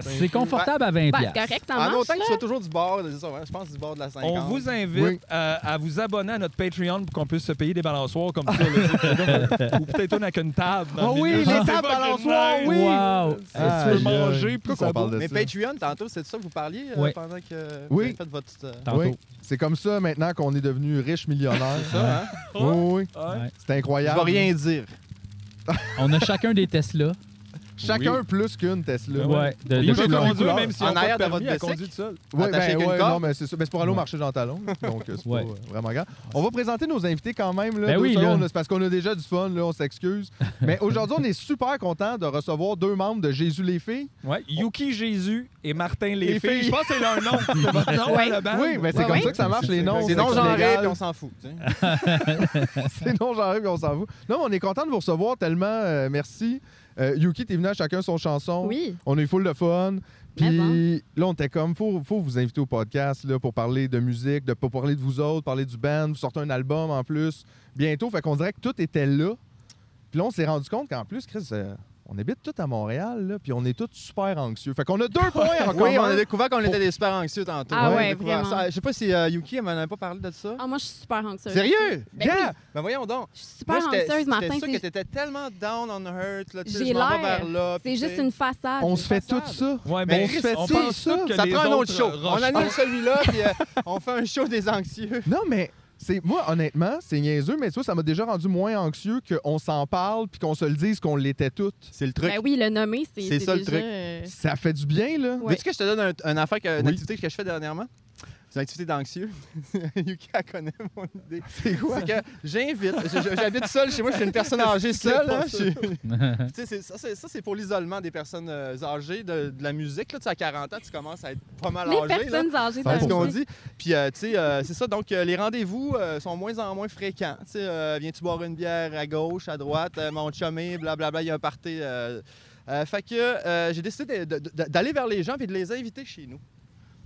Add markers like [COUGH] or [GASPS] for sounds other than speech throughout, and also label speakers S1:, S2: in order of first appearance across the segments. S1: C'est confortable à 20
S2: Ben, c'est
S1: piastres.
S2: correct, ça
S3: En
S2: marche.
S3: autant que
S2: là.
S3: tu sois toujours du bord, de- je pense du bord de la 50.
S4: On vous invite
S5: Oui.
S4: euh, à vous abonner à notre Patreon pour qu'on puisse se payer des balançoires comme ça. là. Ou peut-être on a qu'une table. dans
S5: Ah
S4: le
S5: oui,
S4: milieu.
S5: les
S4: C'est
S5: tables
S4: fucking
S5: balançoires,
S4: nice.
S5: oui.
S1: Wow!
S5: Ah,
S4: tu veux
S5: je-
S4: manger, puis
S5: Pourquoi
S4: ça
S5: qu'on parle
S4: bouffe.
S5: de
S3: Mais
S5: ça?
S3: Patreon, tantôt, c'est de ça que vous parliez euh,
S1: Oui.
S3: pendant que euh,
S5: Oui.
S3: vous avez fait votre. euh,
S1: Tantôt.
S5: Oui. C'est comme ça maintenant qu'on est devenu riche [LAUGHS] millionnaire.
S3: ça, hein?
S5: Oui, oui, oui.
S4: Ouais.
S5: C'est
S3: Je
S5: incroyable.
S3: vais rien dire.
S1: On a chacun des Tesla.
S5: Chacun plus qu'une Tesla.
S4: Ouais.
S1: Ouais, de-
S4: Moi,
S1: de-
S4: j'ai
S5: couleur.
S4: conduit, même si
S3: En
S4: on n'a pas
S3: arrière
S4: de
S3: de votre
S4: permis, elle
S3: bicycle?
S4: conduit toute seule.
S5: Oui,
S3: Attaché avec une corde?
S5: non, mais c'est ça. Ben, c'est pour aller au marché Jean
S3: [LAUGHS]
S5: Talon. là. Donc, euh, c'est
S1: Ouais.
S5: pas euh, vraiment grave. On va présenter nos invités quand même. Là,
S1: Ben
S5: deux
S1: oui,
S5: secondes,
S1: là.
S5: là. C'est parce qu'on a déjà du fun, là,
S3: [LAUGHS]
S5: on s'excuse. mais aujourd'hui, on est super content de recevoir deux membres de Jésus les filles.
S4: Ouais, Yuki Jésus et Martin
S5: Les
S4: Les
S5: filles.
S4: Filles. Je pense que c'est leur [LAUGHS] nom. C'est votre nom à la base.
S5: oui, mais c'est
S2: Ah. Ouais,
S5: comme
S2: ouais.
S5: ça que ça marche, les noms.
S3: C'est
S5: non
S3: non-genré, puis on s'en fout. tu sais.
S5: C'est non genré, puis on s'en fout. Non, mais on est content de vous recevoir tellement. euh, merci. Euh, Yuki, t'es venu à chacun son chanson.
S2: Oui.
S5: On a eu full de fun.
S2: Mais
S5: Puis là, on était comme, faut, faut vous inviter au podcast là, pour parler de musique, de pas parler de vous autres, parler du band. Vous sortez un album en plus bientôt. Fait qu'on dirait que tout était là. Puis là, on s'est rendu compte qu'en plus, Chris, euh, on habite tout à Montréal, là, puis on est tous super anxieux. Fait qu'on
S3: [LAUGHS]
S5: a deux points en commun.
S3: Oui, on a découvert qu'on était des super anxieux tantôt.
S2: Ah
S3: On a
S2: ouais,
S3: découvert
S2: vraiment.
S3: ça. Je sais pas si euh, Yuki, elle m'en avait pas parlé de ça.
S2: Ah, moi, je suis super anxieuse.
S3: Sérieux?
S2: Ben
S3: Gars! Ben voyons donc.
S2: Je suis super
S3: Moi, j'étais-
S2: anxieuse, Martin.
S3: J'étais sûr que
S2: C'est-
S3: t'étais tellement down on hurt. Là, tu sais,
S2: J'ai
S3: je m'en vais
S2: l'air.
S3: vers là.
S2: C'est
S3: puis
S2: juste
S3: tu sais.
S2: une façade.
S5: On se fait tout ça.
S4: Ouais,
S3: Mais
S4: mais
S3: Chris,
S4: on
S3: tu
S4: pense
S5: sais,
S4: tous que
S3: Ben, Ça
S4: les
S3: prend un autre
S4: autres,
S3: show.
S4: euh,
S3: on
S4: rushent.
S3: annule celui-là, puis euh, [LAUGHS] on fait un show des anxieux.
S5: Non, mais c'est moi, honnêtement, c'est niaiseux, mais tu vois, ça m'a déjà rendu moins anxieux qu'on s'en parle puis qu'on se le dise qu'on l'était toutes.
S3: C'est le truc.
S2: Ben oui, le nommer, c'est
S3: C'est ça, le
S2: déjà,
S3: truc.
S2: euh,
S5: Ça fait du bien, là.
S2: ouais.
S3: Veux-tu que je te donne un, un affaire que- une
S5: Oui.
S3: activité que je fais dernièrement? C'est une activité d'anxieux. [LAUGHS] Yuki, elle connaît mon idée. C'est quoi? que j'invite. je- je- J'habite seul chez moi, je suis une [LAUGHS] personne âgée seule. hein, je suis- [LAUGHS] Tu sais, c'est- ça, c'est- ça, c'est pour l'isolement des personnes euh, âgées, de, de la musique. Là, tu sais, à 40 ans, tu commences à être pas mal
S2: Les
S3: âgé. là.
S2: personnes âgées
S3: C'est ce
S2: d'un
S3: qu'on
S2: coup.
S3: dit. Puis, euh, tu sais, euh, c'est ça. Donc, euh, les rendez-vous euh, sont moins en moins fréquents. Tu sais, euh, viens-tu boire une bière à gauche, à droite, euh, mon chumé, blablabla, il y a un party. euh. Euh, fait que euh, j'ai décidé de- de- de- d'aller vers les gens et de les inviter chez nous.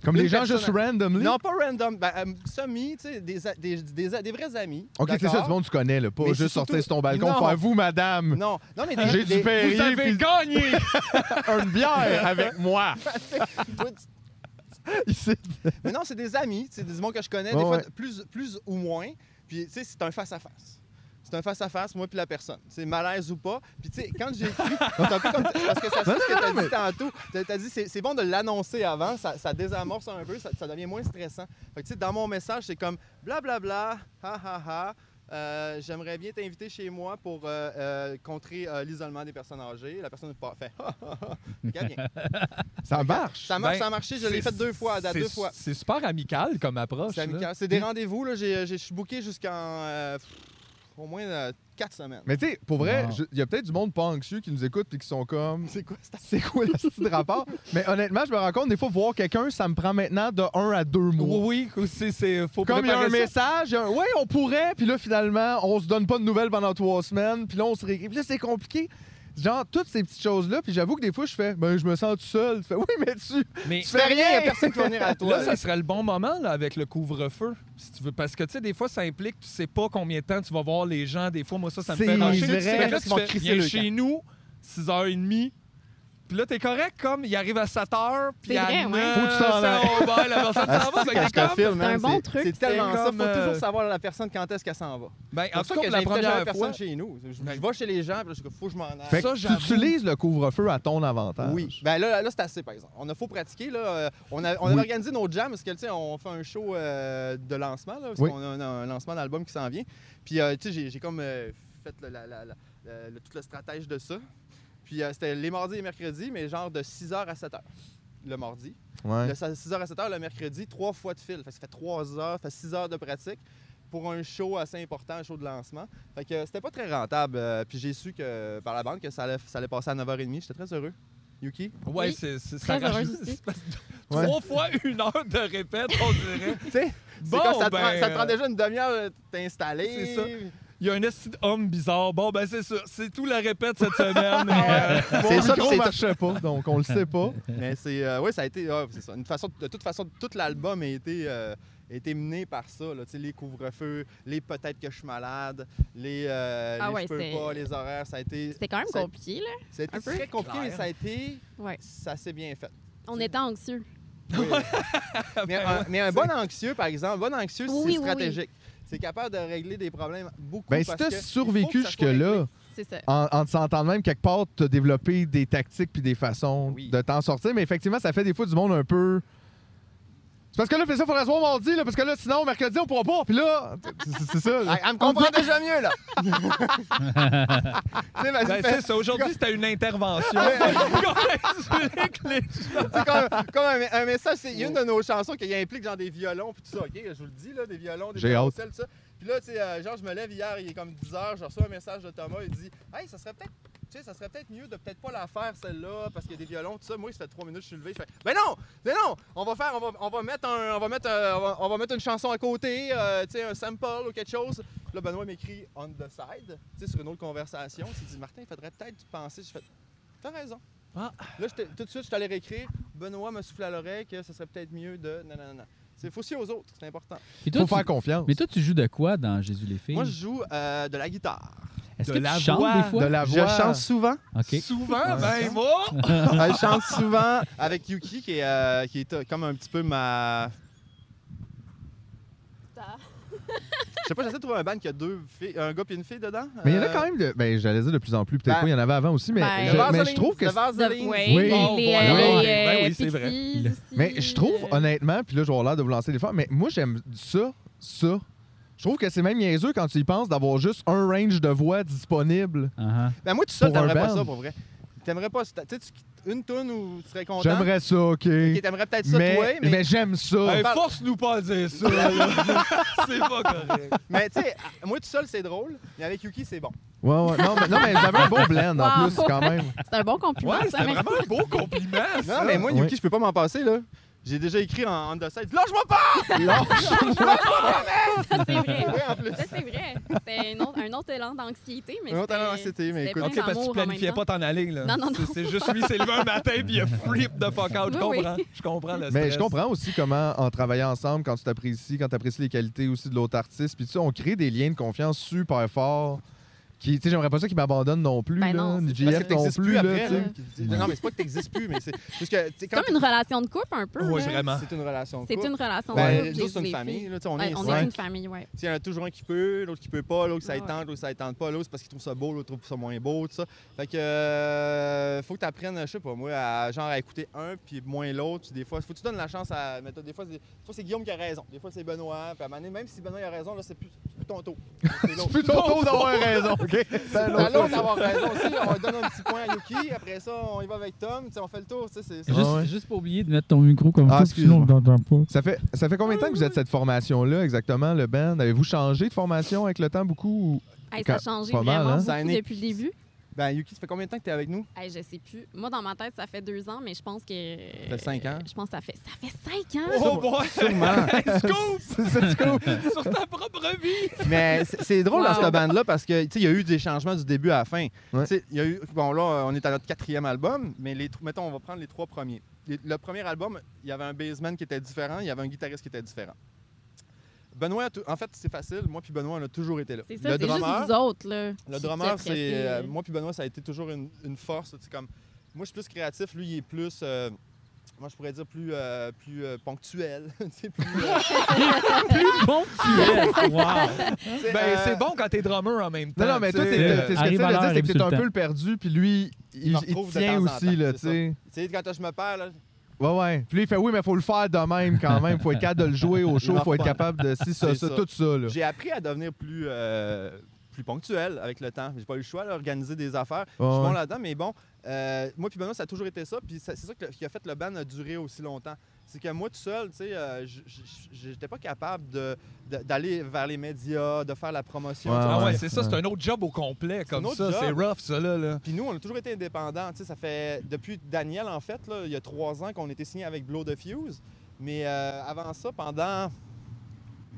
S5: Comme les
S3: Une
S5: gens
S3: personne
S5: juste
S3: à-
S5: randomly.
S3: Non, pas random, ben, euh, semi, tu sais, des, a- des, des, des vrais amis.
S5: OK, c'est ça,
S3: d'accord?
S5: du monde que tu connais, là. Pas
S3: Mais c'est
S5: juste sortir
S3: surtout-
S5: sur ton balcon,
S3: Non.
S5: faire vous, madame.
S3: Non, non, mais
S5: J'ai
S3: des-
S5: du
S3: des-
S5: Perrier puis
S4: gagné!
S5: [LAUGHS] une bière
S3: [LAUGHS]
S5: avec moi. Ici.
S3: Mais non, c'est des amis, c'est des gens que je connais,
S5: Ouais,
S3: des fois
S5: ouais.
S3: plus, plus ou moins. Puis, tu sais, c'est un face-à-face. C'est un face-à-face, moi puis la personne. C'est malaise ou pas. Puis, tu sais, quand j'ai
S5: [LAUGHS]
S3: écrit, c'est un peu comme. Parce que ça, c'est ce que t'as dit tantôt. T'as- T'as dit, c'est c'est bon de l'annoncer avant, ça, ça désamorce un peu, ça, ça devient moins stressant. Fait que, tu sais, dans mon message, c'est comme blablabla, ha ha ha. euh, J'aimerais bien t'inviter chez moi pour euh, euh, contrer euh, l'isolement des personnes âgées. La personne part- fait ha ha ha. Regarde bien.
S5: Ça marche.
S3: Ça marche,
S4: Ben,
S3: ça a marché. Je l'ai fait deux fois, à date,
S4: C'est-
S3: deux fois.
S4: C'est super amical comme approche.
S5: Oh,
S3: C'est
S4: là.
S3: amical. C'est des rendez-vous, là. J'ai- j'ai- Je suis booké jusqu'en euh, pff, au moins euh, quatre semaines.
S5: Mais tu sais, pour vrai,
S1: Wow.
S5: je- il y a peut-être du monde pas anxieux qui nous écoute puis qui sont comme.
S3: [LAUGHS] C'est quoi cette
S5: C'est quoi le style
S3: [LAUGHS]
S5: de rapport? Mais honnêtement, je me rends compte, des fois, voir quelqu'un, ça me prend maintenant de un à deux mois.
S4: Oui, oui, c'est- c'est. Faut
S5: Comme il y a un
S4: préparer ça.
S5: message, il y a un ouais, on pourrait, puis là, finalement, on se donne pas de nouvelles pendant trois semaines, puis là, on se réécrit. Puis là, c'est compliqué. Genre, toutes ces petites choses-là, puis j'avoue que des fois, je fais, ben, je me sens tout seul. Tu fais, oui, mais tu,
S4: Mais
S5: tu fais rien.
S3: personne qui va venir [LAUGHS] à toi?
S4: Là, ça serait le bon moment là, avec le couvre-feu, si tu veux. Parce que, tu sais, des fois, ça implique, tu sais pas combien de temps tu vas voir les gens. Des fois, moi, ça, ça me
S5: C'est
S4: fait ranger.
S5: vrai.
S4: Tu sais, là,
S3: Parce
S4: tu
S3: qu'ils vont
S4: fais,
S3: crisser
S4: viens
S3: le
S4: chez nous, 6h30. Puis là, t'es correct, comme il arrive à 7h, puis
S2: C'est
S4: à
S2: vrai, ouais.
S4: 9,
S5: Faut que tu t'en ailles.
S4: on va, la personne
S3: Ah,
S4: s'en va. Fait que t'es comme-
S3: filme,
S2: C'est un
S3: hein,
S2: bon
S3: c'est-
S2: truc,
S3: C'est tellement
S4: c'est
S3: ça.
S4: comme,
S3: Faut
S4: euh,
S3: toujours savoir la personne quand est-ce qu'elle s'en va.
S4: Ben, en
S3: En
S4: tout
S3: tout que
S4: cas, pour la
S3: j'invite jamais
S4: première fois,
S3: personne chez nous. Je, je
S4: Ben-
S3: vais chez les gens, puis là, je dis, faut que je m'en aille.
S5: Fait
S4: Ça,
S5: que tu
S4: j'avoue.
S5: utilises le couvre-feu à ton avantage.
S3: Oui. Ben là, là c'est assez, par exemple. On a faut pratiquer. Là. Euh, On a, on a
S5: Oui.
S3: organisé nos jams parce que, tu sais, on fait un show euh, de lancement, là, parce
S5: Oui.
S3: qu'on a un, un lancement d'album qui s'en vient. Puis, euh, tu sais, j'ai- j'ai comme euh, fait le- la- la- la- la- le- tout le stratège de ça. Puis, euh, c'était les mardis et mercredis, mais genre de 6h à 7h le mardi.
S5: Ouais.
S3: De 6h à 7h le mercredi, trois fois de fil. Fait que ça fait 3 heures, ça fait 6 heures de pratique pour un show assez important, un show de lancement. Fait que euh, c'était pas très rentable. euh, puis j'ai su que par la bande que ça allait, ça allait passer à 9h30. J'étais très heureux. Yuki?
S4: Ouais,
S2: Oui.
S4: c'est c'est- ça
S2: Très
S4: rajoute-
S2: heureuse aussi.
S4: c'est parce que
S3: [LAUGHS]
S5: Ouais.
S4: Trois fois une heure de répète, on dirait.
S3: Tu sais, c'est
S4: Bon,
S3: comme ça, te
S4: ben,
S3: prend, ça te
S4: euh,
S3: prend déjà une demi-heure de t'installer.
S4: c'est ça. Il y a un esti homme bizarre. Bon, ben c'est ça. C'est tout la répète cette
S3: [LAUGHS]
S4: semaine. euh,
S5: Mon
S3: C'est ça,
S5: micro
S3: c'est-
S5: marchait pas, donc on le sait pas.
S3: Mais [LAUGHS] c'est. euh, ouais, ça a été. ouais, c'est ça. Une façon, de toute façon, tout l'album a été. euh, a été mené par ça, là, Tu sais, les couvre-feux, les peut-être que je suis malade, les, euh,
S2: Ah
S3: les
S2: ouais,
S3: je peux
S2: c'était-
S3: pas, les horaires, ça a été,
S2: C'était quand même
S3: C'est-
S2: compliqué, là.
S3: ça a été
S2: un peu
S3: très compliqué, mais
S4: clair.
S3: ça a été,
S2: Ouais.
S3: ça s'est bien
S2: [LAUGHS]
S3: fait.
S2: On était anxieux.
S3: Oui. [LAUGHS] mais, un, mais un bon anxieux, par exemple, un bon anxieux,
S2: Oui,
S3: c'est
S2: oui, oui.
S3: stratégique. C'est capable de régler des problèmes beaucoup.
S5: Ben, si
S3: parce
S5: t'as
S3: que il faut que
S5: survécu
S3: ça soit réglé.
S5: jusque-là,
S2: C'est ça.
S5: en, en te sentant de même, quelque part, t'as développé des tactiques puis des façons
S3: Oui.
S5: de t'en sortir. Mais effectivement, ça fait des fois du monde un peu C'est parce que là, fais ça, faudrait se voir mardi, là, parce que là, sinon, mercredi, on pourra pas. Puis là, c'est- c'est ça.
S3: Ah,
S5: là.
S3: [LAUGHS] Elle, elle me comprend déjà mieux, là. tu sais, vas-y,
S4: Ben,
S3: fais-
S4: c'est ça. Aujourd'hui, c'était une intervention. [LAUGHS]
S3: c'est comme, comme un, un message, c'est une de nos chansons qui implique genre des violons puis tout ça. OK, je vous le dis là, des violons, des
S5: J'ai
S3: violoncelles,
S5: hâte.
S3: tout ça. Puis là, tu sais, euh, genre je me lève hier, il est comme 10 h je reçois un message de Thomas, il dit "Hey, ça serait peut-être tu sais, ça serait peut-être mieux de peut-être pas la faire celle-là parce qu'il y a des violons tout ça. Moi, ça fait 3 minutes je suis levé, je fais "Ben non, ben non, on va faire on va, on va mettre un on va mettre euh, on, va, on va mettre une chanson à côté, euh, tu sais un sample ou quelque chose." Là, Benoît m'écrit on the side, tu sais sur une autre conversation, il dit "Martin, il faudrait peut-être penser." Je fais "T'as raison."
S5: Ah.
S3: Là, j'étais- tout de suite, je suis allé réécrire. Benoît m'a soufflé à l'oreille que ce serait peut-être mieux de. Non, non, non, non. C'est faut aussi aux autres, c'est important.
S1: Puis toi,
S5: Faut
S1: tu-
S5: faire confiance.
S1: Mais toi, tu joues de quoi dans Jésus les filles?
S3: Moi, je joue euh, de la guitare.
S1: Est-ce
S4: de
S1: que
S4: la
S1: tu chantes
S4: voix,
S1: des fois?
S5: de la
S3: Je
S5: voix.
S3: chante
S5: [LAUGHS]
S3: souvent.
S1: OK. Uh-huh.
S4: Souvent, ben, moi.
S3: Euh, je chante souvent avec Yuki, qui est, euh, qui est euh, comme un petit peu ma. Je sais pas, j'essaie de trouver un band qui a deux filles, un gars et une fille dedans.
S5: Mais il y en a
S3: Euh,
S5: quand même de. Ben, j'allais dire de plus en plus. Peut-être
S3: Ben-
S5: pas, il y en avait avant aussi, mais,
S2: Ben-
S3: The
S5: je- mais je
S3: Euh, Vaseline,
S5: trouve que.
S3: The
S5: c'est-
S3: Vaseline.
S2: Oui,
S5: Oui.
S4: Oh,
S2: les,
S4: voilà.
S2: euh,
S4: Oui.
S2: les,
S4: Ben
S2: euh,
S4: oui, c'est vrai.
S2: Pixies aussi,
S5: Mais je trouve,
S3: Mmh.
S2: euh,
S5: honnêtement, puis là, je vais avoir l'air de vous lancer des fois, mais moi, j'aime ça, ça. Je trouve que c'est même niaiseux quand tu y penses d'avoir juste un range de voix disponible.
S1: Ah, ah.
S3: Ben, moi, tout seul,
S5: Pour un
S3: t'aimerais pas
S5: band.
S3: ça pour vrai. T'aimerais pas. ça. Tu sais, tu- une tune où tu serais content.
S5: J'aimerais ça, OK.
S3: Ok, T'aimerais peut-être ça,
S5: mais
S3: toi, mais.
S5: mais j'aime ça.
S4: Hey,
S3: parle-
S4: force-nous pas à dire ça. là. c'est pas correct.
S3: [LAUGHS] Mais tu sais, moi tout seul c'est drôle, mais avec Yuki c'est bon.
S5: Ouais, ouais. Non, mais, non, mais j'avais un bon blend en
S3: [LAUGHS]
S2: Wow.
S5: plus, quand même.
S2: C'est un bon compliment,
S4: Ouais,
S2: ça,
S4: c'était
S2: merci.
S4: vraiment un beau compliment, ça.
S3: Non, mais moi,
S5: Ouais.
S3: Yuki, je peux pas m'en passer, là. J'ai déjà écrit en on the side. Lâche-moi pas!
S2: Ça, c'est [LAUGHS] vrai.
S3: Ouais, en plus.
S2: Ça, c'est vrai. C'était un autre, un autre élan d'anxiété, mais
S3: Un autre élan
S2: c'était-
S3: d'anxiété, mais
S2: c'était
S3: écoute.
S4: OK,
S2: plein
S4: parce que tu
S2: d'amour en
S4: planifiais
S2: même
S4: pas
S2: temps.
S4: t'en aller, là.
S2: Non, non, non.
S4: C'est- C'est juste lui, s'est levé un matin, puis il a flip de fuck out. Je
S2: Oui, oui.
S4: comprends. Je comprends le stress.
S5: Mais je comprends aussi comment, en travaillant ensemble, quand tu t'apprécies, quand tu apprécies les qualités aussi de l'autre artiste, puis tu sais, on crée des liens de confiance super forts. Qui, tu sais, j'aimerais pas ça qu'ils m'abandonnent non plus,
S2: Ben
S5: là,
S2: non, c'est
S5: ni
S3: Parce que
S5: JF non
S3: t'existes
S5: plus,
S3: plus
S5: là,
S3: après,
S5: tu sais.
S3: là. Non, mais c'est pas que t'existes plus, mais c'est. Parce que, tu sais,
S2: C'est
S3: quand.
S2: comme une relation de couple, un peu.
S4: Oui,
S2: là.
S4: vraiment.
S3: C'est une relation. de
S2: C'est
S3: couple.
S2: une relation
S3: Ben,
S2: de couple.
S3: nous autres, c'est
S2: les
S3: une famille,
S2: filles.
S3: là. Tu sais, on
S2: Ouais,
S3: est.
S2: on
S3: Ouais.
S2: est
S3: Tu
S2: une famille, ouais.
S3: sais, Il y en a toujours un qui peut, l'autre qui peut pas, l'autre ça
S2: Ouais.
S3: y tente, l'autre ça y tente pas, l'autre c'est parce qu'il trouve ça beau, l'autre trouve ça moins beau, tout ça. Fait que. euh, faut que t'apprennes, je sais pas, moi, à, genre à écouter un puis moins l'autre. Puis Des fois, faut que tu donnes la chance à. Mais t'as- des fois, c'est- des fois, c'est Guillaume qui a raison, des fois, c'est Benoît. Puis à un moment donné, même si Benoît il a raison, là, c'est plus, c'est plus ton tour. C'est l'autre.
S5: C'est plutôt
S3: [LAUGHS]
S5: tôt d'avoir raison, OK?
S3: C'est à l'autre d'avoir raison aussi. On donne un petit point à Yuki. Après ça, on y va avec Tom. Tu sais, on fait le tour. tu sais, c'est- c'est-
S1: Juste,
S5: ouais.
S1: juste pas oublier de mettre ton micro comme
S5: Ah,
S1: ça, sinon on
S5: excuse-moi.
S1: t'entend pas.
S5: Ça fait, ça fait combien de temps que vous êtes cette formation-là, exactement, le band? Avez-vous changé de formation avec le temps beaucoup? ou-
S2: Hey, ça a
S5: Quand-
S2: changé
S5: pas mal,
S2: vraiment
S5: hein?
S2: beaucoup
S3: Ça a né-
S2: depuis le début.
S3: Ben, Yuki, ça fait combien de temps que t'es avec nous?
S2: Hey, je sais plus. Moi, dans ma tête, ça fait deux ans, mais je pense que. Ça
S3: fait cinq ans.
S2: Je pense que ça fait. Ça fait cinq ans!
S4: Oh, boy!
S3: Sûrement.
S4: Scoop
S5: C'est ça, du coup?
S4: sur ta propre vie!
S2: [LAUGHS]
S3: Mais c'est c'est drôle dans
S2: Wow.
S3: cette bande-là parce que, tu sais, il y a eu des changements du début à la fin.
S5: Ouais.
S3: Tu sais, il y a eu. Bon, là, on est à notre quatrième album, mais les, tr- mettons, on va prendre les trois premiers. Les- le premier album, il y avait un bassman qui était différent, il y avait un guitariste qui était différent. Benoît, a tou- en fait, c'est facile. Moi puis Benoît, on a toujours été là.
S2: C'est ça,
S3: le
S2: c'est juste
S3: drummer,
S2: vous autres, là.
S3: Le
S2: qui
S3: drummer,
S2: te
S3: c'est.
S2: pressez,
S3: euh,
S2: euh,
S3: moi puis Benoît, ça a été toujours une, une force. là, tu sais, comme, moi, je suis plus créatif, lui, il est plus. euh, moi, je pourrais dire plus, euh, plus euh, ponctuel. [LAUGHS] Tu sais, plus, euh,
S1: Plus bon que tu es. Wow.
S3: tu sais,
S4: Ben,
S3: euh,
S4: c'est bon quand t'es drummer en même temps.
S5: Non, non, mais
S4: tu
S5: toi,
S4: sais,
S5: t'es- t'es-
S4: euh,
S5: t'es- ce que tu
S1: Arrive
S5: veux
S1: à l'heure,
S5: dire, c'est que
S1: arrive
S5: t'es
S1: sur
S5: un
S1: le
S5: peu le perdu, puis lui, il,
S3: me
S5: il
S3: retrouve de
S5: tient
S3: temps en temps,
S5: aussi, là, tu
S3: c'est ça.
S5: sais.
S3: Tu sais, quand je me perds, là,
S5: Ouais, ouais. Puis lui, il fait oui, mais faut le faire de même quand même. Faut être capable de le jouer au show,
S3: Il
S5: faut être
S3: marche pas.
S5: capable de si, ça,
S3: C'est
S5: ça,
S3: ça.
S5: tout ça, là.
S3: j'ai appris à devenir plus, euh, plus ponctuel avec le temps. J'ai pas eu le choix d'organiser des affaires.
S5: Ouais,
S3: Je suis
S5: ouais.
S3: bon là-dedans, mais bon, euh, moi puis Benoît, ça a toujours été ça. Puis ça- c'est ça que- qui a fait le ban a duré aussi longtemps. C'est que moi tout seul, tu sais, euh, j- j- j'étais pas capable de- de- d'aller vers les médias, de faire la promotion.
S5: Ouais,
S3: tu
S4: Ah
S3: vois.
S4: ouais,
S5: ouais.
S4: c'est ça, c'est un autre job au complet comme
S3: un autre
S4: ça.
S3: job.
S4: C'est rough, ça, là. là.
S3: Puis nous, on a toujours été indépendants. Tu sais, ça fait depuis Daniel, en fait, là, il y a trois ans qu'on était signé avec Blow the Fuse. Mais euh, avant ça, pendant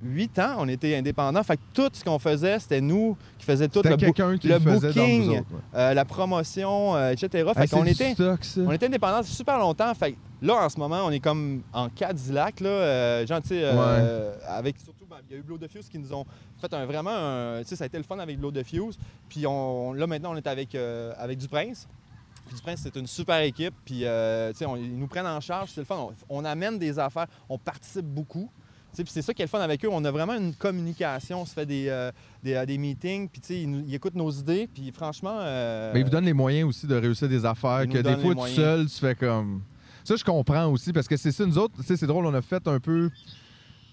S3: huit ans, on était indépendants. Fait que tout ce qu'on faisait, c'était nous qui faisions tout le
S5: C'était
S3: bou-
S5: quelqu'un qui
S3: le
S5: le faisait dans nous
S3: booking.
S5: autres. ouais.
S3: euh, la promotion, euh, etc. Fait
S5: Hey,
S3: qu'on
S5: Ah, c'est du
S3: était,
S5: stock, ça.
S3: on était indépendants super longtemps. Fait que là, en ce moment, on est comme en Cadillac, là, euh, genre, tu sais, euh, avec surtout, ben, il y a eu Blow the Fuse qui nous ont fait un vraiment, un- tu sais, ça a été le fun avec Blow the Fuse. Puis on, là, maintenant, on est avec, euh, avec Du Prince. Puis Du Prince, c'est une super équipe. Puis, euh, tu sais, on- ils nous prennent en charge, c'est le fun. On, on amène des affaires, on participe beaucoup. Tu sais, Puis c'est ça qui est le fun avec eux. On a vraiment une communication. On se fait des, euh, des, euh, des meetings. Puis tu sais, ils, nous- ils écoutent nos idées. Puis franchement. euh,
S5: Mais il vous donne les moyens aussi de réussir des affaires
S3: il nous
S5: que des
S3: donne les
S5: fois, tout
S3: moyens.
S5: seul, tu fais comme. Ça, je comprends aussi, parce que c'est ça, nous autres, tu sais, c'est drôle, on a fait un peu.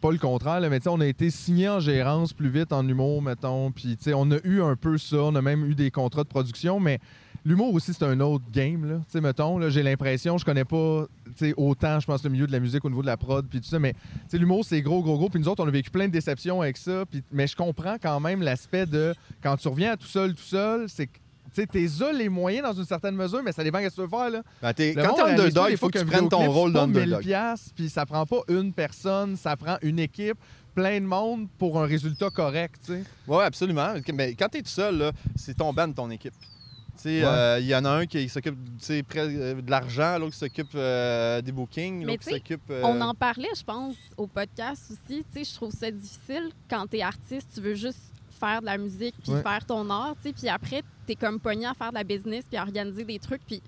S5: Pas le contraire, là, mais tu sais, on a été signé en gérance plus vite en humour, mettons. Puis, tu sais, on a eu un peu ça. On a même eu des contrats de production, mais l'humour aussi, c'est un autre game, là. Tu sais, mettons, là, j'ai l'impression, je connais pas, tu sais, autant, je pense, le milieu de la musique au niveau de la prod, puis tout ça, mais tu sais, l'humour, c'est gros, gros, gros. Puis nous autres, on a vécu plein de déceptions avec ça. Puis, mais je comprends quand même l'aspect de quand tu reviens à tout seul, tout seul, c'est que. Tu sais, t'es ça les moyens dans une certaine mesure, mais ça dépend de ce que tu veux faire. Là.
S3: Ben, t'es-
S5: Le
S3: quand
S5: monde
S3: t'es
S5: réalise pas
S3: underdog,
S5: des
S3: il faut que
S5: fois
S3: tu
S5: qu'un
S3: prennes ton
S5: vidéoclip,
S3: rôle
S5: c'est pas 1000
S3: d'underdog.
S5: piastres, Puis ça prend pas une personne, ça prend une équipe, plein de monde pour un résultat correct. tu sais.
S3: Oui, absolument. Mais quand tu es tout seul, là, c'est ton band, ton équipe. Tu sais, euh, Il
S5: Ouais.
S3: y en a un qui s'occupe tu sais, pres- euh, de l'argent, l'autre qui s'occupe euh, des bookings,
S2: Mais
S3: l'autre qui
S2: tu sais,
S3: s'occupe. euh,
S2: On en parlait, je pense, au podcast aussi. Tu sais, je trouve ça difficile quand t'es artiste, tu veux juste faire de la musique puis
S5: Ouais.
S2: faire ton art, tu sais, puis après t'es comme pogné à faire de la business puis à organiser des trucs, puis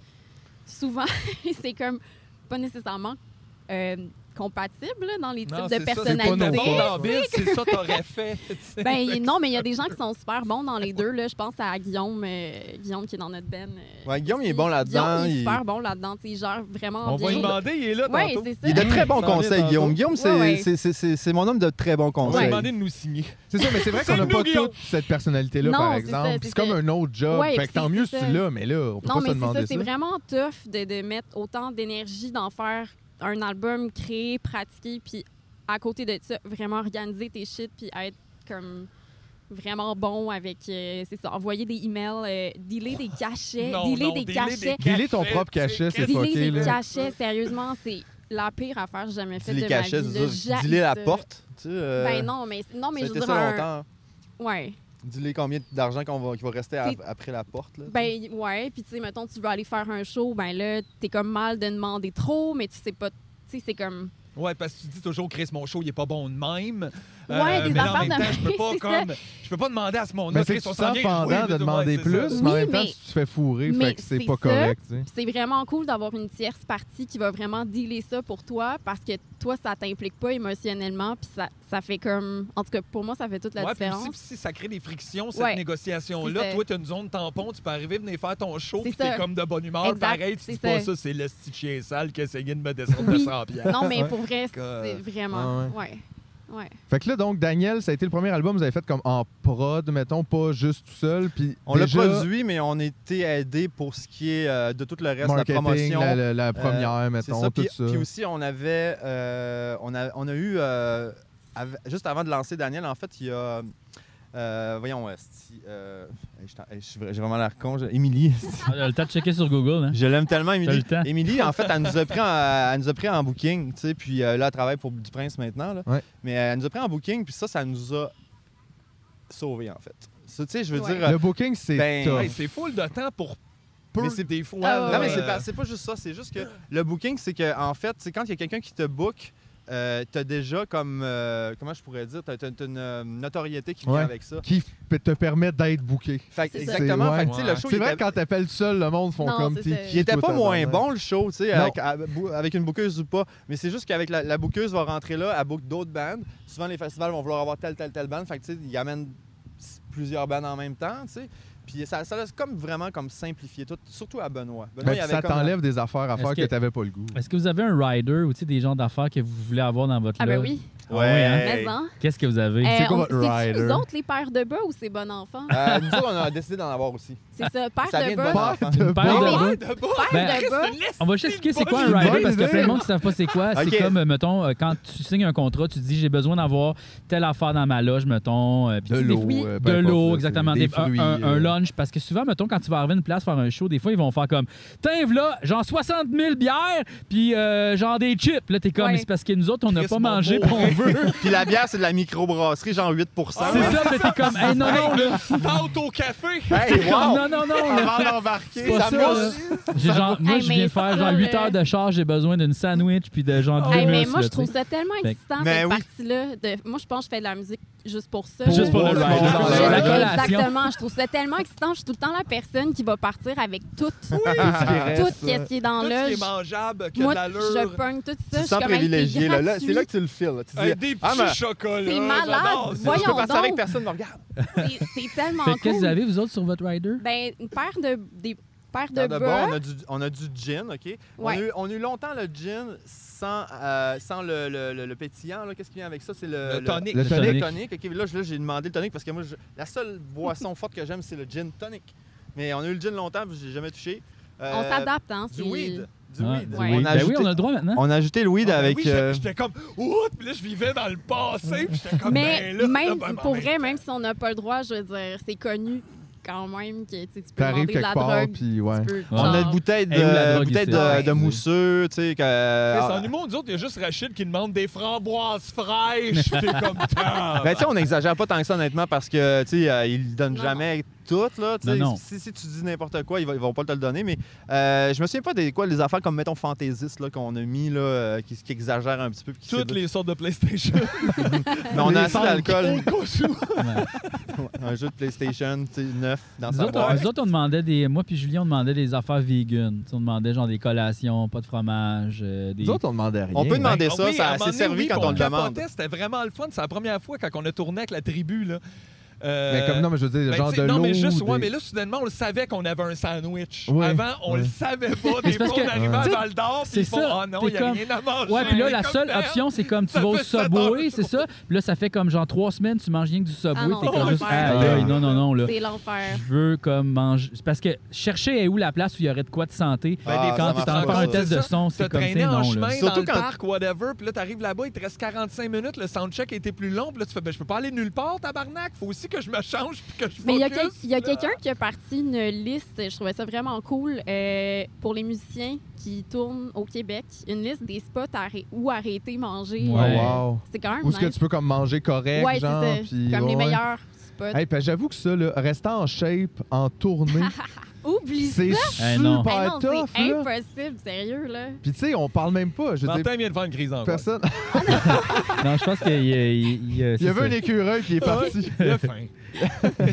S2: souvent [LAUGHS] c'est comme pas nécessairement euh, compatible là, dans les types
S4: Non,
S2: de
S4: c'est ça, c'est pas
S2: personnalités.
S4: nos ambitions, C'est ça, t'aurais fait. tu sais. [LAUGHS]
S2: Ben non, mais il y a des gens qui sont super bons dans les deux. Là. Je pense à Guillaume, euh, Guillaume qui est dans notre ben. euh,
S3: Ouais, Guillaume, il est
S2: ici.
S3: bon là-dedans.
S2: Guillaume, il est
S3: il-
S2: super bon là-dedans. tu sais, Il gère vraiment
S4: On
S2: bien.
S4: va lui demander, il est là
S2: Ouais,
S4: tantôt.
S2: c'est ça.
S3: Il a de très bons
S4: Tantôt,
S3: conseils,
S4: tantôt.
S3: Guillaume. Guillaume, c'est,
S2: Ouais, ouais.
S3: c'est- c'est- c'est- c'est mon homme de très bons
S4: On va lui
S3: conseils.
S4: demander de nous signer.
S5: C'est ça, mais
S2: [LAUGHS]
S5: c'est vrai
S4: C'est
S5: qu'on n'a
S4: nous,
S5: pas
S4: Guillaume.
S5: toute cette personnalité-là,
S2: Non,
S5: par
S2: c'est ça,
S5: exemple. Puis
S2: c'est
S5: c'est comme
S2: ça.
S5: un autre job.
S2: Ouais,
S5: fait que tant
S2: c'est-
S5: mieux si
S2: c'est
S5: tu
S2: ça.
S5: l'as, mais là, on peut
S2: Non,
S5: pas se
S2: mais c'est
S5: demander
S2: ça,
S5: ça.
S2: c'est vraiment tough de, de mettre autant d'énergie d'en faire un album, créer, pratiquer, puis à côté de ça, vraiment organiser tes shit, puis être comme vraiment bon avec, euh, c'est ça, envoyer des emails, euh, dealer des cachets,
S4: Non,
S2: dealer
S4: non,
S2: des
S4: dealer des
S2: cachets,
S5: Dealer ton propre cachet, c'est
S2: dealer
S5: fucké.
S2: des
S5: là.
S2: cachets, sérieusement, c'est la pire affaire que j'ai jamais
S3: Tu
S2: faite de
S3: les
S2: ma
S3: cachets,
S2: vie. là.
S3: dis-les
S2: J'haïs
S3: la
S2: ça.
S3: porte. Tu sais, euh,
S2: Ben non, mais, non, mais
S3: ça
S2: je
S3: a été
S2: dirais...
S3: ça
S2: un-
S3: longtemps.
S2: Ouais.
S3: Dis-les combien d'argent qu'on va, qui va rester à-
S2: C'est-
S3: après la porte. Là,
S2: Ben ouais, puis tu sais, mettons, tu veux aller faire un show, ben là, t'es comme mal de demander trop, mais tu sais pas, tu sais, c'est comme...
S4: Ouais, parce que tu dis toujours, Chris, mon show, il est pas bon de même. Euh,
S2: Ouais, des
S4: mais là, en même
S2: affaires de
S4: temps, je peux
S2: [LAUGHS]
S4: pas
S2: même,
S4: comme. Je peux pas demander à ce monde-là,
S5: Mais c'est que
S4: Chris,
S5: tu
S4: on
S5: sens
S4: s'en vient.
S5: pendant
S4: Oui,
S5: de
S4: mais-
S5: demander
S4: ouais, c'est ça.
S5: plus, mais en
S2: Oui,
S5: même temps,
S2: mais-
S5: tu te fais fourrer,
S2: mais
S5: fait que c'est
S2: c'est
S5: pas
S2: ça.
S5: correct. tu sais.
S2: Puis C'est vraiment cool d'avoir une tierce partie qui va vraiment dealer ça pour toi parce que toi, ça t'implique pas émotionnellement. Puis ça, ça fait comme. En tout cas, pour moi, ça fait toute la
S4: Ouais, puis aussi,
S2: différence.
S4: si ça crée des frictions, cette
S2: Ouais.
S4: négociation-là,
S2: C'est ça.
S4: toi, t'as une zone tampon, tu peux arriver, venir faire ton show,
S2: C'est
S4: puis t'es
S2: ça.
S4: comme de bonne humeur.
S2: Exact,
S4: Pareil, tu
S2: c'est
S4: dis pas
S2: ça.
S4: ça, c'est le petit chien sale qui a essayé de me descendre de
S2: Oui.
S4: 100 piastres.
S2: Non, mais pour vrai, c'est
S4: Euh,
S2: vraiment. Ouais. Ouais.
S5: Fait que là, donc, Daniel, ça a été le premier album que vous avez fait comme en prod, mettons, pas juste tout seul. Puis
S3: On l'a
S5: déjà,
S3: produit, mais on était aidé pour ce qui est euh, de tout le reste, la
S5: marketing,
S3: promotion. Euh,
S5: la, la- la première,
S3: C'est
S5: mettons,
S3: ça.
S5: tout
S3: Puis,
S5: ça.
S3: puis aussi, on avait. euh, on, a, on a eu. euh, av- juste avant de lancer Daniel, en fait, il y a. euh, voyons, euh, sti- euh, hey, je t'en- hey, je suis vra- j'ai vraiment l'air con. je- Émilie. [LAUGHS]
S1: Ah, t'as le temps de checker sur Google. Hein?
S3: Je l'aime tellement,
S1: T'as
S3: Émilie.
S1: le temps.
S3: Émilie, en fait, elle nous a pris en, elle nous a pris en booking, tu sais, puis euh, là, elle travaille pour Du Prince maintenant, là.
S5: Ouais.
S3: Mais euh, elle nous a pris en booking, puis ça, ça nous a sauvés, en fait. Ça, tu sais, je veux
S2: Ouais.
S3: dire... euh,
S5: Le booking, c'est
S3: Ben,
S5: tough.
S4: Hey, c'est full de temps pour peu
S3: Mais c'est-
S4: des fois.
S2: Ah, ouais,
S3: Non, mais c'est
S4: euh,
S3: pas, c'est pas juste ça, c'est juste que le booking, c'est que, en fait, c'est quand il y a quelqu'un qui te book, euh, t'as déjà comme... euh, comment je pourrais dire? T'as t'as- t'as une euh, notoriété qui
S5: Ouais.
S3: vient avec ça.
S5: Qui p- te permet d'être booké.
S3: Fait que-
S2: C'est ça.
S3: exactement.
S5: C'est-
S3: Fait que, tu sais, le
S4: ouais.
S3: show,
S5: C'est
S3: il
S5: vrai
S3: était-
S5: que quand t'appelles seul, le monde font
S2: Non,
S5: comme
S2: c'est
S5: t'es
S2: ça.
S5: qui,
S3: Il était
S5: toi,
S3: pas moins
S5: tabarnak?
S3: bon le show, tu sais,
S5: Non.
S3: avec, à- bou- avec une bouqueuse ou pas. Mais c'est juste qu'avec la, la bouqueuse va rentrer là, elle book d'autres bandes. Souvent, les festivals vont vouloir avoir telle, telle, telle bande. Fait que, tu sais, ils amènent s- plusieurs bandes en même temps, tu sais. Puis ça, ça laisse comme vraiment comme simplifier tout, surtout à Benoît. Benoît,
S5: Ben,
S3: il
S5: puis
S3: avait
S5: ça
S3: comme- euh,
S5: t'enlève des affaires à
S1: Est-ce
S5: faire que,
S1: que-
S5: t'avais pas le goût.
S1: Est-ce que vous avez un rider ou tu sais, des genres d'affaires que vous voulez avoir dans votre
S2: Ah, ben
S1: lot?
S2: oui.
S1: Ah ouais, hein?
S3: Hey.
S2: Mais hein.
S1: Qu'est-ce que vous avez?
S2: Euh,
S5: quoi
S2: on-
S5: votre
S2: C'est-tu
S5: rider?
S2: nous autres, les pères de bœufs ou ces bons enfants?
S3: Euh, nous, autres, on a décidé d'en avoir aussi.
S2: C'est ça, pères
S3: ça
S2: de
S3: vient de
S2: bœufs.
S3: Benoît.
S5: Père
S1: Une
S5: de
S1: paire de
S5: bras.
S1: bras.
S2: oui.
S4: de bas.
S1: Ben,
S2: Pères de bœufs.
S1: On va juste expliquer c'est quoi un
S5: bonne
S1: rider parce que
S5: idée.
S1: plein de monde qui savent pas c'est quoi.
S3: Ok.
S1: C'est comme, euh, mettons, euh, quand tu signes un contrat, tu te dis j'ai besoin d'avoir telle affaire dans ma loge, mettons. euh, puis
S5: De
S1: tu-
S5: l'eau,
S1: des-
S5: euh, peu
S1: De
S5: importe, là,
S1: l'eau,
S5: c'est
S1: exactement.
S5: des
S1: Des- un-
S5: fruits,
S1: un, un
S5: euh.
S1: lunch. Parce que souvent, mettons, quand tu vas arriver à une place faire un show, des fois, ils vont faire comme Tiens, là, genre 60 000 bières, puis euh, genre des chips. Là, t'es comme,
S2: Ouais.
S1: Mais c'est parce que nous autres, on n'a
S4: Chris,
S1: pas
S4: mon
S1: mangé,
S4: beau.
S1: puis on veut.
S3: Puis la bière, c'est de la microbrasserie, genre 8
S1: [LAUGHS] C'est ça, mais t'es comme, Hey, non, non, là.
S4: Tente au café.
S3: Hey, wow!
S1: Non, non, non, là.
S2: [LAUGHS]
S3: Avant d'embarquer,
S1: C'est
S3: Ah, ça hein.
S1: pas ça, là.
S3: me
S1: J'ai genre, moi,
S2: Hey,
S1: je
S2: mais
S1: viens de
S2: ça,
S1: faire genre 8
S2: là. euh,
S1: heures de charge, j'ai besoin d'une sandwich, puis de genre de
S2: Hey, mais
S1: hummus,
S2: moi,
S1: là,
S2: je
S1: tu sais.
S2: trouve ça tellement
S1: que-
S2: excitant,
S3: Mais
S2: cette
S3: oui.
S2: partie-là. de- Moi, je pense que je fais de la musique juste pour ça.
S1: Juste pour
S3: le
S1: le
S3: rider.
S2: Je-
S3: Ouais.
S1: La
S3: Ouais.
S1: collation.
S2: Exactement. Je trouve ça tellement excitant. Je suis tout le temps la personne qui va partir avec tout,
S3: Ah,
S2: tout
S5: reste,
S2: ce qui est dans
S4: Tout ce qui
S2: l'âge.
S4: est mangeable, qui a
S2: Moi,
S4: de l'allure.
S2: je pogne tout
S3: Tu te
S2: ça. je
S3: sens
S2: suis comme, hey,
S3: privilégié. là. Là,
S2: gratuit.
S3: c'est là que tu le files. là. Tu te dis,
S4: Hey, des petits
S3: Ah, mais-
S4: chocolats.
S2: C'est malade.
S4: j'adore ça.
S3: je peux
S2: Voyons
S3: passer avec
S2: donc.
S3: personne ne me regarde.
S2: C'est- C'est tellement
S1: Fait que
S2: cool.
S1: qu'est-ce que vous avez, vous autres, sur votre rider?
S2: Ben, une paire de, des paire de,
S3: Dans
S2: bas.
S3: de bas, on a, du, on a du gin, OK? On, a
S2: Ouais.
S3: eu, on a eu longtemps le gin sans, euh, sans le, le- le- le pétillant. là. Qu'est-ce qui vient avec ça? C'est le,
S4: Le tonic.
S5: Le
S1: Le
S5: tonic.
S3: Le tonic. OK, là, je- là, j'ai demandé le tonic parce que moi, je- la seule boisson forte que j'aime, c'est le gin tonic. Mais on a eu le gin longtemps, puis je l'ai jamais touché. Euh,
S2: On s'adapte, hein?
S3: Du
S2: c'est-
S3: weed. Du
S1: Ah,
S3: weed.
S1: du
S2: Ouais.
S1: weed.
S3: On, a
S1: Ben
S3: ajouté,
S1: oui, on a le droit maintenant.
S3: on a ajouté le weed
S4: Ah, ben
S3: avec...
S4: oui,
S3: euh,
S4: j'étais- j'étais comme ouh, puis là je vivais dans le passé, puis j'étais comme
S2: Mais
S4: ben là, là,
S2: même,
S4: ben, ben,
S2: pour
S4: ben,
S2: vrai, même si on n'a pas le droit, je veux dire, c'est connu quand même que tu sais, tu peux
S5: T'arrives
S2: demander de
S5: quelque
S2: la
S5: part,
S2: drogue.
S5: puis ouais.
S2: tu peux,
S1: On
S3: on a
S2: genre-
S3: une bouteille
S1: Et où la
S3: de,
S1: drogue
S3: bouteille
S1: ici, Ah,
S3: de,
S1: ouais.
S3: de mousseux, tu sais, que...
S4: C'est
S3: ah,
S4: en humour, nous autres, il y a juste Rachid qui demande des framboises fraîches. T'es
S3: [LAUGHS]
S4: comme ça.
S3: Ben, tu sais, on n'exagère pas tant que ça, honnêtement, parce que, tu sais, euh, ils donnent
S2: Non,
S3: jamais tout, là. tu sais.
S1: Non, non.
S3: Si, si tu dis n'importe quoi, ils, vont- ils vont pas te le donner, mais euh, je me souviens pas des quoi, les affaires comme, mettons, fantaisistes, là, qu'on a mis, là, euh, qui, qui exagèrent un petit peu. puis qui
S4: Toutes
S3: se-
S4: les sortes de PlayStation.
S3: Mais on
S1: les
S3: a assez d'alcool.
S1: Ouais.
S3: un jeu de PlayStation, tu sais, neuf, dans
S1: Nous
S3: sa
S1: autres, on-
S3: boîte.
S1: nous autres, on demandait des. Moi puis Julien, on demandait des affaires vegan. Tu sais, on demandait genre des collations, pas de fromage, euh, des.
S5: Nous autres, on demandait rien.
S3: On peut [LAUGHS] demander-
S4: Ben,
S3: ça,
S4: oui,
S3: ça
S4: à un
S3: s'est
S4: moment donné,
S3: servi
S4: oui,
S3: quand
S4: qu'on
S3: on le demande.
S4: capotait, C'était vraiment le fun. C'est la première fois quand on a tourné avec la tribu. Là. Euh,
S5: Mais comme, non, mais je veux dire,
S4: ben,
S5: genre
S4: tu sais,
S5: de l'eau.
S4: non, mais juste,
S5: des-
S4: ouais, mais là, soudainement, on le savait qu'on avait un sandwich.
S5: Ouais,
S4: Avant, on
S5: ouais.
S4: le savait pas.
S1: [LAUGHS]
S4: Des
S1: Mais c'est
S4: fois,
S1: parce
S4: on
S1: que-
S4: arrivait à
S1: Ouais.
S4: Val d'Or, puis
S1: C'est
S4: ils font
S1: ça,
S4: Ah non,
S1: t'es
S4: il n'y a
S1: comme-
S4: rien à manger.
S1: Ouais, puis là,
S4: T'es
S1: la
S4: comme,
S1: seule
S4: Merde.
S1: option, c'est comme tu
S4: Ça
S1: vas au
S4: fait sept
S1: Subway,
S4: heures.
S1: c'est ça. Puis là, ça fait comme genre trois semaines, tu manges rien que du Subway.
S2: Ah non,
S1: T'es comme
S4: c'est
S1: juste,
S2: l'enfer.
S1: aïe, aïe, non, non, non, là.
S2: C'est l'enfer.
S1: Je veux comme manger. C'est parce que chercher est où la place où il y aurait de quoi de santé.
S3: Ben, des fois,
S1: quand
S3: ça
S1: tu t'en
S3: marche
S1: faire
S3: pas,
S1: un
S3: ça.
S1: test de son,
S4: T'as
S1: c'est comme
S4: traîné
S1: ça,
S4: en
S1: non,
S4: chemin
S1: là.
S4: dans
S3: Surtout
S4: le
S3: quand-
S4: parc, whatever, puis là, t'arrives là-bas, il te reste 45 minutes, le soundcheck était plus long, puis là, tu fais, ben, je peux pas aller nulle part, tabarnak, faut aussi que je me change, puis que je
S2: Mais il y a,
S4: focus.
S2: quel- il y a quelqu'un qui a parti une liste, je trouvais ça vraiment cool, euh, pour les musiciens qui tournent au Québec, une liste des spots à arrê- où arrêter manger.
S5: Oh,
S1: Ouais.
S5: wow.
S2: C'est quand même
S5: Ou est-ce que
S2: nice.
S5: tu peux comme manger correct,
S2: Ouais, c'est
S5: genre.
S2: ça.
S5: puis-
S2: Comme les
S5: ouais, ouais.
S2: meilleurs spots.
S5: Hey, puis j'avoue que ça, là, rester en shape, en tournée,
S2: Oublie ça!
S5: c'est
S1: Eh non.
S5: super
S2: Ah non,
S5: tough,
S2: c'est
S5: là.
S2: impossible, sérieux, là.
S5: Puis tu sais, on parle même pas. Je veux dire,
S4: Martin vient de faire une crise en [LAUGHS]
S5: personne.
S1: Non, je pense qu'il y a- il y a-
S5: Il y
S1: c'est
S5: avait
S1: ça.
S5: un écureuil qui est
S4: Ah
S5: parti.
S4: Il a faim.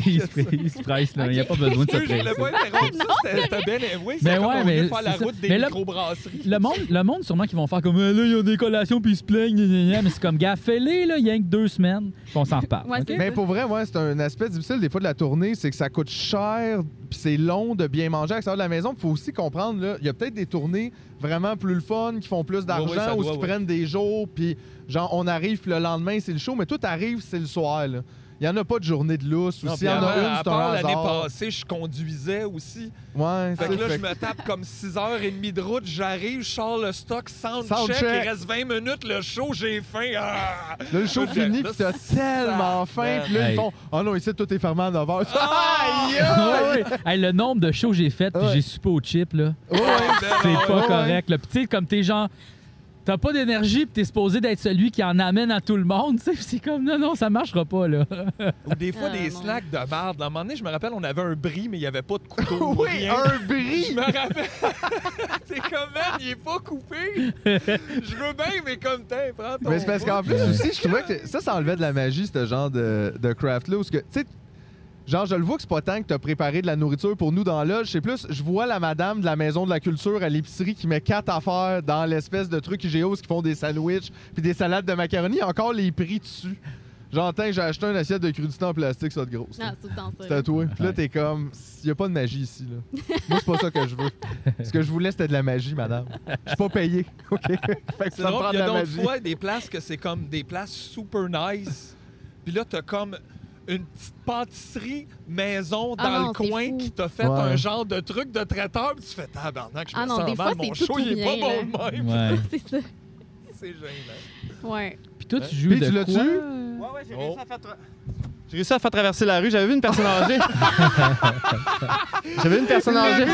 S1: il, se, presse- il se presse, là. Il n'y a pas besoin de se
S4: Oui, [LAUGHS] je voulais
S1: presser.
S4: pas
S2: [LAUGHS]
S4: interrompre ça, c'était- c'était bien. Oui,
S1: Mais
S4: c'est comme
S1: ouais,
S4: on
S1: mais
S4: venait faire la
S1: c'est ça.
S4: route des
S1: Mais là-
S4: microbrasseries.
S1: Le monde, le monde, sûrement, qui vont faire comme Eh, là, il y a des collations puis ils se plaignent, gna, gna, gna. mais c'est comme gars, fais-les, là, il y a que deux semaines, puis on s'en reparle.
S2: Ouais,
S1: OK?
S5: [LAUGHS]
S2: c'est
S5: Mais pour vrai, ouais, c'est un aspect difficile des fois de la tournée, c'est que ça coûte cher, puis c'est long de bien manger à l'extérieur de la maison. Il faut aussi comprendre, là, il y a peut-être des tournées vraiment plus le fun, qui font plus d'argent,
S4: ouais, ça
S5: ou
S4: doit,
S5: qui
S4: ouais.
S5: prennent des jours, puis genre on arrive, puis le lendemain c'est le show, mais tout arrive, c'est le soir. là. Il n'y en a pas de journée de lousse, ou
S4: Non,
S5: s'il y en
S4: puis
S5: a
S4: avant,
S5: une,
S4: à
S5: c'est un
S4: part l'année
S5: hasard.
S4: passée, je conduisais aussi.
S5: Ouais,
S4: Fait
S5: c'est-
S4: que là,
S5: fait
S4: je me tape comme 6h30 de route, j'arrive, je sors le stock, soundcheck,
S5: Soundcheck.
S4: il reste 20 minutes, le show, j'ai faim. Ah!
S5: Là, le show
S4: Là,
S5: finit,
S4: là,
S5: puis t'as tellement faim, puis là,
S1: Hey.
S5: ils font « Oh non, ici, tout est fermé à 9 h.
S4: Ah!
S5: Aïe!
S1: Ouais, ouais. Hey, le nombre de shows que j'ai fait puis
S5: Ouais.
S1: j'ai soupé au chip, là,
S5: Ouais, ouais.
S1: c'est
S4: Ah, Ouais, ben
S1: pas
S5: ouais.
S1: correct. Là. Puis tu sais, comme t'es genre, t'as pas d'énergie puis t'es supposé d'être celui qui en amène à tout le monde, tu sais, puis c'est comme non, non, ça marchera pas, là.
S4: Ou des fois,
S2: Ah,
S4: des
S2: mon
S4: slacks de marde. À un moment donné, je me rappelle, on avait un bris, mais il n'y avait pas de
S5: [LAUGHS]
S4: couteau.
S5: [LAUGHS] Oui,
S4: rien.
S5: un
S4: Je
S5: bris!
S4: me rappelle. [LAUGHS] c'est comme, man, il est pas coupé.
S5: [LAUGHS]
S4: Je veux bien, mais comme, t'es, prends ton.
S5: Mais c'est parce
S4: bras.
S5: qu'en plus aussi, je trouvais que ça, ça enlevait de la magie, ce genre de, de craft-là. Parce que, tu sais, genre, je le vois que c'est pas tant que t'as préparé de la nourriture pour nous dans l'âge. C'est plus, je vois la madame de la maison de la culture à l'épicerie qui met quatre affaires dans l'espèce de truc IGO, qui font des sandwichs puis des salades de macaroni, encore les prix dessus. J'entends, j'ai acheté une assiette de crudités en plastique, ça de grosse.
S2: Non, c'est tout le temps ça.
S5: C'est tatoué. Puis là, t'es comme, il a pas de magie ici. Là. Moi, c'est pas ça que je veux. Ce que je voulais, c'était de la magie, madame. Je suis pas payé. OK? fait que
S4: C'est
S5: ça me
S4: drôle,
S5: prend
S4: il
S5: de
S4: y a
S5: la
S4: d'autres
S5: magie.
S4: fois des places que c'est comme des places super nice. Puis là, t'as comme une petite pâtisserie maison dans
S2: Ah non,
S4: le
S2: c'est
S4: coin
S2: fou.
S4: qui t'a fait
S5: Ouais.
S4: un genre de truc de traiteur. Puis tu fais tabarnak, je me
S2: Ah non, des
S4: sens
S2: fois,
S4: mal, mon
S2: c'est tout
S4: show, il est
S2: ou
S4: pas
S2: rien,
S4: bon de même.
S1: Ouais.
S2: [LAUGHS] C'est ça.
S4: [LAUGHS] C'est gênant.
S2: Ouais.
S1: [LAUGHS] Puis toi, tu joues
S5: Puis
S1: de
S5: tu l'as-tu
S1: quoi? Euh,
S5: eu?
S3: Ouais, ouais, j'ai
S4: réussi
S3: réussi à faire... traverser la rue. J'avais vu une
S1: [LAUGHS]
S3: personne âgée. [LAUGHS] J'avais vu une personne âgée.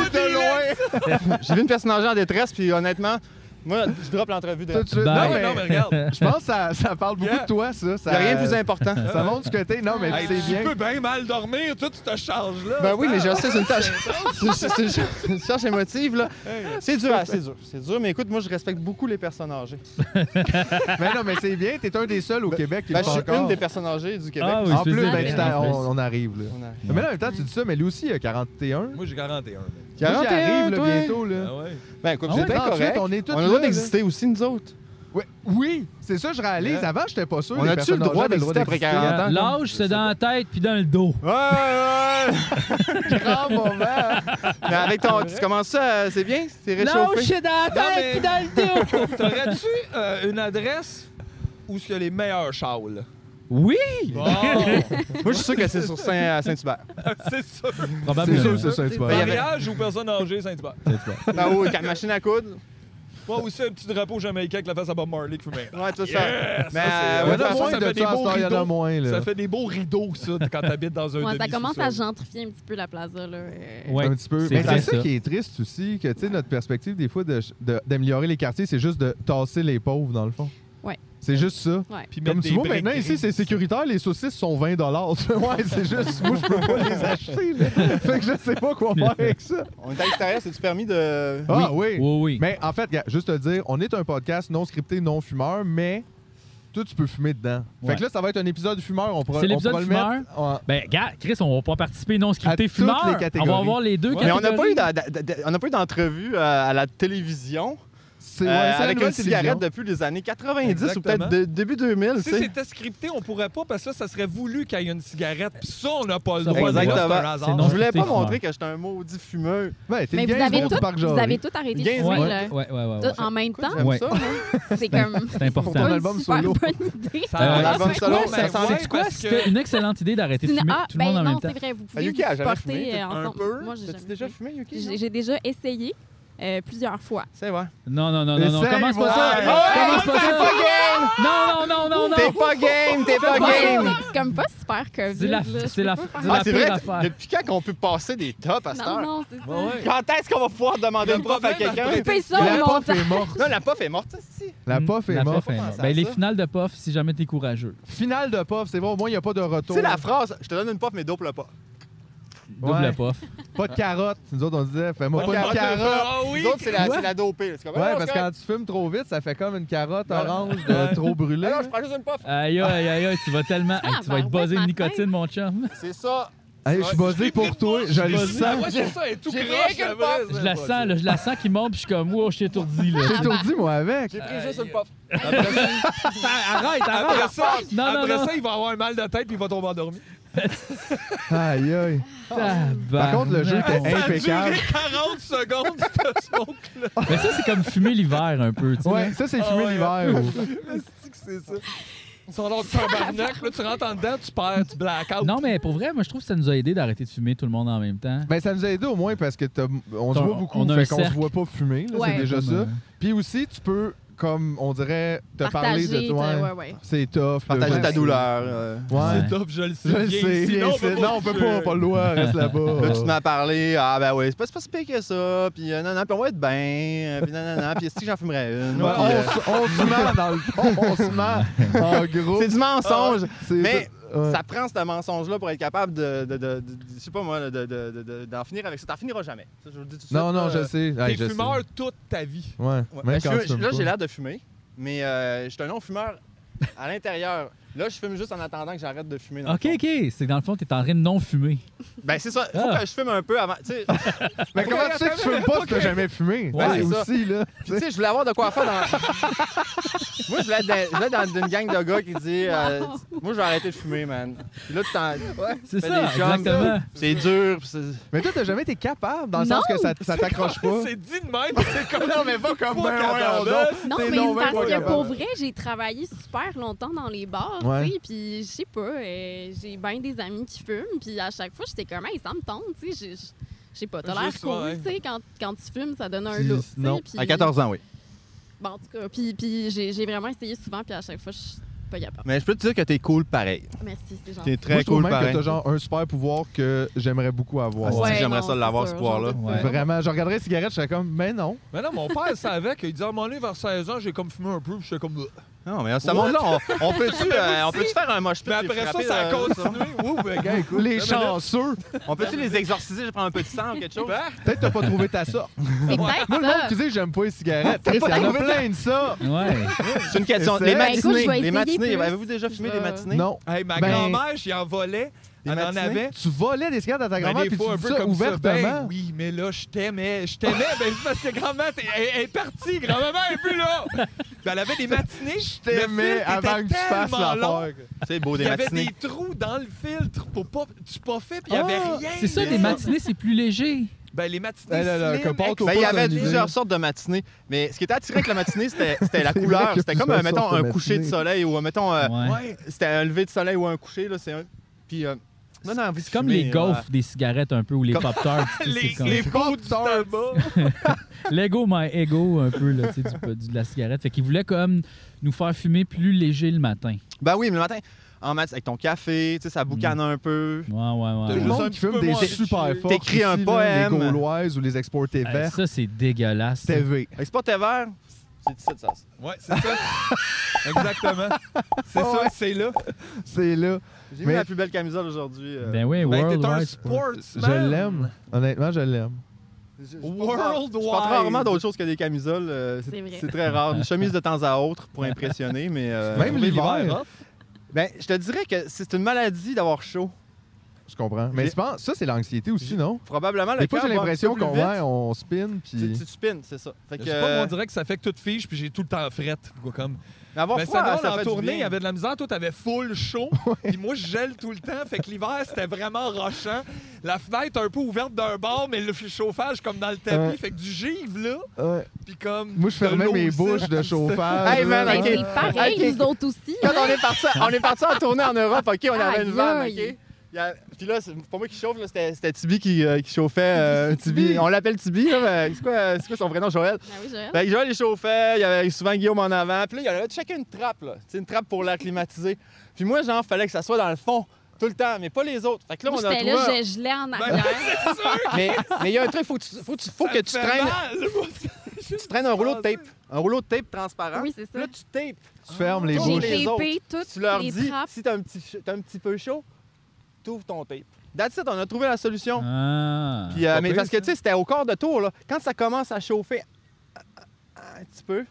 S3: J'ai vu une personne âgée en détresse, puis honnêtement, moi, je drop l'entrevue de.
S5: Tout de suite.
S1: Bye.
S4: Non,
S5: Non,
S4: mais, Ben, non, mais
S5: mais
S4: regarde.
S5: je pense que ça, ça parle beaucoup
S4: Yeah.
S5: de toi, ça.
S3: Il
S5: ça
S3: n'y a rien de plus important.
S5: Ça montre ce que t'es. Non, mais [LAUGHS]
S2: Hey,
S5: c'est
S4: Hey, tu
S5: bien.
S4: peux bien mal dormir, toi, tu te charges là.
S3: Ben oui, mais je
S4: Tabarnak.
S3: sais, c'est une [LAUGHS] tâche. c'est- c'est- c'est une ch- c'est une charge émotive, là. C'est dur, ah, c'est dur. C'est dur, mais écoute, moi, je respecte beaucoup les personnes âgées.
S5: Mais Ben non, mais c'est bien. T'es un des seuls au Québec qui
S3: Ben,
S5: le
S3: je
S5: fait
S3: suis
S5: encore.
S3: une des personnes âgées du Québec.
S1: Ah oui,
S5: En plus,
S1: c'est ça.
S5: ben, tu t'en-
S1: En plus.
S5: on, on arrive. Là.
S3: On arrive.
S5: Mais là, en même temps, tu dis ça, mais lui aussi, il a 41.
S4: Moi, j'ai 41. mais-
S5: Moi, j'arrive, là,
S3: 41, toi.
S5: bientôt. Là.
S4: Ah ouais.
S3: Ben écoute,
S1: Ah
S3: c'est
S1: ouais,
S3: bien
S5: 38,
S3: correct.
S5: on est tous
S3: On a le droit
S5: là, là.
S4: Ah
S3: d'exister aussi, nous autres.
S5: Ouais, oui, c'est ça, je réalise.
S3: Ouais.
S5: Avant, j'étais pas sûr.
S3: On
S5: les
S3: a-tu le
S5: personnes
S3: droit
S5: âgées avaient le
S3: d'exister après
S5: d'exister.
S3: 40 ans?
S1: L'âge, c'est dans la tête puis dans le dos.
S3: Ouais, ouais, ouais. [LAUGHS]
S5: Grand moment.
S3: Mais avec ton. Tu commences ça, euh, c'est bien? C'est
S1: L'âge,
S3: réchauffé?
S1: c'est dans la
S4: Non,
S1: tête
S4: mais-
S1: puis dans le dos.
S4: [LAUGHS] T'aurais-tu euh, une adresse où il y a les meilleurs châles?
S1: Oui,
S3: Moi, je suis sûr que c'est sur Saint- à Saint-Hubert.
S4: [LAUGHS] c'est sûr.
S5: C'est
S1: probablement.
S5: sûr, c'est ça,
S3: Il
S5: c'est
S3: y
S5: pas.
S3: avait-
S4: Mariage ou personne âgée, Saint-Hubert.
S3: Là haut, avec la machine à coudre.
S4: Moi aussi, un petit drapeau jamaïcain avec la face à Bob Marley qui fumait.
S3: [LAUGHS] Ouais, tout ça.
S4: Yeah!
S3: Mais
S4: Ça,
S1: Ah,
S3: euh, ouais,
S4: c'est-
S3: de
S5: Il y en a
S3: toute
S5: moins
S3: façon,
S4: ça
S5: de
S4: fait des
S5: ça, à cette
S4: beaux
S5: heure, il y en a
S4: rideaux.
S5: moins. là.
S4: Ça fait des beaux rideaux, ça, quand t'habites dans un
S2: Ouais, ça
S4: demi-sous-sol.
S2: commence à gentrifier un petit peu la plaza. Là. Euh,
S1: Ouais,
S5: un petit peu.
S1: c'est
S5: Mais
S1: vrai,
S5: c'est ça
S1: ça.
S5: qui est triste aussi, que tu sais, notre perspective des fois de- de- d'améliorer les quartiers, c'est juste de tasser les pauvres dans le fond.
S2: Ouais.
S5: C'est juste ça.
S2: Ouais.
S4: Puis
S5: Comme
S4: mettre
S5: tu
S4: des
S5: vois
S4: briques
S5: maintenant ici,
S4: grises.
S5: c'est sécuritaire, les saucisses sont 20 [LAUGHS] Ouais, c'est juste, moi je peux pas les acheter. là. [LAUGHS] Fait que je sais pas quoi faire avec ça.
S3: on est à l'extérieur, c'est-tu permis de.
S5: Ah oui.
S1: Oui, oui.
S5: Mais en fait, gars, juste te le dire, on est un podcast non scripté, non fumeur, mais toi tu peux fumer dedans. Fait
S1: Ouais.
S5: que là, ça va être un épisode fumeur. On pourra,
S1: C'est
S5: on
S1: l'épisode
S5: pourra le
S1: fumeur?
S5: mettre en-
S1: Ben, gars, Chris, on va pas participer non
S5: À
S1: scripté
S5: toutes
S1: fumeur.
S5: les catégories.
S1: On va avoir les deux
S3: Mais on
S1: catégories.
S3: n'a pas eu d'a- d'a- d'a- on n'a pas eu d'entrevue euh, à la télévision
S5: C'est ouais,
S3: euh,
S5: c'est la
S3: avec
S5: nouvelle
S3: une cigarette
S5: télévision.
S3: depuis les années 90 ou
S4: Exactement.
S3: peut-être de- début 2000. tu
S4: Si
S3: sais.
S4: c'était scripté, on pourrait pas, parce que ça, ça serait voulu qu'il y ait une cigarette. Puis ça, on n'a pas le
S1: Ça,
S4: droit. Là,
S1: exactement.
S4: C'est un
S1: C'est
S4: hasard.
S1: non-
S3: je voulais pas
S1: effectivement.
S3: montrer que j'étais un maudit fumeux.
S5: Ouais, t'es
S2: Mais
S5: le
S2: vous
S5: gars,
S2: avez,
S5: on
S2: tout,
S5: peut pas
S2: vous
S5: rejaser.
S2: avez tout arrêté de
S3: Gains,
S2: fumer,
S1: Ouais,
S2: là.
S1: ouais, ouais, ouais, ouais.
S2: Tout en même temps.
S3: J'aime
S1: Ouais.
S3: ça, moi.
S2: [LAUGHS] C'est comme.
S1: C'est important.
S5: Ton
S2: pas une
S5: album
S2: super
S5: solo.
S2: bonne idée.
S4: Ça
S1: Euh,
S4: a l'air
S3: l'album
S4: c'est
S3: solo,
S4: quoi,
S3: ça
S4: mais
S3: s'en
S4: ouais,
S3: dit
S1: Quoi,
S4: parce
S1: c'était
S4: que-
S1: une excellente idée d'arrêter de
S2: C'est une-
S1: fumer
S2: Ah,
S1: tout le monde
S2: ben
S1: en
S2: non,
S1: même temps.
S2: c'est vrai, vous
S3: Ah,
S2: pouvez
S3: Yuki a
S2: vous
S3: jamais fumé.
S2: porter euh,
S3: toi.
S2: ensemble.
S3: un peu.
S2: Moi, j'ai
S3: T'as-tu
S2: jamais
S3: déjà
S2: fumé.
S3: fumé, Yuki?
S2: J'ai j'ai déjà essayé euh, plusieurs fois.
S3: C'est vrai. Ah,
S1: Non, non, non, non, non.
S5: Essaye,
S1: Commence
S5: moi.
S1: pas
S2: Ah,
S1: ça.
S5: Ouais,
S1: Commence pas
S3: T'es
S1: ça.
S3: pas game!
S1: Non, non, non, non, non.
S3: T'es pas game! T'es pas
S2: Ouais,
S3: game!
S2: c'est- C'est comme pas super COVID.
S1: C'est la-
S2: là. Je
S1: c'est
S2: peux
S1: la-
S2: pas faire
S1: c'est
S3: Ah,
S1: la
S3: c'est
S1: pire
S3: vrai,
S1: affaire.
S3: depuis quand qu'on peut passer des tops à cette
S2: Non,
S3: heure?
S2: non, c'est ça.
S3: Quand est-ce qu'on va pouvoir demander
S4: Le
S3: une prof à
S4: problème,
S3: quelqu'un?
S2: Fais ça,
S5: La
S2: mon
S5: pof
S2: temps.
S5: est morte.
S3: Non, la pof est morte, ça, si.
S5: La pof est
S1: La
S5: morte.
S1: pof est morte.
S3: Faut
S1: Ben, les
S3: penser à
S1: finales de pof, si jamais t'es courageux.
S5: Finale de pof, c'est bon, au moins il n'y a pas de
S3: Tu
S5: retour.
S3: sais, la phrase, je te donne une pof, mais double pas.
S5: Ouais.
S1: Double pof.
S5: Pas de carotte. Nous autres, on disait, fais-moi
S3: Pas de
S5: pas une
S3: carotte.
S5: carotte.
S4: Ah oui!
S3: Nous autres, c'est la,
S5: Ouais.
S3: c'est la dopée. là. C'est comme,
S5: Ouais,
S3: ah,
S5: parce que quand tu fumes trop vite, ça fait comme une carotte
S3: Ouais. Ah
S5: orange de trop brûlée.
S3: Non, non, je prends juste une pof.
S1: Aïe, aïe, aïe, aïe, tu vas tellement. Hey, tu vas être
S2: Tabarouette,
S1: buzzé de
S2: Martin.
S1: nicotine, mon chum.
S3: C'est ça.
S5: Hey, je suis buzzé pour toi, je le
S4: Ah
S5: sens.
S4: ouais, c'est ça, elle est tout
S3: J'ai
S4: croche,
S3: rien qu'une
S4: la vraie,
S3: pof.
S1: Je
S4: c'est
S1: la
S4: pas
S1: sens, là, je la sens qui monte, puis je suis comme, wow, je suis étourdi, là.
S5: J'ai étourdi, moi, avec.
S3: J'ai pris juste
S4: Aïe.
S3: une pof.
S1: Arrête,
S4: Après ça,
S1: Non, non,
S4: après
S1: non.
S4: ça, il va avoir un mal de tête puis il va tomber endormi.
S5: Aïe, aïe.
S1: Ah,
S5: Par contre, le jeu était
S4: Ça a
S5: impeccable.
S4: duré 40 secondes, [LAUGHS] ce smoke-là.
S1: Mais ça, c'est comme fumer l'hiver un peu, tu
S3: Ah
S1: sais.
S5: Ouais, ça, c'est fumé
S4: ouais.
S5: l'hiver. ou-
S4: Asti que c'est ça. Ils sont là, tu tabarnak, là, tu rentres en dedans, tu perds, tu black out.
S1: Non, mais pour vrai, moi, je trouve que ça nous a aidé d'arrêter de fumer tout le monde en même temps.
S5: Ben, ça nous a aidé au moins parce que t'as- on se
S1: T'as-
S5: voit beaucoup,
S1: on a un
S5: fait qu'on se
S1: cercle.
S5: voit pas fumer, là,
S2: Ouais.
S5: c'est déjà
S1: Comme,
S5: ça.
S1: euh,
S5: Puis aussi, tu peux, comme on dirait, te parler
S2: Partager,
S5: de
S2: t'as- ouais,
S5: toi.
S2: ouais.
S5: C'est tough. là,
S3: Partager
S5: je
S3: ta
S5: sais.
S3: douleur. euh.
S5: Ouais.
S1: Ouais.
S4: Ah, C'est top, je le sais.
S5: Je le
S4: Viens
S5: sais,
S4: ici.
S5: viens
S4: Non,
S5: ici. Non, on peut
S4: bouger.
S5: pas, on a pas le droit,
S3: [LAUGHS]
S5: reste là-bas.
S3: Là, tu te mets à parler. Ah, ben oui, c'est pas, c'est pas si pire que ça. Puis euh, non, non, puis on va être bien. euh, Puis non, non, non. Puis est-ce que j'en fumerais une?
S5: Ouais,
S3: Puis, euh,
S5: on, se- on se ment dans le fond, on se ment en gros.
S3: c'est du mensonge.
S5: C'est-
S3: mais
S5: Ah, ouais.
S3: Ça prend ce mensonge-là pour être capable de, de, de, de- de- je sais pas moi, de- de- de- de- d'en finir avec ça. T'en finiras jamais. Ça, je vous le dis tout de
S5: Non,
S3: suite,
S5: non,
S3: là.
S5: je sais.
S4: T'es
S5: Hey, je sais.
S4: fumeur toute ta vie.
S5: Ouais,
S3: euh, Ouais.
S5: même
S3: Ben,
S5: quand
S3: je
S5: tu
S3: fume-
S5: fumes
S3: là,
S5: pas.
S3: j'ai l'air de fumer, mais euh, je suis un non-fumeur à l'intérieur. Là, je fume juste en attendant que j'arrête de fumer. dans le
S1: OK,
S3: fond.
S1: OK. C'est que dans le fond, t'es en train de non fumer.
S3: Ben, c'est ça. Faut
S1: Ah.
S3: que je fume un peu avant. Tu sais,
S5: Mais comment tu sais que tu fumes pas si t'as jamais fumé?
S3: Ouais,
S5: Ouais,
S3: c'est ça.
S5: aussi, là.
S3: Puis, tu sais, je voulais avoir de quoi faire dans. [LAUGHS] moi, je voulais être dans, je voulais être dans une gang de gars qui dit euh,
S2: Wow.
S3: Moi, je vais arrêter de fumer, man. Puis là, tu t'en. Ouais,
S1: C'est
S3: fais
S1: ça,
S3: des chums,
S1: exactement.
S3: puis C'est dur. puis c'est-
S5: Mais toi, t'as jamais été capable, dans le
S2: Non.
S5: sens que ça, ça t'accroche
S2: [LAUGHS]
S5: pas.
S4: [LAUGHS] C'est dit de même, c'est comme
S5: Non, mais pas comme
S4: Pas
S5: ben, voyons
S4: capable.
S5: donc.
S2: Non,
S5: T'es
S2: mais
S5: non,
S2: c'est
S5: ben,
S2: parce
S5: pas
S2: que
S5: capable.
S2: pour vrai, j'ai travaillé super longtemps dans les bars,
S5: Ouais.
S2: tu sais, puis je sais pas, euh, j'ai bien des amis qui fument, puis à chaque fois, j'étais comme, hey, ça me tente, tu sais, j'ai- je je sais pas, t'as l'air
S4: Juste,
S2: cool,
S4: ouais.
S2: tu sais, quand, quand tu fumes, ça donne un
S5: Puis,
S2: look, tu sais,
S5: non.
S2: puis-
S3: À 14 ans, oui.
S2: Bon, en tout cas, puis, puis j'ai j'ai vraiment essayé souvent, puis à chaque fois, je suis pas capable.
S3: Mais je peux te dire que t'es cool pareil.
S2: Merci, c'est gentil.
S3: T'es
S5: Moi,
S3: très
S5: je trouve
S3: cool
S5: même que
S3: pareil.
S5: t'as genre un super pouvoir que j'aimerais beaucoup avoir.
S3: Ah, si, j'aimerais
S2: non,
S3: ça l'avoir,
S2: c'est
S3: ce
S2: sûr,
S3: pouvoir-là.
S2: j'en doute
S1: Ouais.
S2: pas.
S5: Vraiment, je regarderais les cigarettes, je serais comme, mais non.
S4: Mais non, mon père savait qu'il disait, à un moment donné, vers 16 ans, j'ai comme fumé un peu, puis j'étais comme. Bleh.
S3: Non, mais à ce monde-là, on, on peut-tu euh, on peut faire un moche
S4: Mais après ça, ça a continué. Ouh, ben, gars, [LAUGHS] écoute. Non,
S5: Les
S4: mais
S5: chanceux.
S3: euh, On peut-tu les exorciser? Je prends un peu de sang ou quelque chose?
S4: là,
S5: Peut-être que t'as pas trouvé
S3: [LAUGHS]
S5: ta sorte.
S2: C'est peut-être
S5: Moi, le
S2: ça.
S5: monde qui dit que j'aime pas les cigarettes, Chris,
S3: pas
S5: il y en a
S3: trouvé
S5: plein de ça.
S1: Ouais.
S3: C'est une question.
S5: C'est
S3: Les
S5: vrai.
S2: Ben, écoute,
S3: matinées.
S2: je vais
S3: les
S2: essayer
S3: matinées.
S2: plus.
S3: Avez-vous déjà fumé
S2: Je
S3: les
S2: vais-
S3: matinées?
S5: Non.
S4: Hey, ma
S5: Ben-
S4: grand-mère, j'y envolais
S3: Des
S4: On en
S3: matinées.
S4: avait.
S5: Tu volais des cigarettes à ta
S4: Ben,
S5: grand-mère
S4: des
S5: puis tu
S4: fois, un
S5: dis
S4: peu
S5: ça
S4: comme ça, ben,
S5: ouvertement.
S4: oui, mais là, je t'aimais, je t'aimais. ben, c'est parce que grand-mère, t'es- elle, elle est partie, grand-maman, elle est plus là. Ben, elle avait des matinées. Je
S5: T'aimais avant que tu fasses l'affaire.
S3: C'est beau
S4: Il
S3: des
S4: y avait
S3: matinées.
S4: des trous dans le filtre pour pas. Tu pas fait, puis il y avait
S5: Ah,
S4: rien.
S1: C'est ça,
S4: là.
S1: des matinées, c'est plus léger.
S4: Ben, les matinées.
S5: Eh là là,
S4: slim,
S5: que porte au
S4: ex-
S3: Ben, il y
S5: pas
S3: avait
S5: donné l'idée.
S3: plusieurs sortes de matinées, mais ce qui était attirant avec la matinée,
S5: [LAUGHS]
S3: c'était c'était la
S5: C'est vrai
S3: couleur.
S5: qu'il y a
S3: C'était comme,
S5: plusieurs
S3: euh, mettons,
S5: sortes de
S3: un coucher de
S5: matinées.
S3: soleil ou, euh, mettons, euh,
S1: Ouais.
S4: Ouais.
S3: c'était un lever de soleil ou un coucher, là, c'est un. Puis, euh, non, non, euh, envie de
S1: C'est comme
S3: fumer,
S1: les
S3: là.
S1: gaufres des cigarettes un peu ou les
S3: Comme-
S1: pop-tarts. tu sais,
S4: Les,
S1: c'est comme-
S4: les pots du Starbucks.
S1: Lego my ego un peu là, tu sais, du, du- de la cigarette. Fait qu'ils voulaient comme nous faire fumer plus léger le matin.
S3: Ben oui, mais le matin, en mat, avec ton café, tu sais,
S1: Mm.
S3: ça boucane un peu.
S1: Ouais, ouais,
S5: Tout
S1: ouais.
S5: le
S4: Juste un
S5: monde qui
S4: petit peu
S5: fume des
S4: moins
S5: super
S4: enrichi.
S5: forts.
S3: T'écris un
S5: ici, là,
S3: poème.
S5: Les Gauloises ou les exportés
S4: Ben,
S1: Hey,
S5: verts.
S1: ça, c'est dégueulasse. ça.
S5: TV.
S3: Fait que c'est pas tes verres, c'est ici, ça.
S4: Ouais, c'est
S5: [LAUGHS]
S4: ça. Exactement. C'est
S5: Ah
S4: ça,
S5: ouais.
S4: c'est là.
S5: C'est là.
S3: J'ai
S5: Mais-
S3: mis la plus belle camisole aujourd'hui. euh,
S1: Ben oui,
S4: Ben,
S1: World
S4: t'es un
S1: Wide.
S4: sportsman.
S5: Je l'aime. Honnêtement, je l'aime.
S3: je- je
S4: Worldwide.
S3: porte- Je porte rarement d'autres choses que des camisoles. euh,
S2: C'est vrai.
S3: c'est très rare. Une chemise de temps à autre
S1: [LAUGHS]
S3: pour impressionner, mais. euh,
S5: Même l'hiver.
S4: hein?
S3: Ben, je te dirais que c'est une maladie d'avoir chaud.
S5: Je comprends. Mais
S3: J'ai-
S5: je pense, ça, c'est l'anxiété aussi,
S3: J'ai-
S5: non?
S3: Probablement Ah, le
S5: Des fois,
S3: cœur
S5: j'ai
S3: va un petit peu
S5: l'impression
S3: plus
S5: qu'on
S3: vite.
S5: ouais, on spin,
S3: Tu,
S5: puis...
S3: tu spines, c'est ça. Fait que,
S4: Je sais pas, moi, on
S3: euh,
S4: dirait que ça fait que toute fige, puis j'ai tout le temps frette. quoi, Comme.
S3: mais avoir
S4: Ben,
S3: froid, hein,
S4: ça,
S3: ça
S4: en
S3: fait du
S4: tournée, il y
S3: bien.
S4: avait de la misère. Toi, t'avais full [LAUGHS] chaud. Puis moi, je gèle tout le temps. Fait que l'hiver, c'était vraiment rochant. La fenêtre un peu ouverte d'un bord, mais le chauffage comme dans le tapis.
S5: Ouais.
S4: Fait que du givre, là.
S5: Ouais.
S4: Puis comme.
S5: Moi, je
S4: de
S5: fermais
S4: l'eau
S5: mes
S4: aussi.
S5: bouches de chauffage.
S3: Hey, man, hein.
S5: là.
S2: Ben,
S3: ok.
S2: c'est pareil,
S3: Ok.
S2: nous autres aussi.
S3: Quand on est parti, on est parti en tournée en Europe, OK, on avait une
S2: Aïe,
S3: vanne, OK?
S2: aïe.
S3: Il y a- Puis là, c'est pas moi qui chauffe, là, c'était c'était Tibi qui, euh, qui chauffait. euh, Tibi. On l'appelle Tibi, là, mais c'est quoi, euh, c'est quoi son vrai nom, Joël?
S2: Ah oui, Joël.
S3: Fait que Joël, il chauffait, il y avait souvent Guillaume en avant. Puis là, il y avait chacun une trappe, là. Tu sais, une trappe pour l'air climatisé. Puis moi, genre, fallait que ça soit dans le fond, tout le temps, mais pas les autres. Fait que là,
S2: Moi,
S3: on a
S2: J'étais là,
S3: trois-
S2: je gelais
S4: [LAUGHS]
S2: en
S4: Ben,
S2: arrière.
S4: [LAUGHS] c'est sûr!
S3: Mais mais il y a un truc, faut, que tu- faut, que tu- faut
S4: ça
S3: que
S4: me
S3: tu
S4: fait
S3: traînes,
S4: mal, moi, [LAUGHS] ça.
S3: tu traînes un rouleau de tape. Un rouleau de tape transparent.
S2: Oui, c'est ça.
S3: Là, tu tapes.
S5: Tu fermes les
S3: J'ai
S5: bouches.
S3: les
S2: J'ai tapé
S3: autres.
S2: toutes
S3: Tu leur
S2: les
S3: dis,
S2: trappes.
S3: si t'as un petit, ch- t'as un petit peu chaud, t'ouvres ton tape. That's it, on a trouvé la solution.
S1: Ah.
S3: Puis, euh,
S4: pas
S3: mais
S4: pire,
S3: parce que,
S4: ça.
S3: tu sais, c'était au quart de tour, là. Quand ça commence à chauffer un petit peu,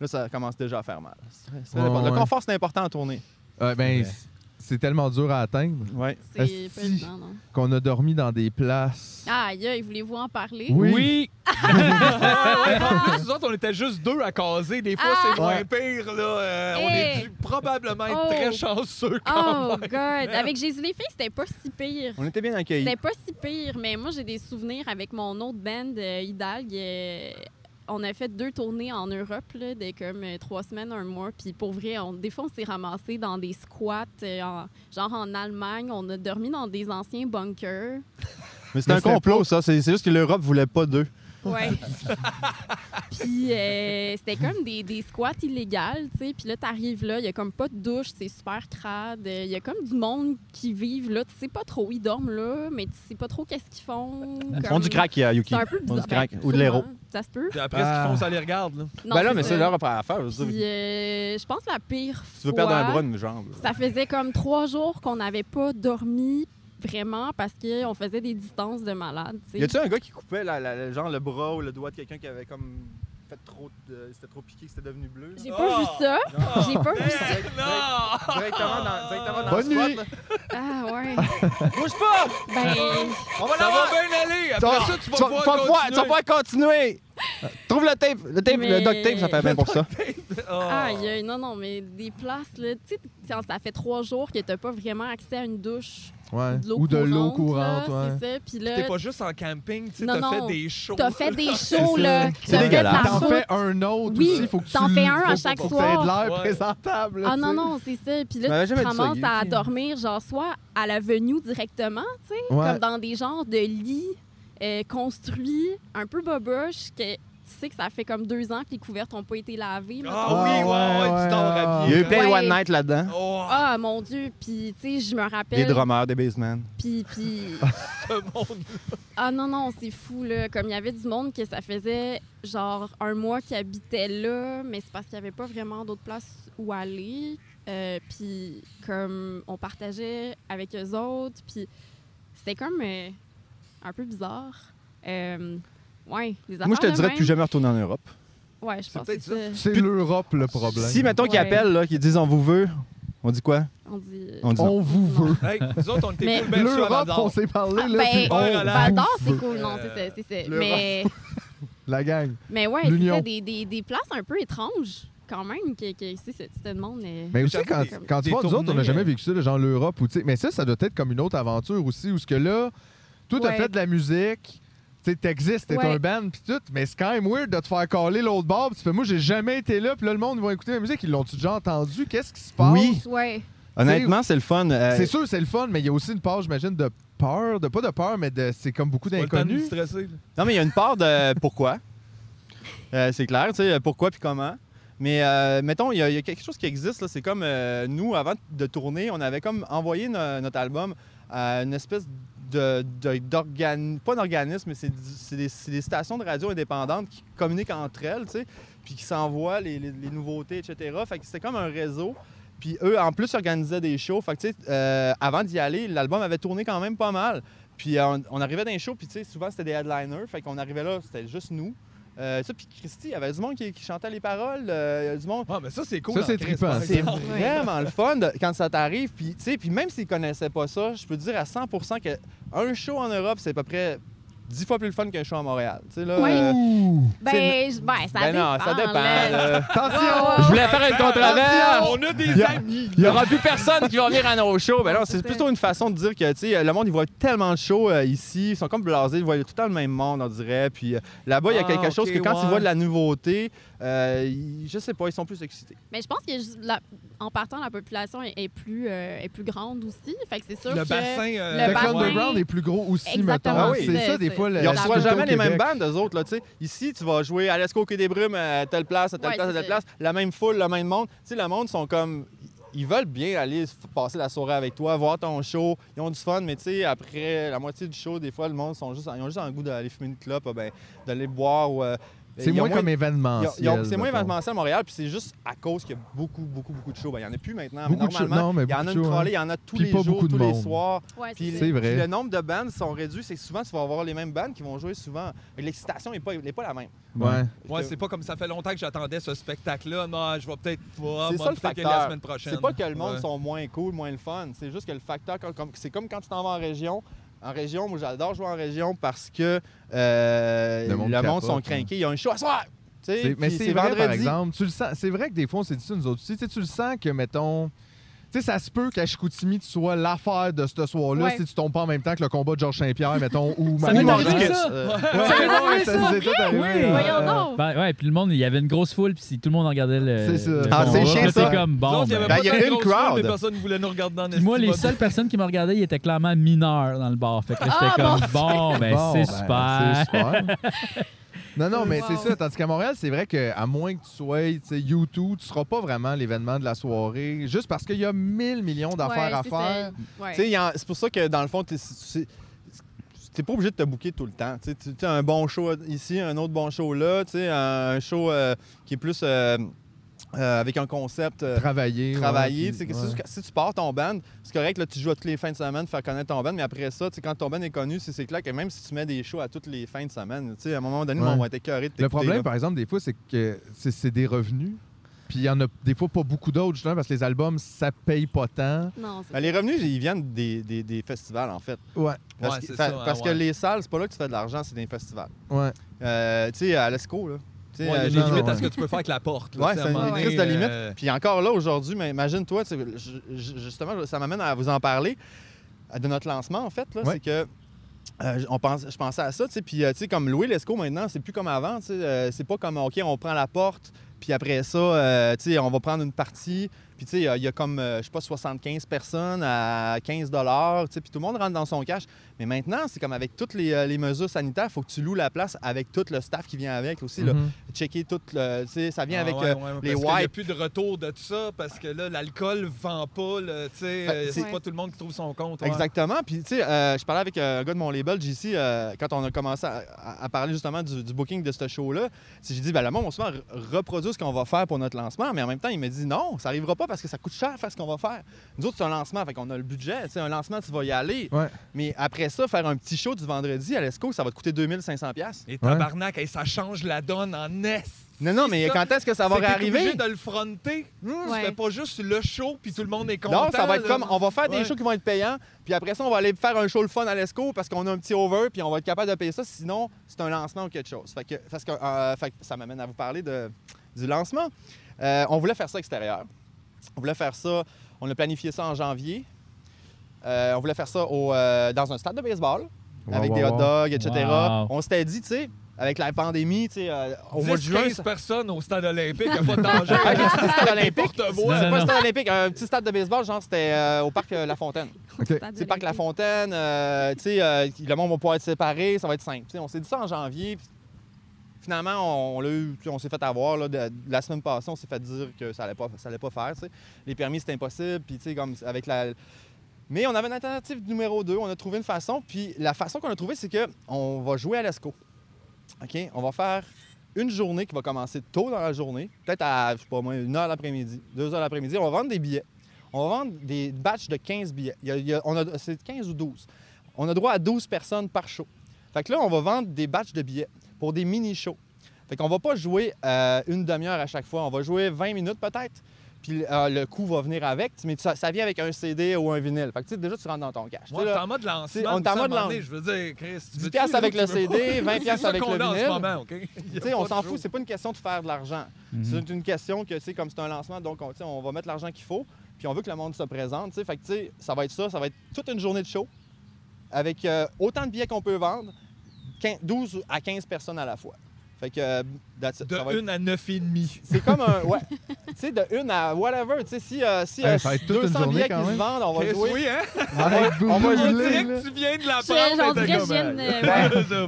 S3: là, ça commence déjà à faire mal. C'est très- c'est très
S5: Ouais,
S3: important. Le
S5: ouais.
S3: confort, c'est important en tournée.
S5: Ouais, ben,
S1: Ouais.
S5: c'est- c'est tellement dur à atteindre
S3: Ouais.
S2: C'est pas
S5: Asti.
S2: évident, non.
S5: qu'on a dormi dans des places.
S2: Aïe, aïe, voulez-vous en parler?
S5: Oui.
S4: En plus, nous autres, on était juste deux à caser. Des fois, c'est
S2: Ah.
S4: moins
S5: Ouais.
S4: pire, là. Euh, On
S2: Hey.
S4: est dû probablement être
S2: Oh.
S4: très Ah! chanceux quand
S2: Oh,
S4: même.
S2: God! Avec Jésus les filles, c'était pas si pire.
S3: On était bien accueillis.
S2: C'était pas si pire, mais moi, j'ai des souvenirs avec mon autre band, euh, Hidalgue. euh, on a fait deux tournées en Europe, là, de comme euh, trois semaines, un mois. Puis pour vrai, on, des fois, on s'est ramassés dans des squats, euh, en- genre en Allemagne. On a dormi dans des anciens bunkers.
S3: Mais c'était
S5: Mais
S3: un
S5: c'était
S3: complot, ça. C'est c'est juste que l'Europe voulait pas d'eux.
S2: Ouais. [LAUGHS] puis euh, c'était comme des, des squats illégales, tu sais. Puis là, t'arrives là, il y a comme pas de douche, c'est super crade. Il y a comme du monde qui vivent là. Tu sais pas trop, ils dorment là, mais tu sais pas trop qu'est-ce qu'ils font.
S3: Ils font
S2: comme-
S3: du crack, euh, Yuki.
S2: C'est un peu
S3: Ils font
S2: bizarre.
S3: du crack
S2: Ben,
S3: ou de l'héro.
S2: sûrement, Ça se peut.
S4: Puis après, ce
S5: Ah.
S4: qu'ils font, ça les regarde, là.
S2: Non,
S3: ben là, mais c'est
S2: ça.
S3: leur affaire. Je veux dire,
S2: Puis, euh, je pense la pire
S3: Tu veux
S2: fois,
S3: perdre un bras, une jambe. là.
S2: ça faisait comme trois jours qu'on n'avait pas dormi vraiment parce qu'on faisait des distances de malade. tu sais.
S3: Y a-tu un gars qui coupait la- la- la- genre le bras ou le doigt de quelqu'un qui avait comme fait trop de... c'était trop piqué que c'était devenu bleu?
S2: J'ai
S3: là?
S2: pas
S4: Ah!
S2: vu ça. J'ai pas vu ça.
S3: Direct-
S4: Non!
S3: Directement dans, directement dans
S5: Bonne
S3: le spot,
S5: nuit.
S3: là.
S2: Ah ouais.
S3: Bouge pas!
S2: Ben,
S3: On va
S4: Ça
S3: l'avoir!
S4: va bien aller! Après ça, tu vas pouvoir
S3: tu vas pouvoir- tu vas
S4: continuer.
S3: pouvoir continuer! Trouve le tape! Le tape, le
S2: Mais-
S3: duct tape, ça fait bien pour ça.
S4: Ah.
S2: aïe, aïe, non, non, mais des places, là, tu sais, quand ça fait trois jours que t'as pas vraiment accès à une douche,
S5: Ouais.
S2: de euh, l'eau
S5: Ou de l'eau
S2: courante,
S5: courante.
S2: là,
S5: ouais.
S2: C'est ça, puis
S4: T'es
S2: là,
S4: pas juste en camping, tu sais,
S2: Non,
S4: t'as fait
S2: non.
S4: des shows.
S2: t'as fait
S4: [LAUGHS]
S2: des shows, là.
S3: C'est
S2: t'as fait de la
S3: dégueulasse.
S5: T'en
S2: faute.
S5: fais un autre
S2: Oui,
S5: aussi. Faut que
S2: t'en
S5: tu-
S2: fais un à
S5: faut-
S2: chaque
S5: faut que
S2: soir.
S5: t'aies de l'air
S4: Ouais.
S5: présentable.
S2: Ah non,
S5: tu sais.
S2: non, c'est ça.
S3: Je
S2: Puis
S3: m'avais
S2: là, tu
S3: jamais dit ça,
S2: commences à
S3: Yuki.
S2: dormir, genre, soit à l'avenue directement, tu sais,
S5: Ouais.
S2: comme dans des genres de lits euh, construits, un peu boboche, que tu sais que ça fait comme deux ans que les couvertes n'ont pas été lavées.
S4: Ah
S2: mettons.
S4: oui, ouais,
S5: Ouais,
S4: ouais,
S5: ouais,
S4: tu dors
S5: ouais,
S4: à
S3: Il y a eu
S4: pied.
S3: plein de
S2: Ouais.
S3: one night là-dedans.
S4: Oh,
S2: Ah, mon Dieu! Puis, tu sais, je me
S3: Des
S2: rappelle.
S3: drummers, des basemen.
S2: Puis, puis.
S4: ce monde.
S2: Ah non, non, c'est fou, là. Comme il y avait du monde que ça faisait genre un mois qui habitait là, mais c'est parce qu'il n'y avait pas vraiment d'autres places où aller. Euh, puis comme on partageait avec eux autres, puis c'était comme euh, un peu bizarre. Euh, ouais, les affaires
S3: Moi, je te
S2: de
S3: dirais de
S2: même.
S3: plus jamais retourner en Europe.
S2: Ouais, je pense que
S4: peut-être
S2: c'est ça.
S5: C'est l'Europe le problème.
S3: Si, mettons qu'ils
S2: Ouais.
S3: appellent, là, qu'ils disent on vous veut, On dit quoi?
S2: On dit. euh,
S3: On dit non.
S5: On vous veut.
S4: Hey, nous autres, on était
S2: Mais-
S4: plus le bel sur
S5: L'Europe, on
S4: Val-d'Or.
S5: s'est parlé,
S2: Ah,
S5: là,
S2: ben,
S5: puis on
S4: Val d'Or,
S2: Val d'Or,
S5: vous
S2: c'est
S5: veut.
S2: cool, non, c'est
S4: Euh,
S2: ça, c'est ça.
S5: le
S2: Mais,
S5: La gang.
S2: mais ouais, c'est
S5: L'Union.
S2: ça, des, des, des places un peu étranges, quand même, que, que ici, c'est- tu te demandes. euh,
S5: Mais aussi,
S4: J'avoue,
S5: quand,
S2: des-
S5: quand tu
S4: des
S5: vois, nous autres, on n'a
S4: tournées,
S5: jamais
S4: euh,
S5: vécu ça, le genre l'Europe. Ou, tu sais, mais ça, ça doit être comme une autre aventure aussi, où ce que là, toi, t'as
S2: Ouais.
S5: fait de la musique, tu sais, t'existes, t'es
S2: Ouais.
S5: un band, puis tout, mais c'est quand même weird de te faire caller l'autre bord, puis tu fais, moi, j'ai jamais été là, puis là, le monde va écouter ma musique, ils l'ont-tu déjà entendu? Qu'est-ce qui se passe?
S3: Oui.
S2: Ouais.
S3: Honnêtement, c'est le fun. euh,
S5: C'est sûr, c'est le fun, mais il y a aussi une part, j'imagine, de peur, de pas de peur, mais de c'est comme beaucoup
S4: Pas le temps de nous
S5: d'inconnus.
S4: stresser, là.
S3: Non, mais il y a une part de pourquoi. Euh, c'est clair, tu sais, pourquoi puis comment. Mais euh, mettons, il y, a- il y a quelque chose qui existe. là. C'est comme euh, nous, avant de tourner, on avait comme envoyé no- notre album à une espèce de, de- d'organ- pas d'organisme, mais c'est, du- c'est des, c'est des stations de radio indépendantes qui communiquent entre elles, tu sais, puis qui s'envoient les, les- les nouveautés, etc. Fait que c'était comme un réseau. Puis eux, en plus, organisaient des shows. Fait que, tu sais, euh, avant d'y aller, l'album avait tourné quand même pas mal. Puis euh, on, on arrivait dans les shows, puis tu sais, souvent c'était des headliners, fait qu'on arrivait là, c'était juste nous. Euh, ça, puis Christy, il y avait du monde qui, qui chantait les paroles, euh, il y a du monde.
S4: Ah, mais ça, c'est cool.
S5: Ça, c'est
S4: en Christ,
S5: trippant.
S4: par
S3: Ah, C'est
S4: exemple.
S3: vraiment le fun de- quand ça t'arrive. Puis, tu sais, puis même s'ils connaissaient pas ça, je peux te dire à 100% que un show en Europe, c'est à peu près 10 fois plus le fun qu'un show à Montréal. Tu sais, là.
S2: Ouais.
S3: euh,
S2: Ben, je- ben, ça
S3: ben
S2: dépend.
S3: non, ça dépend.
S2: là.
S3: là.
S5: Attention!
S3: Je voulais faire une
S4: Ah,
S3: controverse.
S4: On a des amis.
S3: Il n'y aura plus personne qui va venir à nos shows. Ben non, c'est
S2: c'est ça.
S3: plutôt une façon de dire que tu sais, le monde, il voit tellement de shows euh, ici. Ils sont comme blasés. Ils voient tout le temps le même monde, on dirait. Puis euh, là-bas, il y a
S4: Ah,
S3: quelque chose
S4: ok,
S3: que quand
S4: ouais.
S3: ils voient de la nouveauté, euh, ils- je sais pas, ils sont plus excités.
S2: Mais je pense que ju- la- en partant, la population est, est plus, euh, est plus grande aussi. Fait que c'est sûr
S4: Le
S2: que.
S4: bassin. euh,
S2: Le
S5: Fait que
S2: bassin.
S5: l'underground est plus gros aussi,
S2: Exactement.
S5: mettons.
S3: Ah oui.
S5: C'est ça, des
S2: C'est-
S5: fois, le-
S3: Ils
S2: Euh,
S5: la
S3: reçoivent
S5: difficulté
S3: jamais
S5: au
S3: les mêmes
S5: Québec.
S3: bandes, eux autres. Là, tu sais. Ici, tu vas jouer à l'Esco au Quai des Brumes, à telle place, à telle
S2: Ouais,
S3: place, à
S2: c'est
S3: telle
S2: ça.
S3: place. La même foule, le même monde. Tu sais, le monde sont comme. Ils veulent bien aller f- passer la soirée avec toi, voir ton show. Ils ont du fun, mais tu sais, après la moitié du show, des fois, le monde sont juste, ils ont juste un goût d'aller fumer une clope, euh, ben, d'aller boire. ou, euh,
S5: C'est
S3: ils ont
S5: moins comme événement.
S3: ils ont- ils ont- C'est moins événementiel à Montréal, puis c'est juste à cause qu'il y a beaucoup, beaucoup, beaucoup de shows. Ben, il n'y en a plus maintenant,
S5: Beaucoup de
S3: mais
S5: shows,
S3: normalement,
S5: non, mais
S3: il y en a
S5: beaucoup
S3: une
S5: de shows, hein.
S3: trolley, il y en a tous
S5: Puis
S3: les
S5: pas
S3: jours,
S5: beaucoup de
S3: tous les
S5: monde.
S3: soirs.
S2: Ouais, c'est
S3: Puis
S2: ça.
S5: Ah, C'est vrai.
S3: puis le nombre de bandes sont réduits, c'est que souvent tu vas avoir les mêmes bandes qui vont jouer souvent. Et L'excitation n'est pas, elle est pas la même.
S5: Ouais.
S4: Moi, c'est pas comme ça fait longtemps que j'attendais ce spectacle-là. Moi, je vais peut-être pas.
S3: C'est ça
S4: moi,
S3: le
S4: peut-être que la
S3: facteur.
S4: semaine prochaine.
S3: C'est pas que le monde
S4: Ouais.
S3: sont moins cool, moins le fun. C'est juste que le facteur, comme- comme- c'est comme quand tu t'en vas en région. En région, moi j'adore jouer en région parce que euh,
S5: Le
S3: le
S5: monde
S3: monde,
S5: capote,
S3: sont
S5: hein.
S3: craqués. Ils ont un show à soir. Tu sais,
S5: C'est- Mais
S3: puis
S5: c'est vrai, par exemple. Tu le sens. C'est vrai que des fois, on s'est dit ça nous autres aussi. Tu sais, tu le sens que, mettons. Tu sais, ça se peut qu'à Chicoutimi, tu sois l'affaire de ce soir-là
S2: Ouais.
S5: si tu tombes pas en même temps que le combat de Georges Saint-Pierre, mettons, ou
S1: [LAUGHS] Ça
S5: Marie
S1: m'est arrivé,
S5: Marchand.
S1: ça.
S3: euh,
S5: Ouais,
S1: Ça m'est
S5: ouais,
S1: arrivé,
S5: ça
S1: ça.
S5: nous est tout arrivé,
S1: Oui.
S5: ouais.
S2: Voyons donc.
S1: Ben, ouais, puis le monde, il y avait une grosse foule, puis si tout le monde regardait le.
S5: C'est ça.
S1: le
S3: Ah,
S1: combat,
S3: c'est chiant,
S1: là,
S3: ça.
S1: C'est comme bon.
S4: Donc, il y
S1: ben,
S4: avait
S3: Ben,
S4: pas
S3: il y a
S4: tant de
S3: une
S4: grosses foules,
S3: crowd.
S4: mais personne ne voulait nous regarder dans
S1: Puis moi, les
S4: estime.
S1: seules personnes qui me regardaient, ils étaient clairement mineurs dans le bar. Fait que là, j'étais
S2: Ah,
S1: comme,
S3: [LAUGHS]
S1: bon, ben,
S5: Bon,
S1: c'est
S5: ben,
S1: super.
S5: c'est super.
S1: [LAUGHS]
S5: Non, non, mais
S2: Wow.
S5: c'est ça. Tandis qu'à Montréal, c'est vrai qu'à moins que tu sois tu sais, U2, tu seras pas vraiment l'événement de la soirée, juste parce qu'il y a mille millions d'affaires
S2: Ouais,
S5: à
S2: c'est
S5: faire.
S2: ça. Ouais.
S3: Tu sais, il y en- c'est pour ça que dans le fond, t'es- c'est- t'es pas obligé de te bouquer tout le temps. Tu sais, tu- tu as un bon show ici, un autre bon show là, tu sais, un un show euh, qui est plus euh, euh, avec un concept. euh,
S5: Travailler. ouais,
S3: travailler. tu sais,
S5: puis-
S3: que
S5: ouais.
S3: si tu- Si tu pars ton band, c'est correct, là, tu joues à toutes les fins de semaine, faire connaître ton band, mais après ça, tu sais, quand ton band est connu, c'est c'est clair que même si tu mets des shows à toutes les fins de semaine, tu sais, à un moment donné,
S5: Ouais.
S3: on va être écœuré de
S5: Le
S3: t'écouter,
S5: problème,
S3: là.
S5: par exemple, des fois, c'est que c'est c'est des revenus. Puis il y en a des fois pas beaucoup d'autres, justement, parce que les albums, ça paye pas tant.
S2: Non, c'est
S3: Ben, les revenus, ils viennent des, des- des festivals, en fait.
S5: Ouais,
S3: Parce,
S4: Ouais,
S3: que,
S4: c'est
S3: fa-
S4: ça, hein,
S3: parce que
S4: ouais.
S3: les salles, c'est pas là que tu fais de l'argent, c'est des festivals.
S5: ouais.
S3: Euh, tu sais, à l'ESCO, là. Tu sais,
S4: Ouais,
S3: euh,
S4: il y
S3: j'ai
S4: a
S5: non,
S4: des
S3: dit-
S4: limites
S5: ouais.
S4: à ce que tu peux faire avec la porte. là,
S3: Ouais,
S4: tu sais, à
S3: c'est
S4: un moment
S3: une
S4: donné,
S3: crise de limite.
S4: euh,
S3: Puis encore là, aujourd'hui, mais imagine-toi, tu sais, je- je- justement, ça m'amène à vous en parler euh, de notre lancement, en fait. là,
S5: Ouais.
S3: C'est que euh, j- on pense, je pensais à ça, tu sais, puis euh, tu sais, comme louer l'ESCO maintenant, c'est plus comme avant, tu sais, euh, c'est pas comme, OK, on prend la porte, puis après ça, euh, tu sais, on va prendre une partie, puis tu sais, euh, il y a comme, euh, je sais pas, 75 personnes à 15 dollars, tu sais, puis tout le monde rentre dans son cash. Mais maintenant, c'est comme avec toutes les, euh, les mesures sanitaires, faut que tu loues la place avec tout le staff qui vient avec aussi, là.
S5: Mhm.
S3: checker tout le, tu sais, ça vient
S4: Mm-hmm. ah,
S3: avec
S4: ouais,
S3: euh,
S4: ouais, ouais,
S3: les
S4: parce qu'il y a
S3: wipes.
S4: plus de retour de tout ça parce que là, l'alcool vend pas. là, Tu sais,
S3: Fait-
S4: euh, c'est
S2: c'est-
S4: pas tout le monde qui trouve son compte. ouais.
S3: Exactement. Puis, tu sais, euh, je parlais avec euh, un gars de mon label, JC, euh, quand on a commencé à, à- à parler justement du, du booking de ce show-là. tu sais, J'ai dit, ben, le monde, on se met à re- reproduire tout ce qu'on va faire pour notre lancement. Mais en même temps, il me dit non, ça n'arrivera pas parce que ça coûte cher faire ce qu'on va faire. Nous autres, c'est un lancement, fait qu'on a le budget. C'est un lancement, tu vas y aller.
S5: Ouais.
S3: Mais après ça, faire un petit show du vendredi à l'ESCO, ça va te coûter 2500$. piastres.
S4: Et tabarnak, hey, ça change la donne en est.
S3: Non, non, mais
S4: ça.
S3: quand est-ce que ça va
S4: C'est que t'es
S3: arriver?
S4: obligé de le fronter. Tu
S2: Ouais.
S4: fais pas juste le show puis tout le monde est content.
S3: Non, ça va être
S4: là.
S3: comme on va faire des
S4: Ouais.
S3: shows qui vont être payants, puis après ça, on va aller faire un show le fun à l'ESCO parce qu'on a un petit over, puis on va être capable de payer ça. Sinon, c'est un lancement ou quelque chose. Fait que, parce que, euh, fait que ça m'amène à vous parler de, du lancement. Euh, on voulait faire ça extérieur. On voulait faire ça, on a planifié ça en janvier. Euh, on voulait faire ça au, euh, dans un stade de baseball,
S5: Wow,
S3: avec
S5: wow,
S3: des hot
S5: wow.
S3: dogs, etc.
S1: Wow.
S3: On s'était dit, tu sais, avec la pandémie, tu sais, euh, au
S4: 10,
S3: mois de juin,
S4: 15
S3: [LAUGHS] ça-
S4: personnes au stade olympique, y
S3: [LAUGHS]
S4: a pas de danger.
S3: Ah, j'ai dit stade olympique.
S4: Porte-voix.
S3: C'est pas
S1: Non, non.
S3: un stade olympique, un petit stade de baseball, genre c'était euh, au parc euh, La Fontaine.
S2: Stade
S3: Tu sais, Parc La
S2: olympique.
S3: Fontaine, euh, tu sais, euh, le monde va pouvoir être séparé, ça va être simple. Tu sais, on s'est dit ça en janvier. puis Finalement, on, on l'a eu, tu sais, on s'est fait avoir. là, de- la semaine passée, on s'est fait dire que ça allait pas, ça allait pas faire. tu sais. Les permis, c'était impossible. Puis, tu sais, comme avec la... Mais on avait une alternative numéro 2. On a trouvé une façon. Puis la façon qu'on a trouvée, c'est que on va jouer à l'ESCO. OK? On va faire une journée qui va commencer tôt dans la journée, peut-être à, je sais pas moi, une heure l'après-midi, deux heures l'après-midi. On va vendre des billets. On va vendre des batchs de 15 billets. Il y a- il y a- on a, c'est 15 ou 12. On a droit à 12 personnes par show. Fait que là, on va vendre des batchs de billets pour des mini-shows. Fait qu'on va pas jouer euh, une demi-heure à chaque fois. On va jouer 20 minutes peut-être. Puis euh, le coût va venir avec. Mais ça, ça vient avec un CD ou un vinyle. Fait que tu sais, déjà, tu rentres dans ton cash. Tu
S4: Moi,
S3: sais, là,
S4: t'es en mode
S3: Tu sais,
S4: lancement.
S3: on est en
S4: puis ça,
S3: mode
S4: à un moment donné,
S3: lan-
S4: Je veux dire, Chris,
S3: 10
S4: tu veux-tu,
S3: piastres
S4: là,
S3: avec
S4: tu
S3: le
S4: veux
S3: CD, 20
S4: pas?
S3: piastres
S4: [LAUGHS] C'est ça
S3: avec
S4: qu'on
S3: le
S4: a en ce
S3: vinyle.
S4: moment, OK? Y a
S3: Tu sais,
S4: pas
S3: on
S4: de
S3: s'en
S4: show.
S3: fout, c'est pas une question de faire de l'argent.
S4: [LAUGHS]
S1: Mhm.
S3: C'est une question que, tu sais, comme c'est un lancement, donc on, tu sais, on va mettre l'argent qu'il faut, puis on veut que le monde se présente. tu sais. Fait que, tu sais, ça va être ça, ça va être toute une journée de show, avec euh, autant de billets qu'on peut vendre, quin- 12 à 15 personnes à la fois. Fait que, euh, that's it. Ça va
S4: De
S3: être-
S4: 1 à 9,5.
S3: C'est comme un.
S4: [LAUGHS]
S3: Ouais. tu sais, de une à whatever. Tu sais, si, euh, si
S5: Hey,
S3: euh,
S5: ça va être toute une
S3: 200
S5: journée
S3: billets qui
S5: quand
S3: se
S5: même.
S3: vendent, on va
S4: Chris,
S3: jouer.
S4: oui, hein?
S5: On va être
S3: on va
S4: On
S5: brûlés,
S4: dirait
S5: là.
S4: que tu viens de la
S2: Je- J'en
S4: prendre.
S2: dirais que je viens de-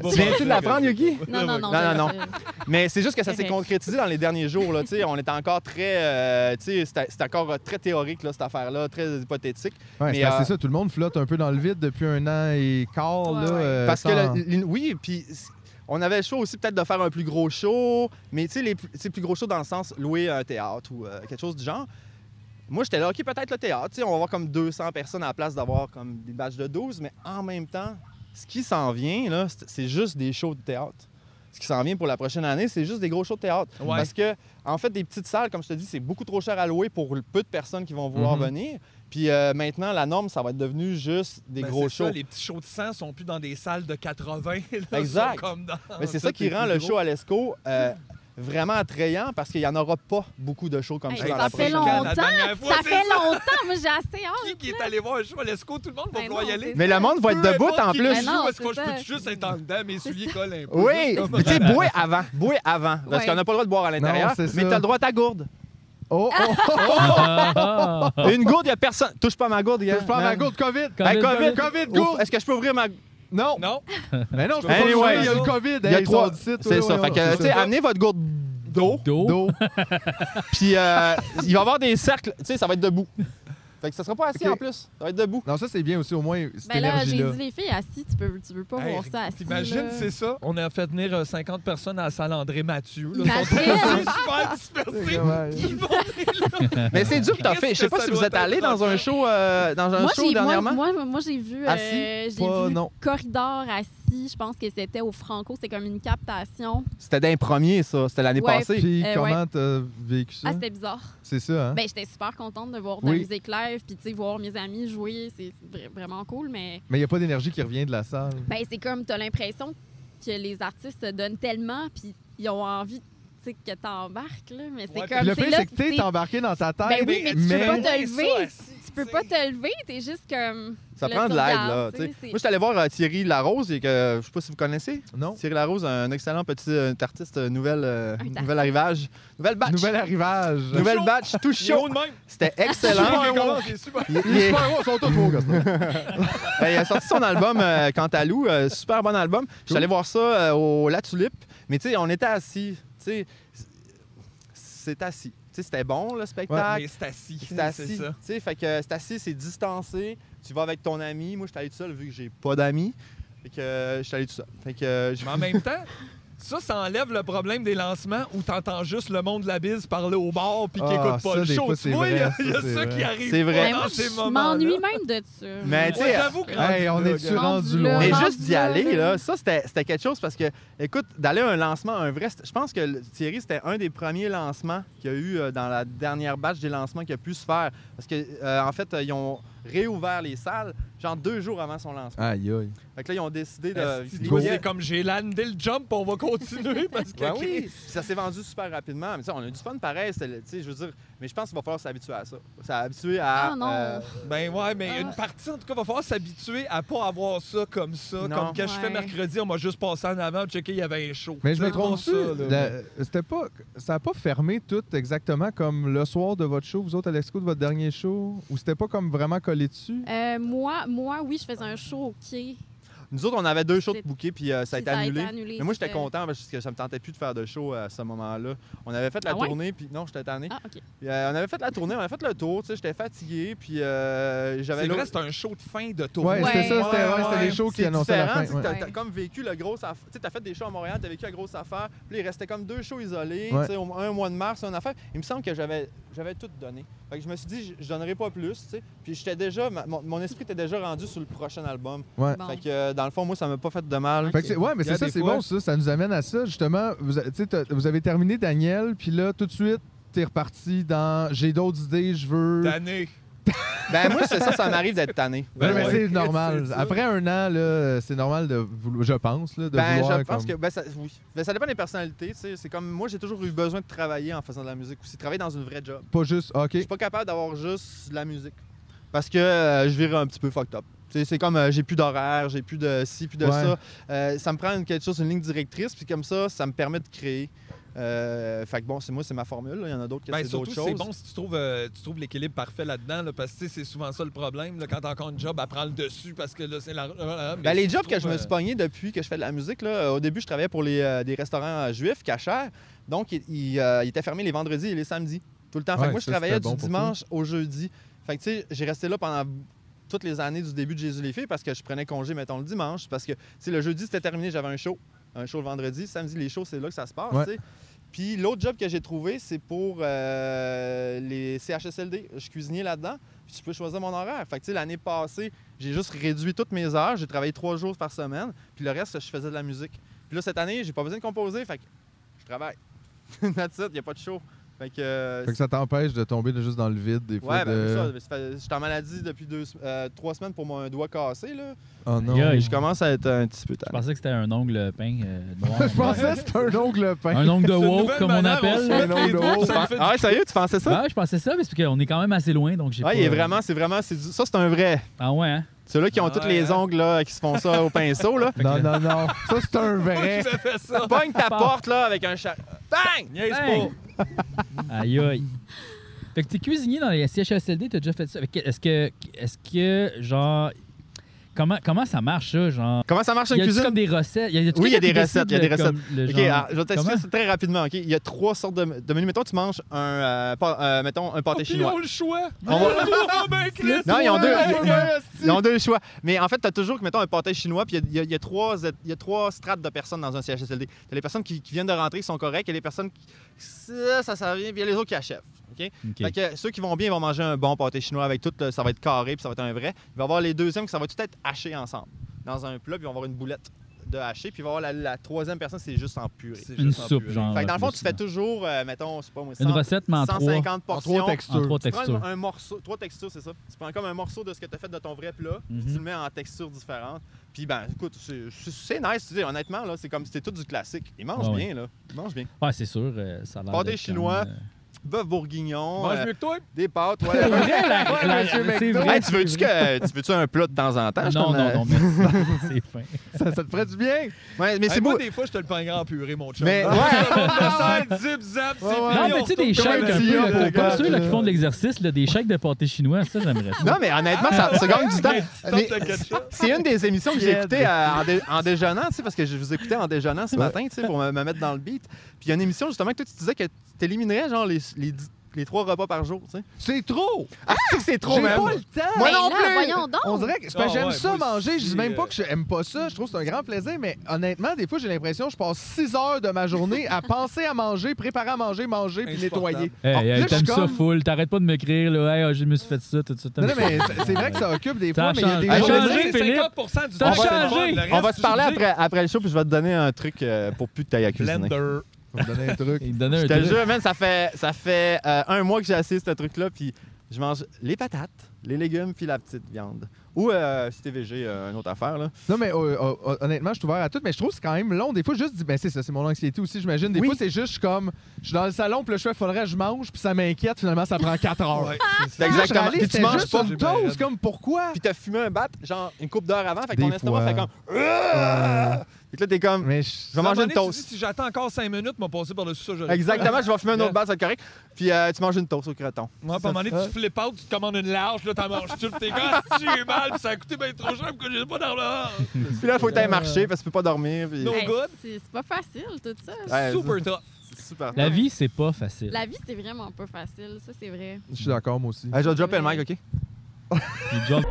S2: ouais.
S3: Tu viens-tu de l'apprendre, Yuki?
S2: Non, non,
S3: Non,
S2: non. je-
S3: non, non. Mais c'est juste que ça s'est
S2: Correct.
S3: concrétisé dans les derniers jours. Là, Tu sais, on était encore très. euh, tu sais, c'était c'était encore euh, très théorique, là, cette affaire-là, très hypothétique.
S5: Ouais,
S3: Mais,
S5: c'est parce que
S3: euh,
S5: c'est ça, tout le monde flotte un peu dans le vide depuis un an et quart.
S2: Ouais,
S5: là,
S2: ouais.
S5: euh,
S3: Parce que,
S5: sans-
S3: le- l'in- oui, puis c- on avait le choix aussi peut-être de faire un plus gros show, mais tu sais, les plus- tu sais, plus gros show dans le sens louer un théâtre ou euh, quelque chose du genre. Moi, j'étais là, OK, peut-être le théâtre, tu sais, on va avoir comme 200 personnes à la place d'avoir comme des badges de 12, mais en même temps, ce qui s'en vient, là, c'est- c'est juste des shows de théâtre. Ce qui s'en vient pour la prochaine année, c'est juste des gros shows de théâtre.
S4: Ouais.
S3: Parce que, en fait, des petites salles, comme je te dis, c'est beaucoup trop cher à louer pour le peu de personnes qui vont vouloir
S5: Mhm.
S3: venir. Puis euh, maintenant, la norme, ça va être devenu juste des
S4: Ben,
S3: gros
S4: c'est ça,
S3: shows.
S4: les petits shows de sang sont plus dans des salles de 80. là,
S3: Exact.
S4: sont comme dans-
S3: Mais c'est
S4: tout
S3: ça qui
S4: est
S3: rend
S4: plus
S3: Ah, le
S4: gros.
S3: show à l'ESCO euh, vraiment attrayant parce qu'il n'y en aura pas beaucoup de shows comme
S2: Hey,
S3: ça dans
S2: ça
S3: la
S2: fait
S3: prochaine.
S2: longtemps.
S4: La dernière fois,
S2: Ça
S4: c'est
S2: fait longtemps, moi j'ai assez
S4: Qui,
S2: hâte.
S4: qui est allé voir un show à l'ESCO? Tout le monde va
S2: Ben
S4: vouloir y
S2: non,
S4: aller.
S2: c'est
S3: Mais le monde va être debout en
S2: Ben
S3: plus.
S2: non,
S4: Est-ce que
S2: c'est
S4: je
S2: ça.
S4: peux juste être en dedans, mes souliers collent un peu?
S3: Oui,
S4: Comme-
S3: tu sais, bois [LAUGHS] avant. Bois avant. Parce
S2: Ouais.
S3: qu'on n'a pas le droit de boire à l'intérieur.
S5: c'est ça.
S3: Mais tu as le droit à ta [LAUGHS] gourde.
S5: Oh, oh, oh,
S1: Ah, ah, ah.
S3: Une gourde, il n'y a personne. Touche pas à ma gourde, gars.
S5: je prends ma gourde COVID.
S3: Ben, COVID,
S1: Covid,
S3: COVID,
S5: gourde.
S3: gourde. Est-ce que je peux ouvrir ma.
S5: Non,
S4: Non?
S5: mais non, je peux pas
S3: Anyway.
S5: jouer, il y a le COVID.
S3: Il y a
S5: hey,
S3: trois.
S5: ils sont d'ici,
S3: C'est
S5: oui,
S3: ça.
S5: oui,
S3: Fait
S5: oui,
S3: que, tu sais, amenez votre gourde d'eau.
S1: Dos.
S5: Dos.
S3: Puis [LAUGHS] euh, il va y avoir des cercles. Tu sais, ça va être debout. Fait que ça sera pas assis
S5: Ok.
S3: en plus. Ça va être debout.
S5: Non, ça, c'est bien aussi, au moins, cette
S2: Ben là, j'ai
S5: énergie-là.
S2: dit les filles assis, tu peux, tu peux pas
S4: Hey,
S2: voir ça assis.
S4: T'imagines,
S2: là.
S4: c'est ça? On a fait venir euh, 50 personnes à la salle André Mathieu. là. Ils sont
S2: Imagine!
S4: super dispersés.
S5: dommage.
S4: Ils vont aller là.
S3: Mais c'est dur que t'as fait. Je sais pas si vous êtes allé dans un show, euh, dans un
S2: Moi,
S3: show
S2: j'ai- moi,
S3: dernièrement.
S2: moi, moi, j'ai vu, euh,
S3: Assis?
S2: j'ai
S5: Pas-
S2: vu
S5: non.
S2: Corridor assis. Je pense que c'était au Franco. C'est comme une captation.
S3: C'était d'un premier, ça. C'était l'année
S2: Ouais.
S3: passée.
S5: Puis
S2: Euh,
S5: comment t'as vécu ça?
S2: Ah, c'était bizarre.
S5: c'est ça, hein?
S2: Ben, j'étais super contente de voir de la
S5: Oui.
S2: musique live, puis tu sais, voir mes amis jouer, c'est vra- vraiment cool, mais
S5: Mais il n'y a pas d'énergie qui revient de la salle.
S2: ben, c'est comme, t'as l'impression que les artistes se donnent tellement, puis ils ont envie, tu sais, que t'embarques, là, mais c'est
S4: Ouais,
S2: comme,
S5: le
S2: c'est
S5: pire,
S2: là
S5: c'est que
S2: que
S5: t'es
S2: t'es-
S5: embarqué dans ta tête.
S2: Ben oui, mais tu peux
S5: mais-
S2: pas te lever.
S4: Ça, assis,
S2: tu peux
S4: sais.
S2: pas te lever, t'es juste comme...
S3: Ça
S2: le
S3: prend de l'aide,
S2: sauvegarde,
S3: là.
S2: tu
S3: tu sais.
S2: sais, c'est-
S3: Moi, je suis allé voir euh, Thierry Larose, et que, je sais pas si vous connaissez.
S5: Non.
S3: Thierry Larose, un excellent petit euh, artiste, euh, nouvelle, euh,
S2: Un
S3: nouvel arrivage. Nouvelle batch.
S5: Nouvel arrivage.
S3: Nouvelle
S4: Chaud.
S3: batch, tout
S4: Il est haut
S3: chaud.
S4: de même.
S3: C'était
S4: Super
S3: excellent.
S4: comment, c'est
S5: [LAUGHS]
S4: super.
S3: Il,
S5: Les
S3: il-
S5: super gros sont tous beaux, gosses.
S3: ben, il a sorti son album euh, Cantalou, euh, super bon album. Je suis allé voir ça euh, au La Tulipe, mais tu sais, on était assis. Tu sais, c'est- c'est assis. Tu sais, c'était bon le spectacle.
S4: Mais c'est assis.
S3: C'est assis.
S4: ça.
S3: Tu sais, fait que c'est assis, c'est distancé. Tu vas avec ton ami. Moi, je suis allé tout seul vu que j'ai pas d'amis. Fait que euh, je suis allé tout seul. Fait que euh, je-
S4: Mais en même temps, Ça, ça enlève le problème des lancements où t'entends juste le monde de la bise parler au bord puis qui
S5: Ah,
S4: écoute pas
S5: ça,
S4: le
S5: des
S4: show.
S5: fois,
S4: Tu
S5: c'est
S4: vois, il y a,
S5: vrai, ça,
S4: il y a
S5: c'est
S4: ça qui
S5: vrai. Ben,
S4: arrive.
S3: C'est vrai.
S2: Ben,
S4: dans
S2: moi,
S4: ces
S2: je
S4: moments-là.
S2: m'ennuie même de ça.
S3: Mais tu
S4: Ouais,
S3: sais,
S4: J'avoue que
S5: Hey, on
S4: rendu là,
S5: est-tu
S4: gars.
S5: rendu
S2: Rendu là.
S5: loin?
S3: Mais
S2: Rendu
S3: juste d'y
S2: là,
S3: aller,
S2: là.
S3: là, ça, c'était c'était quelque chose parce que, écoute, d'aller à un lancement, un vrai. Je pense que le- Thierry, c'était un des premiers lancements qu'il y a eu euh, dans la dernière batch des lancements qu'il a pu se faire. Parce que, euh, en fait, euh, ils ont réouvert les salles, genre deux jours avant son lancement.
S5: Aïe, aïe.
S3: Fait que là, ils ont décidé de.
S4: Esti,
S3: les
S4: toi,
S3: billets-
S4: C'est comme j'ai landé le jump, on va continuer parce que
S3: Ben
S4: [LAUGHS]
S3: oui, ça s'est vendu super rapidement. Mais ça, on a eu du fun pareil. c'était le- tu sais, Je veux dire, mais je pense qu'il va falloir s'habituer à ça. S'habituer à. euh,
S2: Ah, non.
S4: Ben ouais, mais
S2: Ah.
S4: une partie, en tout cas, va falloir s'habituer à pas avoir ça comme ça.
S3: Non.
S4: Comme quand je fais
S2: Ouais.
S4: mercredi, on m'a juste passé en avant, checké, il y avait un show.
S5: Mais je me
S4: C'est pas
S5: trompe
S4: ça, là.
S5: C'était pas, ça a pas fermé tout exactement comme le soir de votre show, vous autres à l'exco de votre dernier show, ou c'était pas comme vraiment collé dessus.
S2: Euh, moi, moi, oui, je faisais un show au quai.
S3: Nous autres, on avait deux shows de
S2: C'est-
S3: bouquets, puis euh, ça a été annulé. Mais moi, j'étais
S2: c'était-
S3: content parce que ça me tentait plus de faire de show à ce moment-là. On avait fait la
S2: Ah ouais?
S3: tournée, puis non, j'étais [LAUGHS] tanné.
S2: Ah, OK.
S3: Puis, euh, on avait fait la tournée, on avait fait le tour, tu sais, j'étais fatigué, puis euh, j'avais
S4: C'est
S3: l'autre-
S4: vrai, c'est un show de fin de tour.
S5: Ouais, c'était ça, c'était ouais,
S4: ouais,
S5: c'était les shows qui
S3: C'est
S5: annonçaient la
S3: différent,
S5: fin.
S3: tu sais,
S5: ouais.
S3: T'as,
S2: ouais.
S3: t'as comme vécu le gros affaire. Tu sais, t'as fait des shows à Montréal, t'as vécu la grosse affaire. Puis là, il restait comme deux shows isolés.
S5: Ouais.
S3: tu sais, au- un mois de mars, une affaire. Il me semble que j'avais, j'avais tout donné. Fait que je me suis dit, je, je donnerai pas plus. tu sais. Puis j'étais déjà, ma- mon, mon esprit était déjà rendu sur le prochain album.
S5: Ouais.
S2: Bon.
S3: Fait que euh, dans le fond, moi, ça m'a pas fait de mal.
S5: Fait que c'est- ouais, mais
S3: Il y a
S5: c'est ça,
S3: des
S5: c'est
S3: fois-
S5: bon, ça. Ça nous amène à ça. Justement, vous, a- tu sais, t'as- vous avez terminé Daniel, puis là, tout de suite, t'es reparti dans j'ai d'autres idées, je veux.
S4: Tanné.
S3: Ben moi, c'est ça, ça m'arrive d'être
S5: [LAUGHS]
S3: tanné.
S5: Ouais, Ben, mais
S4: Ouais,
S5: c'est
S4: ouais.
S5: normal.
S4: C'est ça.
S5: Après un an, là, c'est normal de vouloir- je pense, là, de
S3: Ben,
S5: vouloir.
S3: je pense
S5: comme-
S3: que ben, ça, oui. Ben, ça dépend des personnalités. tu sais. C'est comme moi, j'ai toujours eu besoin de travailler en faisant de la musique aussi, travailler dans une vraie job.
S5: Pas juste, ah, OK.
S3: Je suis pas capable d'avoir juste de la musique parce que euh, je vire un petit peu fucked up. Tu sais, C'est comme euh, j'ai plus d'horaire, j'ai plus de ci, plus de
S5: Ouais.
S3: ça. Euh, ça me prend une- quelque chose, une ligne directrice, puis comme ça, ça me permet de créer. Euh, fait que bon, c'est moi, c'est ma formule. là. Il y en a d'autres qui
S4: Ben
S3: c'est d'autres
S4: surtout,
S3: choses.
S4: c'est bon si tu trouves, euh, tu trouves l'équilibre parfait là-dedans, là, parce que tu sais, c'est souvent ça le problème. là, quand t'as encore une job, elle prend le dessus parce que là, c'est la. euh, mais
S3: Ben, les
S4: si tu
S3: jobs que je
S4: trouves,
S3: me suis pogné depuis que je fais de la musique, là, euh, au début, je travaillais pour les, euh, des restaurants euh, juifs, cachers. Donc, ils il, euh, il étaient fermés les vendredis et les samedis, tout le temps. Fait
S5: Ouais,
S3: que moi, je
S5: ça,
S3: travaillais
S5: c'était
S3: du
S5: bon pour
S3: dimanche au jeudi. Fait que, tu sais, j'ai resté là pendant toutes les années du début de Jésus les filles parce que je prenais congé, mettons, le dimanche. Parce que, tu sais, le jeudi, c'était terminé, j'avais un show. Un show le vendredi. Samedi, les shows, c'est là que ça se passe,
S5: Ouais.
S3: tu sais. Puis l'autre job que j'ai trouvé, c'est pour euh, les CHSLD. Je suis cuisinier là-dedans, puis je peux choisir mon horaire. Fait que, tu sais, l'année passée, j'ai juste réduit toutes mes heures. J'ai travaillé trois jours par semaine. Puis le reste, je faisais de la musique. Puis là, cette année, j'ai pas besoin de composer. Fait que je travaille. [LAUGHS] That's it. Il a pas de show. Fait que. euh,
S5: Fait que ça t'empêche de tomber de- juste dans le vide des fois.
S3: Ouais, ben,
S5: de-
S3: ça, ça fait- j'étais en maladie depuis deux, se- euh, trois semaines pour mon doigt cassé, là.
S5: Oh non.
S1: Yeah,
S3: Et
S1: il-
S3: je commence à être un petit peu
S1: Ben, Je
S3: tanné.
S1: pensais que c'était un ongle peint euh,
S3: [LAUGHS]
S1: noir.
S5: [LAUGHS] je pensais que c'était un ongle peint.
S1: Un ongle de
S4: C'est une
S1: woke,
S4: nouvelle
S1: comme on
S4: manière, se
S1: appelle.
S4: met
S5: Un ongle
S4: les
S5: de
S4: doigts,
S5: haut.
S4: ça me fait du-
S3: Ah ouais, sérieux, tu pensais ça?
S1: Ouais, je pensais ça, mais c'est parce qu'on est quand même assez loin, donc Ben, j'ai
S3: Ouais,
S1: pas...
S3: il est vraiment, c'est vraiment, c'est du- ça c'est un vrai.
S1: Ah ouais, hein?
S3: Ceux-là qui ont
S4: Ah
S3: tous
S4: ouais,
S3: les
S4: hein?
S3: ongles, là, qui se font ça au pinceau,
S4: [LAUGHS]
S3: là.
S5: Non, non, non. Ça,
S3: [LAUGHS]
S5: c'est un vrai.
S4: Je me fais ça.
S3: Pogne ta
S1: Part.
S3: porte, là, avec un chat. Bang!
S4: Niaise
S1: Bang!
S4: pas.
S1: [LAUGHS] Aïe aïe. Fait que t'es cuisinier dans les CHSLD, t'as déjà fait ça. Fait que Est-ce que, est-ce que genre, comment, comment ça marche ça, genre?
S3: Comment ça marche
S1: Y
S3: une
S1: a
S3: cuisine?
S1: comme des recettes? Y a- y a-tu
S3: Oui, il y a
S1: quelqu'un
S3: des
S1: qui décide
S3: recettes, il y a des
S1: le- comme le
S3: OK,
S1: genre-
S3: alors, je vais t'expliquer
S1: comment?
S3: ça très rapidement. OK, il y a trois sortes de, de menus. Mettons, tu manges un, euh, pa- euh, mettons, un pâté
S4: Puis ils
S3: chinois.
S4: ont le choix.
S3: On va-
S4: [LAUGHS] Oh, ben, Chris,
S3: Non, ils ont deux.
S4: ouais.
S3: Ils ont deux choix. Mais en fait, tu as toujours, mettons, un pâté chinois, puis il y, a- il y a trois et- il y a trois strates de personnes dans un CHSLD. Tu as les personnes qui, qui viennent de rentrer, qui sont correctes, et les personnes qui. Ça, ça, ça vient, puis il y a les autres qui achèvent. OK?
S1: Ok.
S3: Fait que ceux qui vont bien, ils vont manger un bon pâté chinois avec tout, le- ça va être carré, puis ça va être un vrai. Il va y avoir les deuxièmes, qui ça va tout être haché ensemble. Dans un plat, puis ils vont avoir une boulette de haché, puis il va y avoir la, la troisième personne, c'est juste en purée.
S4: C'est
S1: Une
S4: juste en
S1: soupe,
S4: purée.
S1: genre.
S3: Fait que dans le fond,
S1: plus,
S3: tu fais
S1: là.
S3: toujours, euh, mettons, je sais pas moi,
S1: Une
S3: 100
S1: recette, mais en trois,
S3: 150
S5: En
S3: portions.
S5: trois
S1: en
S5: textures.
S1: trois
S3: Tu prends
S1: textures.
S3: un morceau, trois textures, c'est ça. Tu prends comme un morceau de ce que tu as fait de ton vrai plat, puis
S1: Mhm.
S3: tu le mets en texture différente. Puis ben, écoute, c'est- c'est c'est nice, tu sais, honnêtement, là, c'est comme c'était tout du classique. Ils mangent
S1: Ah ouais.
S3: bien, là. Ils mangent bien.
S1: Ouais, c'est sûr, euh, ça a l'air
S3: Pâté
S1: d'être
S3: chinois.
S1: comme, euh,
S3: Bœuf bourguignon,
S4: Mange
S3: euh,
S4: mieux que toi.
S3: des pâtes,
S4: [LAUGHS]
S1: C'est
S3: ouais.
S1: vrai, [LAUGHS] la- la- c'est vrai.
S3: Hey, tu veux-tu que- tu veux-tu un plat de temps en temps? Je
S1: Non,
S3: t'en-
S1: non, non, merci. [LAUGHS] c'est fin.
S5: Ça, ça te ferait du bien.
S3: Ouais, mais
S4: Hey,
S3: c'est
S4: moi,
S3: beau.
S4: des fois, je te le prends en purée, mon chum. [LAUGHS]
S3: Mais
S4: Ah,
S3: ouais,
S4: ça, zip, zap, c'est
S5: Ouais, ouais.
S4: fini,
S1: Non,
S4: on
S1: mais tu sais, des
S4: retourne
S1: chèques
S4: comme un
S1: un peu,
S5: un
S1: là, pour-
S5: peu
S1: comme
S5: gars,
S1: ceux là,
S5: là.
S1: qui font de l'exercice, là, des chèques de pâté chinois, ça, j'aimerais ça.
S3: non, mais honnêtement, ça, ça gagne du temps.
S4: stop
S3: Mais-
S4: de ketchup.
S3: C'est une des émissions que j'ai écoutées euh, en, dé- en déjeunant, tu sais, parce que je vous écoutais en déjeunant ce matin, tu sais, pour me, me mettre dans le beat. Puis il y a une émission justement que toi, tu disais que tu éliminerais genre les, les dix- les trois repas par jour, tu sais.
S5: C'est trop!
S3: Ah, c'est que c'est trop,
S5: J'ai
S3: man.
S5: pas le temps!
S3: Moi
S2: Ben
S3: non
S2: là,
S3: plus.
S2: voyons donc.
S5: On dirait que c'est parce que
S4: Ah
S5: j'aime
S4: ouais,
S5: ça
S4: moi
S5: manger. Je dis
S4: aussi,
S5: même pas
S4: euh,
S5: que j'aime pas ça. Je trouve que c'est un grand plaisir, mais honnêtement, des fois, j'ai l'impression que je passe 6 heures de ma journée à [LAUGHS] penser à manger, préparer à manger, manger, puis
S4: Insupportable.
S5: nettoyer.
S1: Hey,
S5: Ah,
S1: hey,
S5: là, je suis
S1: t'aimes ça
S5: comme-
S1: full. T'arrêtes pas de m'écrire, là. Hey, ah, je me suis fait ça, tout ça.
S5: Non, non, mais c'est- c'est vrai que ça occupe des
S1: Ça
S5: fois,
S1: a
S5: mais il y a
S1: changé.
S5: des
S1: Ça
S5: journées-
S1: a changé.
S4: C'est
S1: Philippe.
S4: 50% du
S1: T'as
S4: temps, c'est le
S1: changé.
S4: fun. Le
S3: On
S4: reste,
S3: va se
S4: tu
S3: parler
S4: dis,
S3: après, après le show, puis je vais te donner un truc euh, pour plus que t'ailles à cuisiner.
S4: Blender.
S5: Je vais vous donner un
S1: [LAUGHS]
S5: truc.
S1: Il me donnait
S3: Je
S1: un
S3: te
S1: truc.
S3: jure, man, ça fait, ça fait euh, un mois que j'ai essayé ce truc-là, puis je mange les patates, les légumes, puis la petite viande. Ou, euh, si t'es végé, euh, une autre affaire, là.
S5: Non, mais euh, euh, euh, honnêtement, je suis ouvert à tout, mais je trouve que c'est quand même long. Des fois, je juste dis, ben c'est ça, c'est mon anxiété aussi, j'imagine. Des
S3: Oui.
S5: fois, c'est juste, je suis comme, je suis dans le salon, puis là, je fais, faudrait que je mange, puis ça m'inquiète, finalement, ça prend 4 heures.
S3: Ah!
S5: Ah,
S4: Ouais.
S3: C'est exactement. Puis tu manges
S5: pas
S3: pas.
S5: de
S4: j'ai bien
S5: dose,
S4: raide.
S5: comme pourquoi?
S3: Puis t'as fumé un bat, genre, une coupe d'heure avant, fait que
S5: Des
S3: ton estomac
S5: fois.
S3: fait comme... Ah! Fait que là, t'es comme...
S5: Mais
S3: Je vais
S4: À
S3: manger une
S4: un moment donné, tu dis,
S3: toast.
S4: Si j'attends encore 5 minutes, m'a passé par-dessus ça. j'aurais-
S3: Exactement, je vais fumer un
S5: [LAUGHS]
S4: Yeah.
S3: autre bat, ça va être correct. Puis euh, tu manges une toast au croton.
S4: Moi, à un moment donné, tu flippes out, tu te commandes une large, là, t'en manges tout. T'es comme, Ah, si j'ai mal, puis ça a coûté bien trop cher, que j'ai pas d'argent.
S3: Puis là, faut que t'ailles marcher, parce que tu peux pas dormir, puis...
S4: Non.
S2: Hey,
S4: good.
S2: c'est c'est pas facile, tout ça.
S3: Ouais,
S4: Super tough.
S3: [LAUGHS] c'est super.
S1: La vie, c'est pas facile.
S2: La vie, c'est vraiment pas facile, ça, c'est vrai.
S5: Je suis d'accord, moi aussi.
S3: Hey, je vais dropper le mic, OK?
S1: Puis John-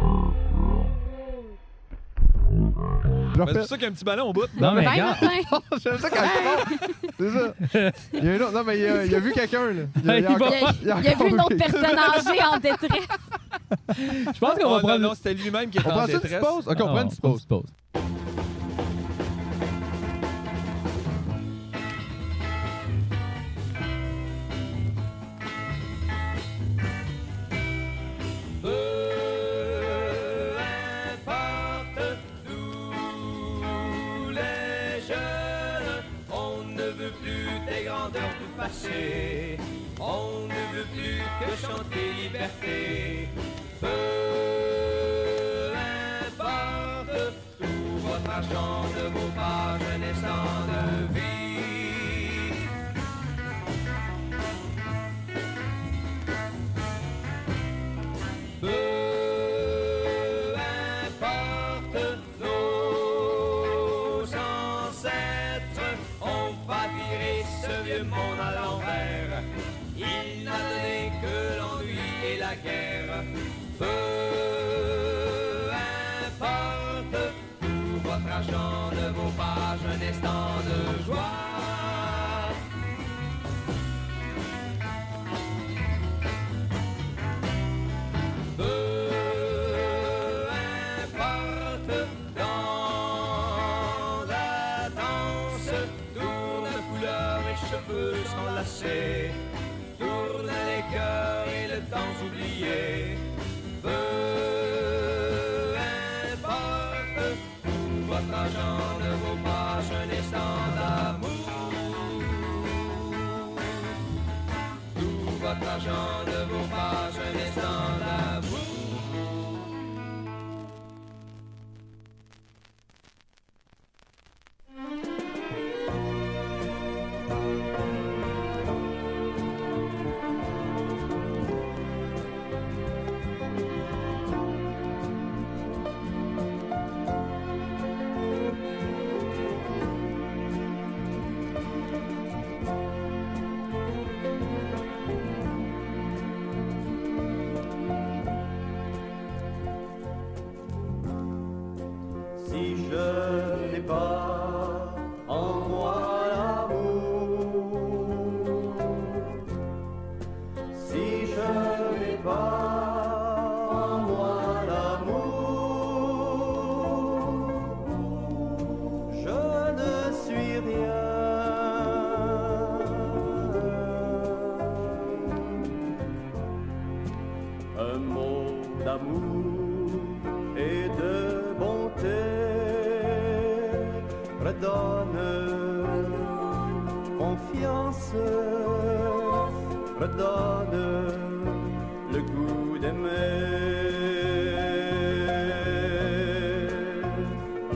S5: Je
S4: Ben, C'est
S5: refais-
S4: pour ça qu'il y a un petit ballon au bout.
S1: Non, mais
S2: Ben,
S1: regarde.
S2: Martin,
S5: J'aime ça quand il parle. C'est ça. Il y a un autre. Non, mais il a, il a vu quelqu'un, là. Il, a- il a
S1: Il va-
S5: encore-
S2: il a,
S3: [LAUGHS]
S5: il a
S2: il a
S5: encore
S2: vu une
S5: vu
S2: autre
S5: quelqu'un.
S2: personne âgée en détresse.
S1: Je pense qu'on
S4: Oh,
S1: va
S4: non,
S1: prendre.
S4: non, c'était lui-même qui était
S5: On
S4: en
S5: prend ça une petite
S4: détresse.
S5: pause? Ok, on
S1: Ah,
S5: prend une petite pause.
S6: si je n'ai pas en moi l'amour, si je n'ai pas en moi l'amour, je ne suis rien. Un mot d'amour et de bonté redonne confiance, redonne le goût d'aimer,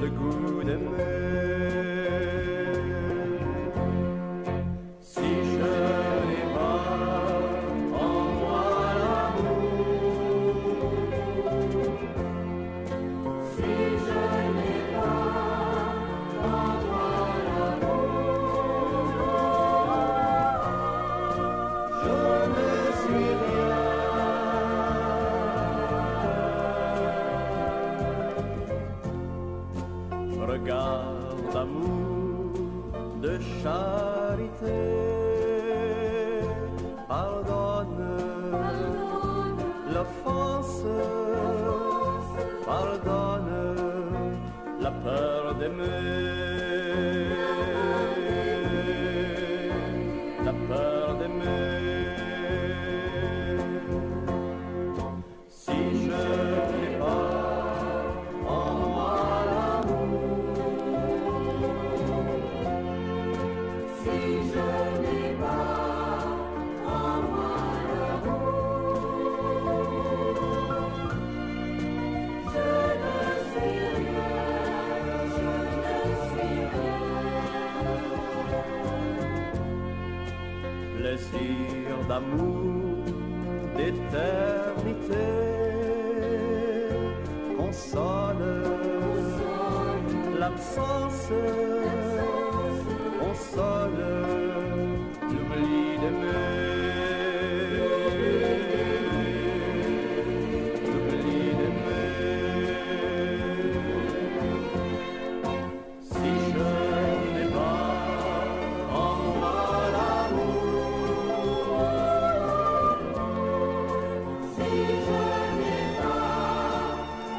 S6: le goût d'aimer. Si je n'ai pas en moi l'amour, si je n'ai pas en moi l'amour, je ne d'amour, de charité. Pardonne, l'offense, pardonne la peur d'aimer. La peur d'aimer. Si je n'ai pas en moi l'amour, si je n'ai pas en moi l'amour, je ne suis rien, je ne suis rien. Plaisir d'amour d'éternité console l'absence, console l'oubli d'aimer. L'oubli d'aimer. Si je n'ai pas en moi l'amour, si je n'ai pas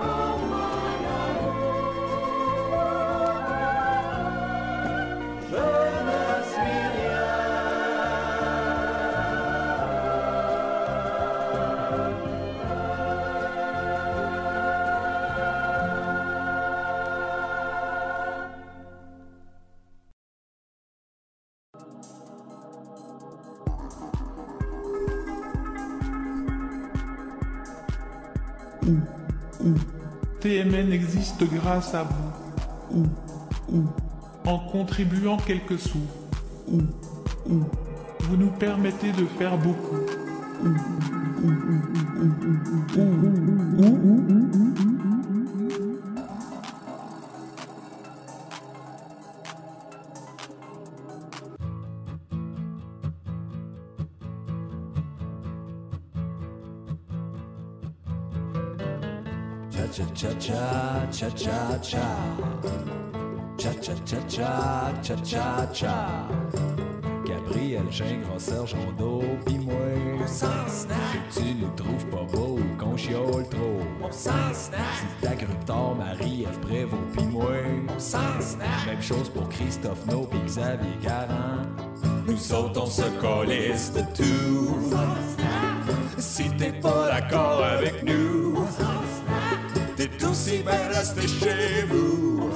S6: en moi l'amour, je ne suis rien.
S7: TMN existe grâce à vous. En contribuant quelques sous. Vous nous permettez de faire beaucoup.
S6: Cha cha cha cha cha cha cha. Cha cha cha cha cha cha cha. Gabriel Gingras, Serge Rondeau, pis moi. On s'en Que tu nous trouves pas beau ou qu'on chiole trop. On s'en snack. C'est Agriculteur, Marie-Ève Prévost, pis moi. On s'en snack. Même chose pour Christophe No pis Xavier Garand. Nous autres, on se colisse de tout. Si t'es pas d'accord avec nous. T'es aussi bien resté chez vous.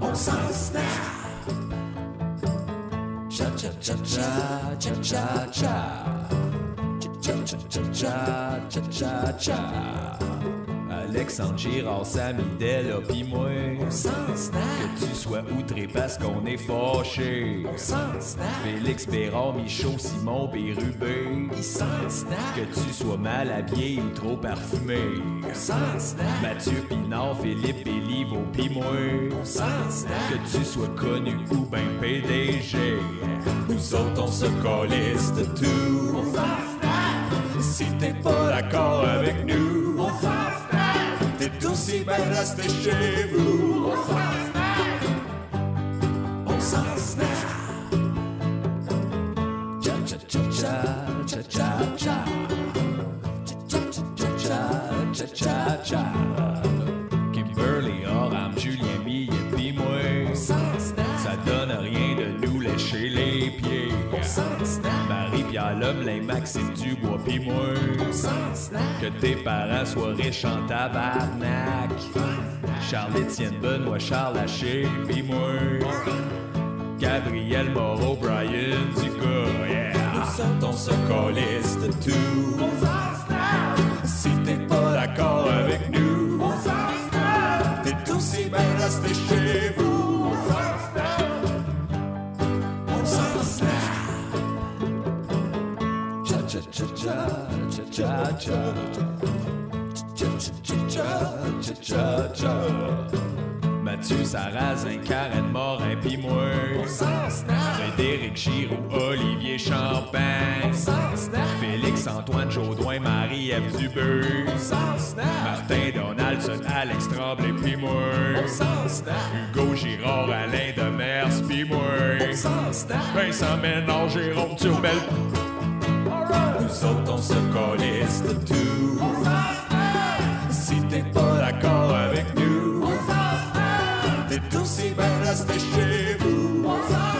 S6: Oh, On s'en snack. Cha cha cha cha cha cha cha. Cha cha cha cha cha cha cha. Alexandre Girard, Samy Della, pis moi. On s'en snack. Que tu sois outré parce qu'on est fâché. On s'en snack. Félix Bérard, Michaud, Simon, Bérubé. Ils s'en snack. Que tu sois mal habillé ou trop parfumé. On s'en snack. Mathieu Pinard, Philippe Béliveau, pis moi. On s'en snack. Que tu sois connu ou ben PDG. Nous autres, on se colisse de tout. On s'en snack. Si t'es pas d'accord avec nous. On s'en snack. T'es aussi bien resté chez vous. On s'en snack. On s'en snack. Cha cha cha cha cha cha cha. Cha cha cha cha cha cha. Kimberly, Oram, Julien Millet, pis moi. Ça donne rien de nous lécher les pieds. Marie-Pierre Lemelin, Maxime Dubois, pis moi. Que tes parents soient riches en tabarnak. Charles-Étienne Benoît, Charles Haché, pis moi. Gabriel Moreau, Brian Ducas, yeah. Nous sommes on se colisse de tout. Si t'es pas d'accord avec nous, t'es aussi bien resté chez vous. On s'en snack. Cha cha cha cha cha cha cha. Cha cha cha cha cha cha cha. Mathieu Sarrazin, Karen Morin, pis moi. Frédéric Giroux, Olivier Champagne. Félix-Antoine Jaudoin, Marie-Ève Dubé. Martin Donaldson, Alex Tremblay, pis moi. Hugo Girard, Alain Demers, pis moi. Vincent Ménard, Jérôme Turbel. Nous autres, on se colisse de tout. Si t'es pas d'accord avec nous, t'es aussi bien resté chez vous. On s'en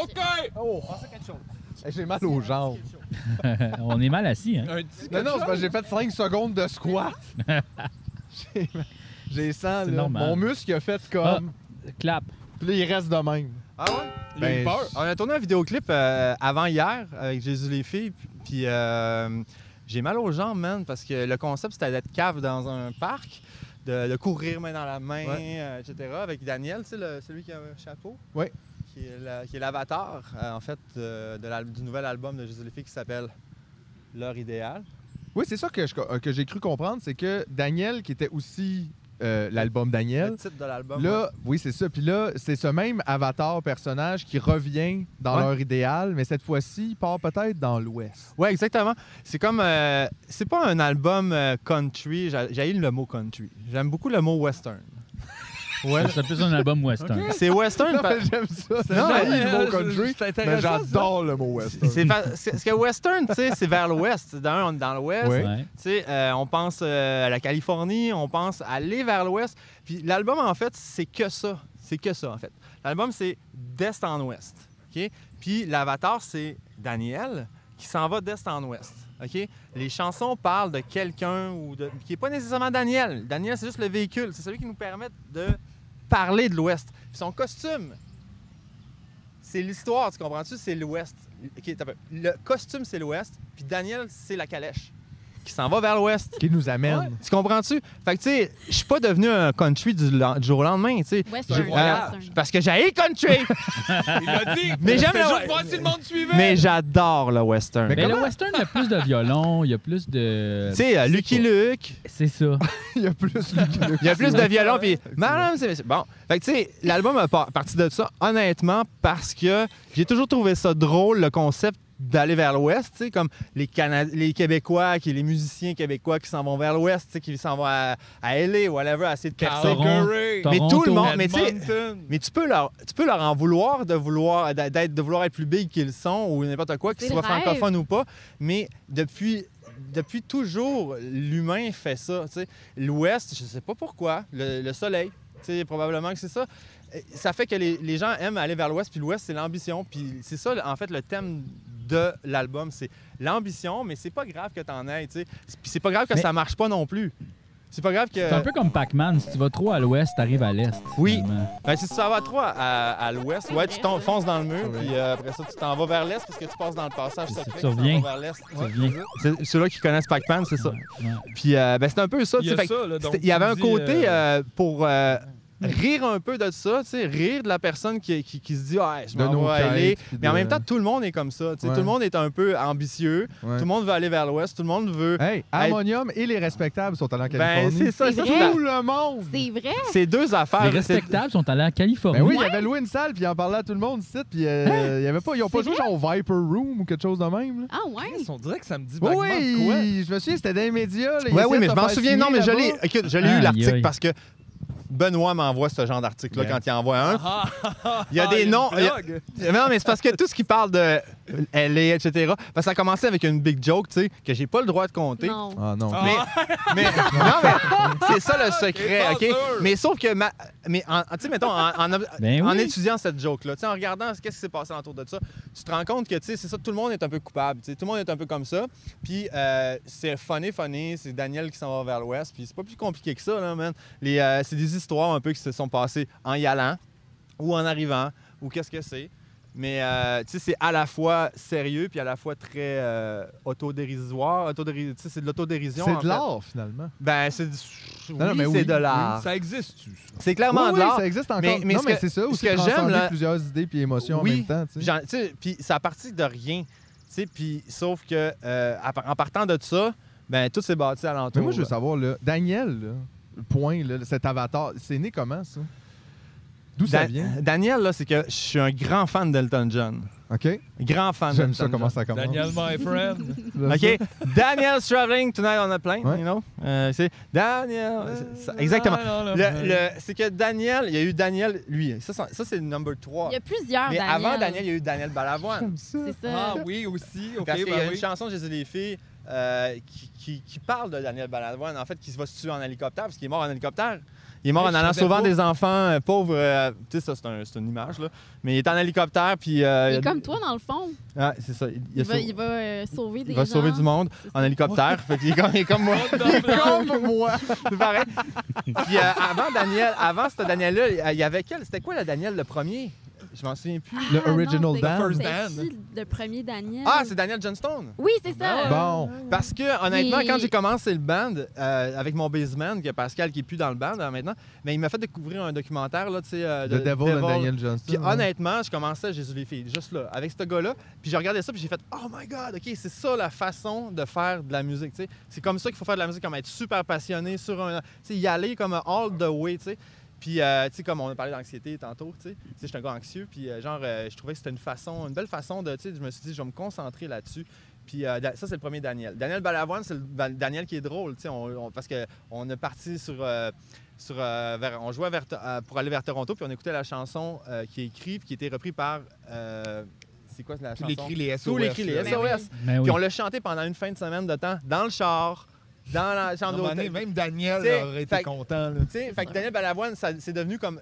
S7: OK!
S5: Oh! J'ai mal aux jambes.
S1: [LAUGHS] On est mal assis, hein?
S7: Un petit
S5: Non, non, c'est parce que j'ai fait 5 secondes de [LAUGHS] squat. J'ai- J'ai 100,
S1: C'est
S5: là.
S1: normal.
S5: Mon muscle a fait comme...
S1: Clap.
S5: Puis là, il reste de même.
S3: Ah ouais?
S5: Il a eu Ben, peur.
S3: On a tourné un vidéoclip euh, avant hier avec Jésus les filles, puis- puis euh, j'ai mal aux jambes, man, parce que le concept c'était d'être cave dans un parc, de, de courir main dans la main, euh, etc. Avec Daniel, tu sais, le- celui qui a un chapeau.
S5: Ouais.
S3: Qui est la- qui est l'avatar, euh, en fait, de- de l'al- du nouvel album de Jésus les filles qui s'appelle L'heure idéale.
S5: Oui, c'est ça que je- euh, que j'ai cru comprendre, c'est que Daniel, qui était aussi euh, l'album Daniel,
S3: Le titre de l'album. hein. ouais.
S5: Là, oui, c'est ça. Puis là, c'est ce même avatar personnage qui revient dans
S3: Ouais.
S5: leur idéal, mais cette fois-ci, il part peut-être dans l'Ouest.
S3: Ouais, exactement. C'est comme. euh, c'est pas un album euh, country. J'a- J'haïs le mot country. J'aime beaucoup le mot western.
S1: Ouais. C'est plus un album western.
S3: C'est [LAUGHS] western.
S5: Non,
S3: pa-
S5: mais j'aime ça.
S3: Non,
S5: J'haïs
S3: mais,
S5: le
S7: euh,
S5: mot country,
S7: c'est
S5: mais
S7: intéressant,
S5: j'adore le mot [LAUGHS] western.
S3: c'est fa- c'est- Parce que western, tu sais, c'est vers l'ouest. D'un, on est dans l'ouest.
S5: Ouais.
S1: Ouais.
S3: Tu sais, euh, on pense euh, à la Californie, on pense aller vers l'ouest. Puis l'album, en fait, c'est que ça. C'est que ça, en fait. L'album, c'est d'est en ouest. OK? Puis l'avatar, c'est Daniel qui s'en va d'est en ouest. OK? Les chansons parlent de quelqu'un ou de... qui n'est pas nécessairement Daniel. Daniel, c'est juste le véhicule. C'est celui qui nous permet de parler de l'ouest. Puis son costume, c'est l'histoire, tu comprends-tu? C'est l'ouest. OK, t'as peu. le costume, c'est l'ouest. Puis Daniel, c'est la calèche qui s'en va vers l'ouest.
S5: Qui nous amène.
S3: Tu comprends-tu? Fait que, tu sais, je suis pas devenu un country du, lan- du jour au lendemain, tu sais.
S2: Western,
S3: Euh,
S2: Western.
S3: parce que j'ai le
S5: [LAUGHS]
S3: country,
S7: Il l'a dit.
S3: Mais j'aime
S7: C'était
S3: le-
S7: juste voir si le monde suivait.
S3: mais j'adore le western.
S5: Mais
S1: Mais
S5: comment-
S1: le western, il y a plus de violon, il y a plus de.
S3: tu sais, euh, Lucky Luke,
S1: C'est
S5: Euh,
S1: ça.
S5: il y a plus lui qui le-
S3: il y a plus de violon, puis Madame, c'est c'est- bon. Fait que tu sais, l'album a par- parti de ça, honnêtement, parce que j'ai toujours trouvé ça drôle le concept d'aller vers l'Ouest, tu sais, comme les, Cana- les Québécois, qui, les musiciens québécois qui s'en vont vers l'Ouest, tu sais, qui s'en vont à, à LA, whatever, à essayer de
S7: Carl
S3: percer.
S1: Toronto.
S7: Curry.
S1: Toronto.
S3: Mais tout le monde, mais tu sais,
S7: Edmonton.
S3: Mais tu peux leur, tu peux leur en vouloir de vouloir d'a- d'être de vouloir être plus big qu'ils sont ou n'importe quoi, qu'ils
S2: C'est
S3: soient
S2: le rêve.
S3: francophones ou pas. Mais depuis depuis toujours, l'humain fait ça. tu sais. L'Ouest, je sais pas pourquoi, le, le soleil, tu sais, probablement que c'est ça. Et Ça fait que les, les gens aiment aller vers l'Ouest, puis l'Ouest, c'est l'ambition. Puis c'est ça, en fait, le thème de l'album, c'est l'ambition, mais c'est pas grave que t'en aies, tu sais. Puis c'est pas grave que
S1: Mais-
S3: ça marche pas non plus. C'est pas grave que.
S1: C'est un peu comme Pac-Man. Si tu vas trop à l'ouest, t'arrives à l'est.
S3: Oui.
S1: finalement.
S3: Ben, si tu t'en vas à trois à, à l'ouest, ouais, tu t'en- fonces dans le mur, puis euh, après ça, tu t'en vas vers l'est parce que tu passes dans le passage
S1: C'est-
S3: secret.
S1: tu
S3: t'en vas
S1: reviens.
S3: vers l'est. Ouais.
S1: reviens.
S3: C'est- Ceux-là qui connaissent Pac-Man, c'est ça.
S1: Ouais.
S3: Puis euh, ben, c'est un peu ça. tu
S4: Il
S3: sais,
S4: y a
S3: fait que
S4: ça, là, donc
S3: c'était- il
S4: tu
S3: y avait un
S4: dis,
S3: côté
S4: euh,
S3: euh, pour euh, rire un peu de ça, tu sais, rire de la personne qui, qui, qui se dit ah, je
S5: De
S3: m'en
S5: nos
S3: vais
S5: quêtes,
S3: aller.
S5: puis
S3: Mais en
S5: de-
S3: même temps, tout le monde est comme ça. tu sais,
S5: Ouais.
S3: Tout le monde est un peu ambitieux.
S5: Ouais. Euh,
S3: Tout le monde veut aller vers l'ouest. Tout le monde veut.
S5: Hey, Harmonium et les respectables sont allés en
S3: Ben,
S5: Californie.
S3: c'est ça.
S2: C'est
S3: ça,
S2: vrai?
S3: c'est la-
S5: tout le monde!
S2: C'est vrai?
S3: C'est deux affaires.
S1: Les
S3: C'est-
S1: respectables sont allés en Californie.
S5: Ah, Ben oui, il avait loué une salle, puis il en parlait à tout le monde ici, puis euh,
S3: Hein?
S5: il y avait pas, ils ont pas
S2: C'est
S5: joué
S2: vrai?
S5: genre au Viper Room ou quelque chose de même. là.
S2: Ah
S3: euh,
S2: ouais?
S4: On dirait que ça me dit
S5: Oui,
S4: vaguement de quoi.
S5: je me souviens, c'était dans les médias. là, ils
S3: Oui,
S5: essayaient
S3: oui, mais
S5: de
S3: je
S5: se
S3: m'en
S5: faire
S3: souviens. Non, mais je
S5: signer
S3: l'ai
S5: là-bas.
S3: écoute, je l'ai eu
S1: Aïe,
S3: l'article
S1: aïe.
S3: parce que Benoît m'envoie ce genre d'article-là
S5: Bien.
S3: quand il envoie un. Il y a
S4: Ah,
S3: des
S4: une
S3: noms. il y a-
S4: blague.
S3: Non, mais c'est parce que tout ce qui parle de LA, etc., parce que ça a commencé avec une big joke, tu sais, que j'ai pas le droit de compter.
S2: Non.
S5: Ah non.
S4: Ah.
S3: Mais, mais- non, mais c'est ça le secret,
S4: pas
S3: OK?
S4: sûr.
S3: Mais sauf que, ma- mais en- en- tu sais, mettons, en, en-
S1: Ben
S3: en
S1: oui.
S3: étudiant cette joke-là, tu sais, en regardant ce qu'est-ce qui s'est passé autour de ça, tu te rends compte que, tu sais, c'est ça, tout le monde est un peu coupable, tu sais, tout le monde est un peu comme ça. Puis euh, c'est funny, funny, c'est Daniel qui s'en va vers l'ouest, puis c'est pas plus compliqué que ça, là, man. Les, euh, c'est des histoires un peu qui se sont passées en y allant ou en arrivant, ou qu'est-ce que c'est. Mais euh, tu sais, c'est à la fois sérieux puis à la fois très euh, autodérisoire. Autodéri- tu sais, c'est de l'autodérision.
S5: C'est
S3: en
S5: de
S3: fait.
S5: l'art, finalement.
S3: Ben, c'est du-
S5: Non, non,
S3: oui,
S5: mais
S3: c'est
S5: oui,
S3: de l'art.
S4: Ça existe-tu? ça?
S3: C'est
S5: Oui,
S3: clairement
S5: oui,
S3: de l'art.
S5: ça existe encore.
S3: Mais- mais
S5: non,
S3: ce
S5: mais
S3: que-
S5: c'est ça,
S3: ce
S5: aussi
S3: que j'aime,
S5: transcender
S3: là-
S5: plusieurs idées puis émotions
S3: Oui,
S5: en même temps. tu sais.
S3: Genre, tu sais, Puis ça partit de rien. tu sais, Puis sauf que euh, à par- en partant de ça, ben tout s'est bâti alentour.
S5: Mais moi, je veux savoir, là, Daniel, là, le point, là, cet avatar, c'est né comment, ça? D'où ça
S3: Da-
S5: vient?
S3: Daniel, là, c'est que je suis un grand fan d'Elton John.
S5: OK?
S3: Grand fan
S5: J'aime
S3: d'Elton
S5: ça, comment
S3: John.
S5: ça commence.
S4: Daniel, my friend.
S3: Ah, OK. Daniel's traveling tonight on a plane,
S5: Ouais.
S3: you know. Euh, c'est Daniel. [LAUGHS] c'est ça, exactement.
S4: Ah, Non, non, non.
S3: Le- le- c'est que Daniel, il y a eu Daniel, lui, ça, ça, ça, c'est le number 3.
S2: Il y a plusieurs
S3: Mais
S2: Daniel.
S3: avant Daniel, il y a eu Daniel Balavoine.
S5: J'aime ça.
S2: C'est ça.
S4: Ah oui, aussi. OK,
S3: parce qu'il y a
S4: ben
S3: une
S4: oui.
S3: chanson, Jésus les filles, euh, qui, qui- qui parle de Daniel Balavoine, en fait, qui se va se tuer en hélicoptère, parce qu'il est mort en hélicoptère. Il est mort
S4: Hey,
S3: en
S4: je
S3: allant
S4: savais
S3: sauvant
S4: pas.
S3: des enfants euh, pauvres. euh, tu sais, ça, c'est, un- c'est une image, là. Mais il est en hélicoptère, puis. euh,
S2: Il est comme toi, dans le fond.
S3: Ah, c'est ça. Il, il
S2: Il
S3: a
S2: va,
S3: sauvé-
S2: il va euh, sauver des
S3: il va
S2: gens.
S3: sauver du monde en hélicoptère. Fait qu'il est comme, il est comme moi.
S5: Comme moi!
S3: C'est pareil. Puis euh, avant Daniel, avant ce Daniel-là, il y avait quel? C'était quoi le Daniel le premier? Je m'en souviens plus.
S2: Ah,
S5: Le original Dan.
S2: First
S4: First Dan.
S2: le premier Daniel?
S3: Ah, c'est Ah, Daniel Johnstone.
S2: Oui, c'est ça.
S5: Bon,
S3: Parce que, honnêtement,
S2: Il-
S3: quand j'ai commencé le band, euh, avec mon baseman, que Pascal qui est plus dans le band euh, maintenant, mais il m'a fait découvrir un documentaire, là, tu sais, euh,
S5: The Devil and Daniel hein. Johnston.
S3: Puis
S5: ouais.
S3: honnêtement, je commençais Jésus les filles, juste là, avec ce gars-là. Puis j'ai regardé ça, puis j'ai fait Oh my God, OK, c'est ça la façon de faire de la musique. tu sais. C'est comme ça qu'il faut faire de la musique, comme être super passionné sur un. tu sais, y aller comme all the way, tu sais. Puis, euh, tu sais, comme on a parlé d'anxiété tantôt, tu sais, tu sais, je suis un gars anxieux, puis euh, genre, euh, je trouvais que c'était une façon, une belle façon de, tu sais, je me suis dit, je vais me concentrer là-dessus. Puis euh, da- ça, c'est le premier Daniel. Daniel Balavoine, c'est le Val- Daniel qui est drôle, tu sais, on- on- parce qu'on est parti sur... euh, sur, euh, vers- on jouait vers- euh, pour aller vers Toronto, puis on écoutait la chanson euh, qui est écrite, puis qui était reprise par... euh, c'est quoi la
S4: Tous
S3: chanson?
S4: les cris, les SOS.
S3: Tous les cris, les
S4: là.
S2: Ben
S3: SOS.
S1: Ben oui.
S3: Puis on l'a chanté pendant une fin de semaine de temps, dans le char, dans la
S4: À un
S3: chambre
S4: moment donné,
S3: d'hôtel.
S4: Même Daniel
S3: T'sais,
S4: aurait été
S3: fait-
S4: content. là.
S3: Tu sais, fait que Daniel Balavoine, ça- c'est devenu comme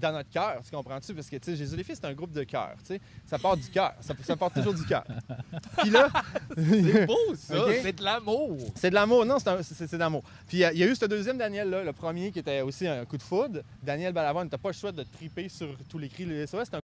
S3: dans notre cœur, tu comprends-tu? Parce que, tu sais, Jésus les filles, c'est un groupe de cœur, tu sais. Ça part du cœur, ça, ça part toujours du cœur. Puis
S4: [LAUGHS]
S3: là,
S4: C'est beau, ça.
S3: Ok.
S4: C'est de l'amour.
S3: c'est de l'amour, non, c'est un- c'est c'est de l'amour. Puis euh, il y a eu ce deuxième Daniel-là, le premier qui était aussi un coup de foudre. Daniel Balavoine, t'as pas le choix de triper sur tous les cris de SOS, c'est un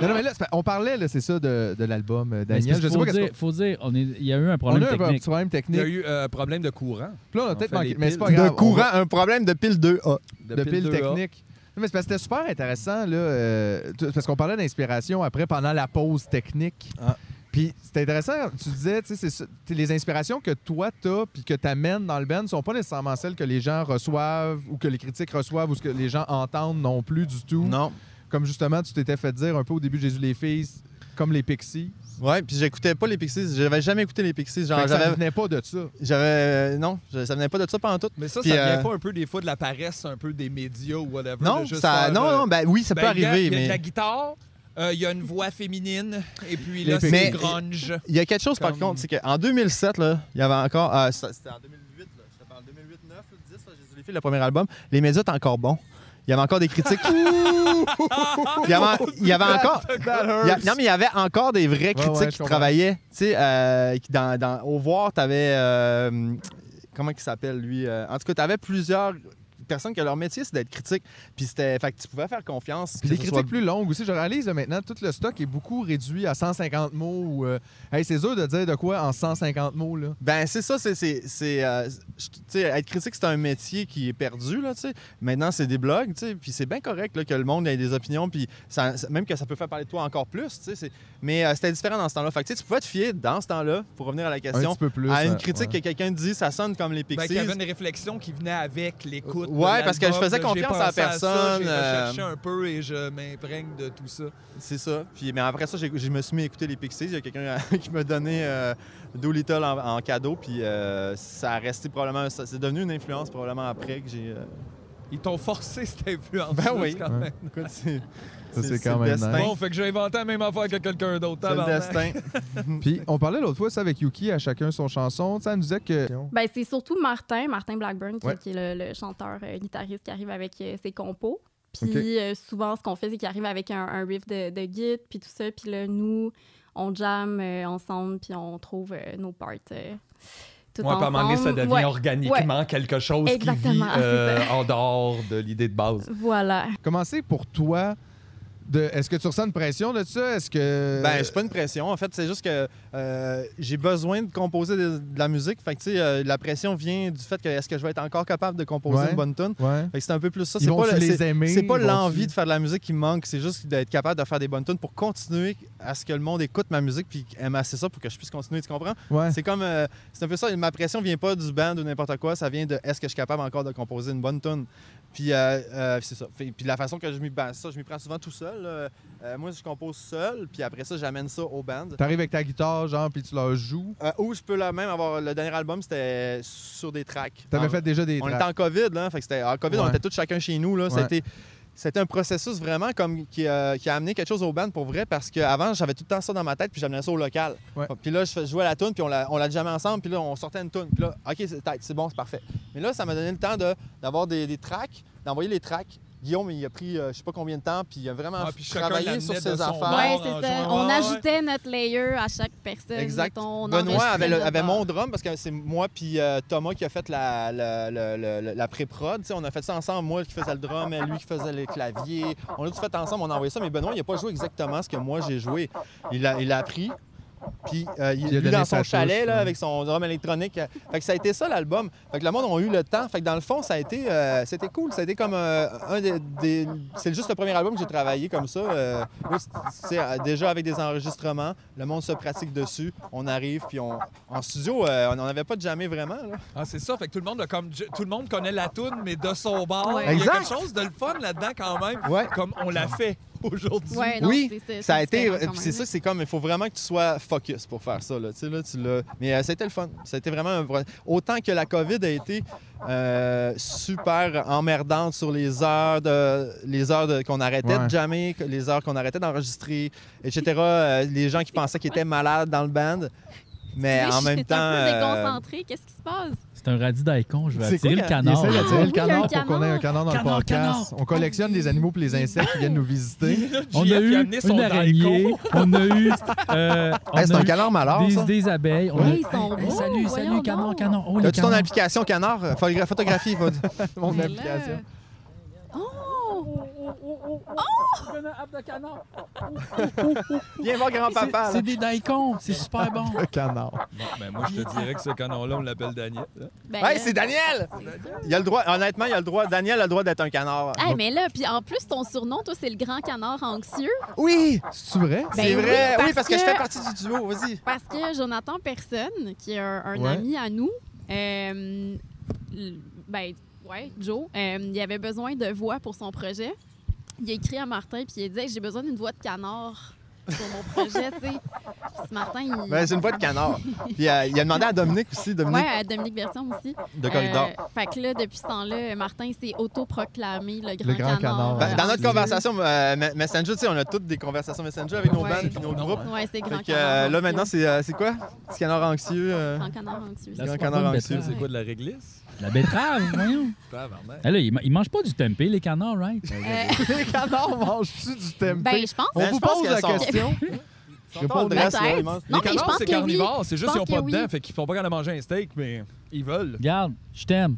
S5: Non, non, mais là, c'est pas- on parlait, là, c'est ça, de, de l'album euh,
S1: Mais c'est parce
S5: Daniel. Je
S1: qu'il
S5: sais
S1: faut
S5: pas qu'est-ce
S1: dire, faut dire, on est- il y a eu un
S5: qu'on- On
S1: problème
S5: a un
S1: technique.
S5: problème
S4: Il y a
S5: technique.
S4: eu un problème de courant.
S5: Puis là, on a
S4: on
S5: peut-être
S4: fait
S5: manqué,
S4: des
S5: mais c'est pas
S4: piles.
S5: grave. on va-
S3: un problème de pile 2A.
S5: de pile
S4: 2A.
S5: technique. Non, mais c'est parce que c'était super intéressant, là, euh, tu- parce qu'on parlait d'inspiration après, pendant la pause technique.
S3: Ah.
S5: Puis c'était intéressant, tu disais, tu sais, c'est ça- t'sais, les inspirations que toi t'as puis que t'amènes dans le band sont pas nécessairement celles que les gens reçoivent ou que les critiques reçoivent ou ce que les gens entendent non plus du tout.
S3: Non.
S5: Comme justement, tu t'étais fait dire un peu au début Jésus les filles, comme les Pixies.
S3: Ouais, puis j'écoutais pas les Pixies, j'avais jamais écouté les Pixies.
S5: Fait
S3: Genre,
S5: que ça
S3: j'avais.
S5: venait pas de ça.
S3: J'avais. euh, Non, je- ça venait pas de ça pendant tout.
S4: Mais ça,
S3: Puis,
S4: ça vient
S3: euh,
S4: pas un peu des fois de la paresse un peu des médias ou whatever.
S3: Non,
S4: de juste
S3: ça,
S4: faire,
S3: non,
S4: euh,
S3: non, ben oui, ça
S4: ben,
S3: peut
S4: il y a-
S3: arriver,
S4: Il y a de la
S3: mais.
S4: guitare. Euh, Il y a une voix féminine. Et puis
S3: Les
S4: là, c'est
S3: mais-
S4: grunge.
S3: Il y a quelque chose, par
S4: Comme-
S3: contre, c'est qu'en 2007, là, il y avait encore. euh, ça- C'était en 2008, là. Je te parle 2008, 9, 10, là, j'ai dû les faire le premier album. Les médias étaient encore bons. Il y avait encore des
S4: [LAUGHS]
S3: critiques. Ouh! il y avait, il y avait encore. il y a- non, mais il y avait encore des vrais critiques
S5: ouais, je
S3: qui
S5: comprends.
S3: travaillaient. Tu sais, euh, qui dans, dans- au voir, t'avais. euh, comment il s'appelle, lui euh, En tout cas, t'avais plusieurs personnes que leur métier, c'est d'être critique. Puis c'était. Fait que tu pouvais faire confiance.
S5: Puis
S3: que
S5: des
S3: ce
S5: critiques
S3: soit-
S5: plus longues aussi. Je réalise là, maintenant, tout le stock est beaucoup réduit à 150 mots. Ou, euh, hey, c'est dur de dire de quoi en 150 mots. Là.
S3: Ben, c'est ça, c'est. c'est- c'est, euh, je- tu sais, être critique, c'est un métier qui est perdu, là, tu sais. Maintenant, c'est des blogs, tu sais. Puis c'est bien correct, là, que le monde ait des opinions, puis ça- ça- même que ça peut faire parler de toi encore plus, tu sais. c'est- Mais euh, c'était différent dans ce temps-là. Fait que, tu sais, tu pouvais te fier, dans ce temps-là, pour revenir à la
S5: Un
S3: question,
S5: petit peu plus.
S3: à
S5: hein,
S3: une critique
S5: ouais.
S3: que quelqu'un dit, ça sonne comme les
S4: Ben,
S3: Pixies.
S4: qu'il y avait une réflexion qui venait avec l'écoute. de
S3: Ouais, parce que je faisais
S4: l'album, là, j'ai
S3: confiance à la
S4: pensé ça,
S3: personne,
S4: J'ai
S3: euh,
S4: recherché un peu et je m'imprègne de tout ça.
S3: C'est ça. Puis, mais après ça, j'ai- je me suis mis à écouter les Pixies. Il y a quelqu'un [LAUGHS] qui m'a donné euh, Doolittle en, en cadeau, puis euh, ça a resté probablement. ça- C'est devenu une influence probablement après que j'ai. euh,
S4: Ils t'ont forcé cette influence.
S3: Ben oui.
S4: Quand même.
S3: écoute, c'est. c'est-
S5: Ça, c'est
S3: c'est
S5: quand
S3: le
S5: même
S3: destin.
S5: nice.
S4: Bon, fait que j'ai inventé la même affaire que quelqu'un d'autre.
S3: C'est le
S4: tabarnak.
S3: destin.
S5: [LAUGHS] Puis on parlait l'autre fois ça avec Yuki, à chacun son chanson. Tu sais, elle nous disait que.
S2: Ben, c'est surtout Martin, Martin Blackburn, qui,
S5: Ouais.
S2: qui est le, le chanteur euh, guitariste qui arrive avec euh, ses compos. Puis
S5: Ok.
S2: euh, souvent, ce qu'on fait, c'est qu'il arrive avec un, un riff de, de git, puis tout ça. Puis là, nous, on jam euh, ensemble, puis on trouve euh, nos parts euh, tout
S6: Moi,
S2: ensemble.
S6: pas à un moment donné, ça devient
S2: Ouais.
S6: organiquement quelque chose
S2: Exactement, Ah,
S6: qui
S2: c'est
S6: vit euh, en dehors de l'idée de base.
S2: Voilà.
S5: Commencer pour toi. De... Est-ce que tu ressens une pression de ça? Est-ce que.
S3: Ben, c'est pas une pression. En fait, c'est juste que euh, j'ai besoin de composer de, de la musique. Fait que, tu sais, euh, la pression vient du fait que est-ce que je vais être encore capable de composer
S5: Ouais.
S3: une bonne tune?
S5: Ouais.
S3: Fait que c'est un peu plus ça.
S5: Ils
S3: C'est
S5: vont-tu
S3: pas, le-
S5: les
S3: c'est-
S5: aimer?
S3: c'est pas
S5: Ils vont-tu-
S3: l'envie de faire de la musique qui me manque, c'est juste d'être capable de faire des bonnes tunes pour continuer à ce que le monde écoute ma musique puis aime assez ça pour que je puisse continuer, tu comprends?
S5: Ouais.
S3: C'est comme, euh, c'est un peu ça, ma pression vient pas du band ou n'importe quoi, ça vient de est-ce que je suis capable encore de composer une bonne tune? Puis euh, euh, c'est ça. Fait- Puis la façon que je m'y ben, ça, je m'y prends souvent tout seul. là. Euh, moi, je compose seul, puis après ça, j'amène ça au band.
S5: T'arrives avec ta guitare, genre, puis tu la joues.
S3: Euh, ou je peux là même avoir le dernier album, c'était sur des tracks.
S5: T'avais
S3: En-
S5: fait déjà des.
S3: Ah, on
S5: tracks.
S3: était en COVID, là. Fait que c'était, en COVID, on
S5: Ouais.
S3: était tous chacun chez nous, là.
S5: Ouais.
S3: C'était, c'était un processus vraiment comme qui, euh, qui a amené quelque chose au band pour vrai parce qu'avant, j'avais tout le temps ça dans ma tête puis j'amenais ça au local.
S5: Ouais.
S3: Puis là, je fais- je jouais à la tune puis on la, on la jamais ensemble puis là, on sortait une tune. Puis là, OK, c'est, tight, c'est bon, c'est parfait. Mais là, ça m'a donné le temps de, d'avoir des, des tracks, d'envoyer les tracks. Guillaume, il a pris euh, je sais pas combien de temps puis il a vraiment
S4: Ah, puis chacun
S3: travaillé
S4: l'amenait
S3: sur
S4: de
S3: ses
S4: son
S3: affaires.
S4: bord.
S2: Ouais,
S4: en
S2: c'est
S4: juin.
S2: ça. On
S4: Ouais,
S2: ajoutait notre layer à chaque personne.
S3: Exact.
S2: mettons, on
S3: Benoît
S2: enregistrait
S3: avait, le-
S2: notre
S3: avait
S2: part.
S3: mon drum parce que c'est moi puis euh, Thomas qui a fait la, la, la- la- la pré-prod. Tu sais, On a fait ça ensemble, moi qui faisais le drum, lui qui faisait le clavier. On l'a tout fait ensemble, on a envoyé ça, mais Benoît, il n'a pas joué exactement ce que moi j'ai joué. Il a, il a appris. Puis euh, il,
S5: Puis il a
S3: lui,
S5: donné
S3: dans
S5: sa
S3: son
S5: touche,
S3: chalet, là,
S5: ouais.
S3: avec son drum électronique. euh, Fait que ça a été ça l'album. Fait que le monde a eu le temps. Fait que dans le fond, ça a été euh, c'était cool. Ça a été comme euh, un des. des- C'est juste le premier album que j'ai travaillé comme ça. euh, là, c'est- c'est, euh, déjà avec des enregistrements, le monde se pratique dessus. On arrive, puis on. En studio, euh, on n'en avait pas de jamais vraiment. là.
S4: Ah, c'est ça. Fait que tout le monde a comme tout le monde connaît la toune, mais de son bord. Il
S2: Ouais.
S4: y a
S3: Exact.
S4: quelque chose de le fun là-dedans quand même.
S3: Ouais.
S4: Comme on l'a fait aujourd'hui.
S2: Ouais, non,
S3: oui,
S2: c'est- c'est-
S3: ça a
S2: c'est
S3: été. euh,
S2: différent quand
S3: puis C'est
S2: même.
S3: ça, c'est comme. Il faut vraiment que tu sois focus pour faire ça. Là. Tu sais, là, tu l'as- Mais euh, c'était le fun. C'était vraiment. un vrai- Autant que la COVID a été euh, super emmerdante sur les heures de les heures de- qu'on arrêtait
S5: Ouais.
S3: de jammer, que- les heures qu'on arrêtait d'enregistrer, etc. euh, les gens qui pensaient qu'ils étaient malades dans le band. Mais
S2: Je
S3: en
S2: suis
S3: même temps.
S2: un peu
S3: euh,
S2: déconcentrée. Qu'est-ce qui se passe?
S1: C'est un radis d'icon, je vais
S3: C'est
S1: attirer
S3: quoi
S1: le
S3: quand-
S5: Il
S1: canard.
S5: essaie
S1: là.
S5: d'attirer
S2: Ah
S5: le
S2: oui,
S5: canard
S2: un
S5: pour qu'on ait un
S2: canard.
S5: canard dans
S1: Canard,
S5: le podcast.
S1: canard.
S5: On collectionne les animaux et les
S3: [LAUGHS]
S5: insectes qui viennent nous visiter.
S1: On a eu une araignée, on a eu. euh, on
S3: hey, c'est
S1: a
S3: un
S1: eu
S3: canard malheur,
S1: des,
S3: ça.
S1: des abeilles. On a-
S2: Oui, ils sont
S1: Hey,
S2: beaux,
S1: salut, salut,
S2: voyons
S1: canard,
S2: donc.
S1: canard. Oh, les
S3: As-tu ton
S1: canards.
S3: application canard? Photogra- Photographie, va-
S5: Mon
S2: Mais là-
S5: application.
S2: Oh!
S3: Viens voir grand-papa.
S1: C'est-
S3: là.
S1: C'est des daikons, c'est super bon.
S5: Le canard.
S4: ben moi, je te dirais que ce canon-là, on l'appelle Daniel.
S2: Ben
S3: Hey,
S2: là,
S3: c'est Daniel!
S2: c'est ça. Ah,
S3: Il a le droit, honnêtement, il a le droit. Daniel a le droit d'être un canard.
S2: Hey, mais là, puis en plus, ton surnom, toi, c'est le grand canard anxieux.
S3: Oui!
S5: C'est vrai?
S2: Ben
S3: c'est
S2: oui,
S3: vrai! Oui, parce,
S2: parce
S3: que... je
S2: que- [LAUGHS]
S3: fais partie du duo, vas-y.
S2: Parce que Jonathan Personne, qui est un, un
S5: Ouais.
S2: ami à nous, euh, l- ben, ouais, Joe, euh, il avait besoin de voix pour son projet. Il a écrit à Martin, puis il a dit Hey, J'ai besoin d'une voix de canard. pour mon projet, tu sais. Puis Ce matin, il...
S3: Ben, c'est une voix de canard. Puis euh, il a demandé à Dominique aussi, Dominique
S2: ouais, à Dominique Version aussi.
S3: de Corridor.
S2: Euh, fait que là, depuis ce temps-là, Martin s'est autoproclamé le grand,
S5: Le grand canard.
S2: canard.
S3: Ben,
S5: euh,
S3: dans notre
S5: c'est-
S3: conversation euh, me- Messenger, tu sais, on a toutes des conversations Messenger avec nos
S2: Ouais.
S3: bandes et nos groupes.
S2: Ouais, c'est grand
S3: Fait que,
S2: canard.
S3: euh, là, maintenant, c'est euh, c'est quoi? Petit canard anxieux. euh,
S2: Grand canard anxieux.
S1: La
S3: Grand
S1: scorpion
S3: canard
S1: de
S3: anxieux,
S1: betterave.
S6: C'est quoi de la réglisse?
S1: La betterave, voyons.
S6: Tabarnak.
S1: Ah, là, ils, ma- ils mangent pas du tempeh, les canards, right?
S2: Euh,
S5: Les canards mangent-tu du tempeh?
S2: ben, je pense.
S5: On
S3: Ben,
S5: vous
S3: je pense
S5: pose
S3: qu'elles
S5: la
S3: sont-
S5: question.
S3: Ils
S5: Réponds
S3: sont
S5: au
S3: dresse, là,
S2: peut-être.
S3: ils mangent-
S2: Non,
S3: Les
S2: mais je
S3: canards,
S2: pense
S6: c'est
S2: que oui.
S6: carnivore, c'est juste
S2: Je
S6: qu'ils ont
S2: pense
S6: pas
S2: que
S6: de dents,
S2: oui.
S6: fait qu'ils font pas qu'à manger un steak, mais ils veulent.
S1: Regarde, je t'aime.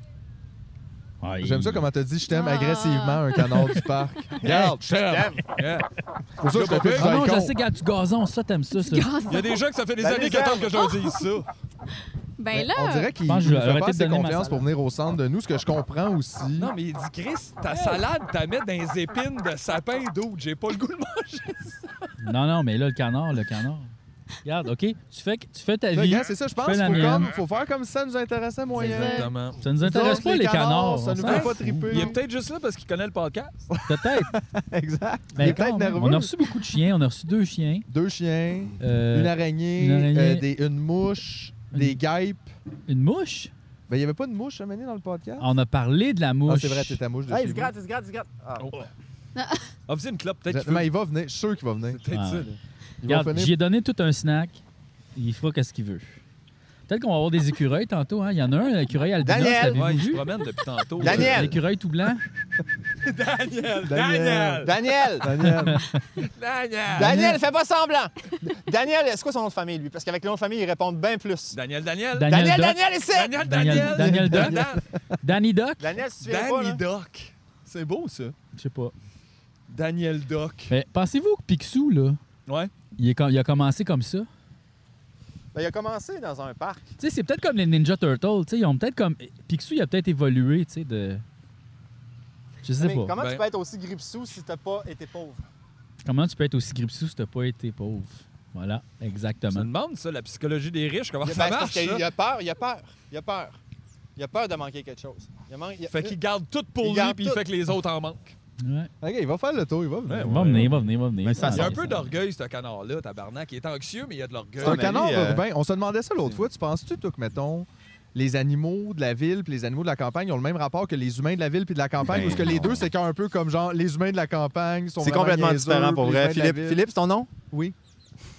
S1: Ah, il-
S5: J'aime ça comment t'as dit je t'aime
S2: Ah.
S5: agressivement un canard du parc.
S6: Regarde, je
S4: [LAUGHS]
S6: t'aime. Yeah.
S5: C'est pour ça que je t'appelle
S1: Ah non, je
S5: Zycon.
S1: sais, regarde, du gazon, ça, t'aimes ça, ça.
S2: Grâce.
S6: Il y a des gens que ça fait des
S3: Ben,
S6: années
S3: les
S6: qu'ils attendent que je leur dise ça.
S2: Ben là,
S5: On dirait qu'il
S1: Je pense que
S5: nous
S1: je vais
S5: fait
S1: arrêter
S5: pas
S1: de
S5: assez
S1: donner ma Ah
S5: confiance pour
S1: salade.
S5: venir au centre de nous, ce que je comprends aussi.
S4: Non, mais il dit, Chris, ta salade, t'as mis dans les épines de sapin d'eau. J'ai pas le goût de manger ça.
S1: Non, non, mais là, le canard, le canard. Regarde, OK, tu fais, que- tu fais ta
S5: Fait que,
S1: vie.
S5: hein, c'est ça, je pense
S1: fais
S5: qu'il
S1: la
S5: faut,
S1: mienne.
S5: comme- faut faire comme ça nous intéressait moyen.
S2: ça.
S6: Exactement.
S1: Ça nous intéresse
S5: Nous
S1: pas,
S5: autres,
S1: les canards.
S5: ça
S1: on
S5: nous
S1: s'en
S5: fait
S1: fout.
S5: pas triper.
S6: Il est peut-être juste là parce qu'il connaît le podcast.
S1: Peut-être.
S5: Exact.
S1: Ben,
S5: il est peut-être
S1: quand même,
S5: nerveux.
S1: on a reçu beaucoup de chiens. On a reçu deux chiens.
S5: Deux chiens,
S1: Euh,
S5: une araignée,
S1: une araignée.
S5: euh, des- une mouche, des guêpes.
S1: une mouche.
S5: Ben, il n'y avait pas de mouche à mener dans le podcast.
S1: On a parlé de la Ah, mouche.
S5: Ah, c'est vrai, c'est ta mouche de
S3: Hey,
S5: chez
S3: il se
S5: vous.
S3: gratte, il se gratte, il se gratte. Ah.
S6: Ah, vous une clope, peut-être qu'il
S5: Mais
S6: veut.
S5: il va venir, je suis sûr qu'il va venir.
S6: C'est peut-être
S1: Ouais.
S6: ça. là.
S5: Il va
S1: Regarde,
S5: venir.
S1: j'y ai donné tout un snack. Il fera qu'est-ce qu'il veut. Peut-être qu'on va avoir des écureuils tantôt. Hein. Il y en a un, l'écureuil albinos,
S3: Daniel!
S1: l'avez-vous
S6: Ouais, il se
S1: vu?
S6: promène depuis tantôt.
S3: Daniel!
S1: L'écureuil tout
S5: [LAUGHS]
S1: blanc.
S5: Daniel!
S6: Daniel!
S3: Daniel!
S5: Daniel,
S4: Daniel!
S3: [LAUGHS] Daniel, fais pas semblant! Daniel, c'est quoi son nom de famille, lui? Parce qu'avec le nom de famille, ils répondent bien plus.
S6: Daniel, Daniel!
S1: Dan-
S3: Daniel,
S1: Doc.
S3: Daniel, ici!
S6: Daniel,
S1: Daniel-
S6: Daniel!
S1: Daniel Doc.
S6: Daniel-
S1: Danny Doc?
S3: Daniel, si tu viens pas,
S6: Danny
S3: là.
S6: Doc! C'est beau, ça.
S1: Je sais pas.
S6: Daniel Doc.
S1: Mais pensez-vous que Picsou, là,
S6: Ouais.
S1: il, est com- il a commencé comme ça?
S3: Ben, il a commencé dans un parc.
S1: Tu sais, c'est peut-être comme les Ninja Turtles. Tu sais, ils ont peut-être comme... Picsou, il a peut-être évolué, tu sais, de... Je sais
S3: Mais
S1: pas.
S3: comment
S6: Ben-
S3: tu peux être aussi gripsou si t'as pas été pauvre?
S5: Ah,
S1: Comment tu peux être aussi gripsou si t'as pas été pauvre? Voilà,
S6: Ça me
S1: exactement.
S6: demande, ça, la psychologie des riches, comment
S3: Ben,
S6: ça
S3: c'est parce
S6: marche,
S3: qu'il
S6: ça?
S3: a peur, il a peur, il a peur. Il a peur de manquer quelque chose. Il a man- il a-
S6: Fait qu'il garde tout
S3: Il
S6: pour lui,
S3: garde
S6: puis il
S3: tout.
S6: fait que les autres en manquent.
S1: Ouais.
S5: [LAUGHS] Ok, il va faire le tour, il va venir.
S1: Il va venir, il va venir, il va venir.
S3: Mais
S1: Ah,
S3: Ah, ça,
S1: s'en
S6: Il y a un
S1: vient,
S6: peu
S1: s'en vient.
S6: d'orgueil, ce canard-là, tabarnak. Il est anxieux, mais il y a de l'orgueil.
S5: C'est un
S3: mais
S5: canard
S3: lui, euh,
S5: urbain. On se demandait ça l'autre fois. Tu penses-tu, toi, que, mettons, les animaux de la ville puis les animaux de la campagne ont le même rapport que les humains de la ville puis de la campagne?
S3: Ben
S5: parce que les
S3: non.
S5: deux, c'est un peu comme genre, les humains de la campagne sont
S3: C'est
S5: vraiment
S3: complètement
S5: niaiseux,
S3: différent pour
S5: puis les
S3: vrai.
S5: humains de la
S3: Philippe,
S5: ville-
S3: Philippe, c'est ton nom?
S5: Oui.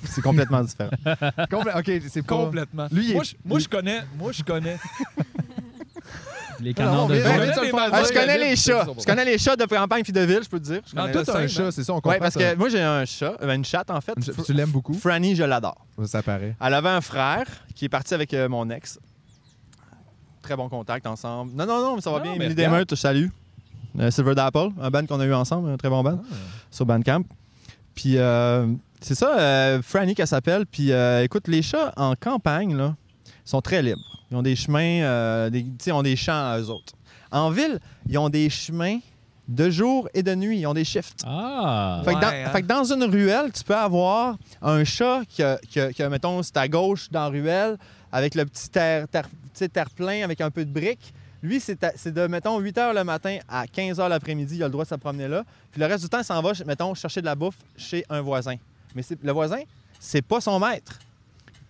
S3: C'est complètement différent.
S5: Compl- OK, c'est pas...
S6: Complètement.
S5: Lui, il est-
S6: moi, je, moi, je connais. Moi, je connais.
S1: Les
S5: Non, non,
S1: canards de
S5: mais-
S1: Doc.
S5: mais-
S6: des
S5: Ah,
S3: Ah,
S6: malins,
S3: je connais
S6: Philippe,
S3: les
S6: c'est
S3: chats.
S6: ça, pour
S3: Je connais les chats de campagne puis de ville, je peux te dire. Je
S6: Non,
S3: connais-
S6: toi,
S5: Toi, t'as un
S6: Scène, hein?
S5: chat, c'est ça, on
S3: [LAUGHS]
S5: comprend.
S3: Ouais, parce
S5: t'as-
S3: que moi, j'ai un chat, euh, une chatte en fait.
S5: Une chatte, Tu l'aimes beaucoup?
S3: Franny, je l'adore.
S5: Ça paraît.
S3: Elle avait un frère qui est parti avec euh, mon ex. Très bon contact ensemble. Non, non, non, mais ça va
S6: Non,
S3: bien.
S6: mais
S3: Emily
S6: regarde.
S3: Demeut, je te salue. Euh, Silver Apple, un band qu'on a eu ensemble, un très bon band
S6: Ah.
S3: sur Bandcamp. Puis euh, c'est ça, euh, Franny qu'elle s'appelle. Puis euh, écoute, les chats en campagne, là, sont très libres. Ils ont des chemins, euh, des, tu sais, ils ont des champs à eux autres. En ville, ils ont des chemins de jour et de nuit. Ils ont des shifts.
S1: Ah!
S3: Fait que, dans,
S6: Ouais, hein.
S3: fait que dans une ruelle, tu peux avoir un chat qui, a- qui a- qui a, mettons, c'est à gauche dans la ruelle, avec le petit terre, terre- tu sais, terre-plein, avec un peu de briques. Lui, c'est à- c'est de, mettons, 8 h le matin à 15 h l'après-midi, il a le droit de se promener là. Puis le reste du temps, il s'en va, mettons, chercher de la bouffe chez un voisin. Mais c'est- le voisin, c'est pas son maître.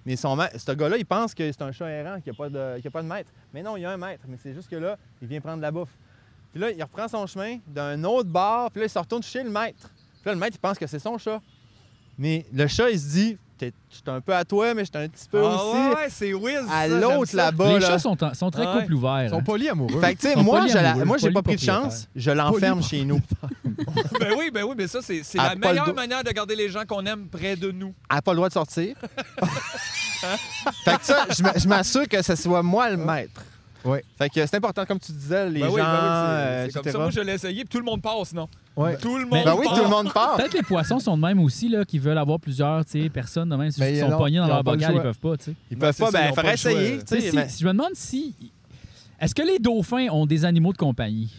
S3: Mais son maître, ce gars-là, il pense que c'est un chat errant, qu'il n'y a, pas de- qu'il y a pas de maître. Mais non, il y a un maître. Mais c'est juste que là, il vient prendre de la bouffe. Puis là, il reprend son chemin d'un autre bar, puis là, il se retourne chez le maître. Puis là, le maître, il pense que c'est son chat. Mais le chat, il se dit, je suis un peu à [LAUGHS] toi, mais je suis un petit peu
S6: Ah,
S3: aussi
S6: ouais, ouais, c'est Wiz.
S3: à
S6: ça, j'aime
S3: l'autre
S6: ça.
S3: là-bas.
S1: les
S3: là.
S1: chats sont, en- sont très
S6: Ah ouais.
S1: couple ouvert.
S5: Ils sont
S1: hein.
S5: polyamoureux.
S3: Fait que, tu sais,
S1: sont
S3: moi, je la-
S1: polyamoureux,
S3: moi, j'ai pas pris de
S1: polypropriétaires.
S3: chance, je l'enferme chez nous.
S6: Ben oui, ben oui, mais ça, c'est c'est
S3: À
S6: la
S3: Paul
S6: meilleure
S3: Do-
S6: manière de garder les gens qu'on aime près de nous.
S3: Elle n'a pas le droit de sortir. [LAUGHS] fait que ça, je m'a- je m'assure que ce soit moi le maître.
S5: Ouais.
S3: Fait que c'est important, comme tu disais, les
S6: Ben
S3: gens,
S6: oui, ben oui,
S3: euh,
S6: c'est- c'est comme
S3: etc.
S6: ça. Moi, je l'ai essayé, puis tout le monde passe, non?
S5: Ouais.
S6: Tout le monde
S1: Mais-
S3: Ben oui,
S6: passe.
S3: tout le monde part.
S1: Peut-être les poissons sont de même aussi, là, qui veulent avoir plusieurs tu sais, personnes de même. Si
S5: Mais
S1: ils
S5: ils
S1: sont
S5: ont-
S1: pognés dans
S5: ils
S1: leur
S5: ont pas le
S1: bocal, ils
S5: choix.
S1: peuvent pas. tu sais.
S3: Ils
S6: Non,
S3: peuvent
S6: c'est
S3: pas,
S6: ça, ils
S3: ben,
S6: ont
S3: il faudrait
S6: pas le choix.
S3: essayer. tu
S1: Tu sais,
S3: sais,
S1: si,
S3: mais-
S1: si je me demande si. Est-ce que les dauphins ont des animaux de compagnie?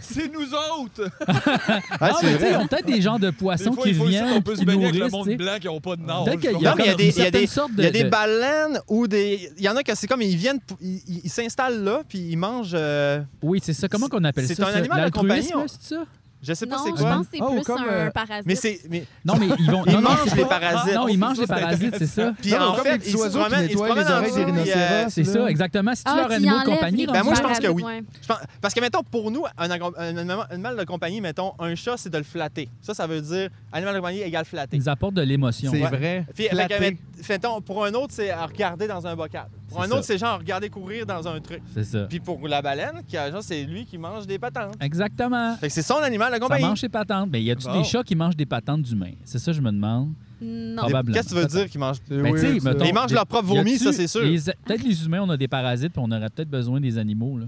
S6: C'est nous autres!
S3: Ah,
S1: non,
S3: c'est
S1: mais tu sais,
S3: vrai.
S1: ils ont peut-être des genres de
S6: Des
S1: poissons
S6: fois,
S1: qui
S6: il faut juste
S1: viennent,
S6: qu'on peut se
S1: qui
S6: baigner avec le
S1: nourrissent.
S6: monde
S1: tu sais.
S6: blanc qui n'ont pas de nage.
S1: Peut-être qu'il y
S3: Non, mais
S1: a,
S3: il y a
S1: comme
S3: des-
S1: une
S3: il y a
S1: certaine
S3: des-
S1: sorte de.
S3: Il y a des
S1: de-
S3: baleines ou des. Il y en a que c'est comme ils viennent, p- ils ils- ils s'installent là puis ils mangent. euh,
S1: Oui, c'est ça. Comment qu'on appelle ça?
S3: C'est un
S1: ça?
S3: animal de compagnie,
S1: L'altruisme,
S3: on-
S1: c'est ça?
S3: Je sais pas
S2: non,
S3: c'est
S2: je
S3: quoi.
S2: pense que c'est
S5: Oh,
S2: plus
S5: comme,
S2: un
S5: euh,
S2: parasite.
S3: Mais c'est. mais-
S1: Non, mais ils vont.
S3: Ils
S1: non, non,
S3: mangent
S1: c'est
S3: les
S1: pas-
S3: parasites.
S1: Ah,
S6: Ah,
S1: Non, ils mangent
S4: Ça,
S1: les
S4: c'est
S1: parasites,
S3: [LAUGHS]
S1: c'est ça.
S3: Puis
S5: Non, mais
S3: en
S5: comme les
S3: fait,
S5: petits
S3: ils se
S5: oiseaux qui
S3: promènent, ils se
S5: nettoient les
S3: promènent en
S5: oreilles des
S3: ville, puis, euh,
S5: rhinocéros.
S1: C'est ça, exactement. Si tu
S2: ah,
S1: leur animaux de compagnie,
S3: Ben, moi, je pense
S1: rendu-
S3: que oui. Je pense- parce que, mettons, pour nous, un, agro- un animal- un animal de compagnie, mettons, un chat, c'est de le flatter. Ça, ça veut dire animal de compagnie égale flatter.
S1: ils nous apportent de l'émotion.
S5: C'est
S1: Ouais.
S5: vrai.
S3: Puis, fait que,
S5: Flatter.
S3: met- mettons, pour un autre, c'est à regarder dans un bocal. Pour
S1: C'est
S3: un
S1: ça.
S3: autre, c'est genre regarder courir dans un truc.
S1: C'est ça.
S3: Puis pour la baleine, qui a- genre, c'est lui qui mange des patentes.
S1: Exactement.
S3: Fait que c'est son animal de
S1: Ça
S3: compagnie.
S1: mange des patentes. Mais y a-tu
S4: Bon.
S1: des chats qui mangent des patentes d'humains? C'est ça, je me demande.
S2: Non.
S1: Ah, probablement.
S3: Qu'est-ce que tu veux dire qu'il mange?
S1: Ben, tu sais,
S5: weird, ça.
S1: mettons,
S3: Ils mangent leur propre vomi,
S1: y a-tu
S3: ça, c'est sûr.
S1: les- Peut-être les humains, on a des parasites, puis on aurait peut-être besoin des animaux. Là.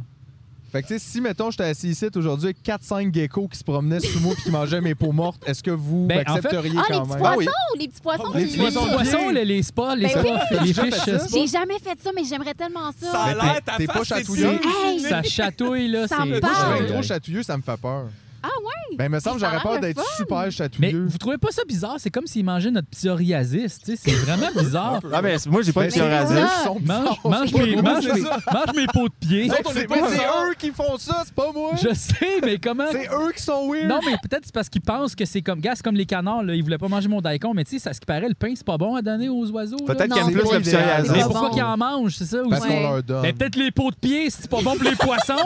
S5: Fait que, tu sais, si, mettons, j'étais assis ici aujourd'hui avec 4-5 geckos qui se promenaient sous moi et qui mangeaient mes peaux mortes, est-ce que vous
S1: Ben, en fait-
S5: accepteriez
S8: Ah, les
S5: quand
S8: petits
S5: même?
S8: poissons!
S4: Oh,
S3: oui.
S8: Les petits poissons!
S5: Les
S8: qui-
S1: Les
S5: poissons
S1: poissons, les, les spas, les,
S8: Ben oui.
S1: spas, les fiches, euh, spas,
S8: J'ai jamais fait ça, mais j'aimerais tellement
S4: Ça
S8: ça.
S4: a
S5: Ben,
S4: l'air
S5: t'es-
S4: ta
S5: t'es pas
S4: face, c'est
S5: chatouilleux.
S8: Hey!
S1: ça chatouille, là.
S8: Ça
S1: c'est-
S8: me
S5: Moi, je suis
S8: parle.
S5: bien trop chatouilleux, ça me fait peur.
S8: Ah
S5: ouais? Ben, il me semble que
S8: Ça a l'air
S5: j'aurais peur
S8: le
S5: d'être
S8: fun.
S5: super
S1: Mais
S5: chatouilleux.
S1: vous trouvez pas ça bizarre? C'est comme s'ils mangeaient notre psoriasis, tu sais. C'est vraiment bizarre.
S3: Ah, mais moi, j'ai pas de
S5: Ben, c'est
S3: psoriasis.
S8: ça.
S5: eux qui sont
S1: Mange,
S5: bizarres.
S1: mange, mes,
S4: moi,
S1: mange,
S4: c'est
S1: mes,
S4: ça.
S1: mange mes pots de pied.
S4: Nous autres, on est
S5: C'est
S4: pas
S5: pas- c'est
S4: bizarres.
S5: eux qui font ça, c'est pas moi.
S1: Je sais, mais comment...
S5: C'est eux qui sont weird.
S1: Non, mais peut-être c'est parce qu'ils pensent que c'est comme... Gars, c'est comme les canards, là. Ils voulaient pas manger mon daicon, mais tu sais, ça ce qui paraît, le pain, c'est pas bon à donner aux oiseaux, là.
S3: Peut-être qu'il y a
S8: Non,
S3: plus
S8: c'est
S3: le
S8: pas idéal.
S3: psoriasis.
S8: C'est
S1: Mais
S8: pas
S1: pourquoi
S8: bon.
S1: qu'ils en mangent, c'est ça
S5: Parce
S1: aussi?
S8: Ouais.
S5: qu'on leur donne.
S1: Mais peut-être les pots de pied, c'est pas bon pour les poissons.
S3: Ouais,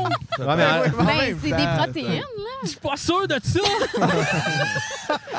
S3: mais, hein,
S2: Ben, c'est des protéines.
S1: Je suis pas sûr de ça.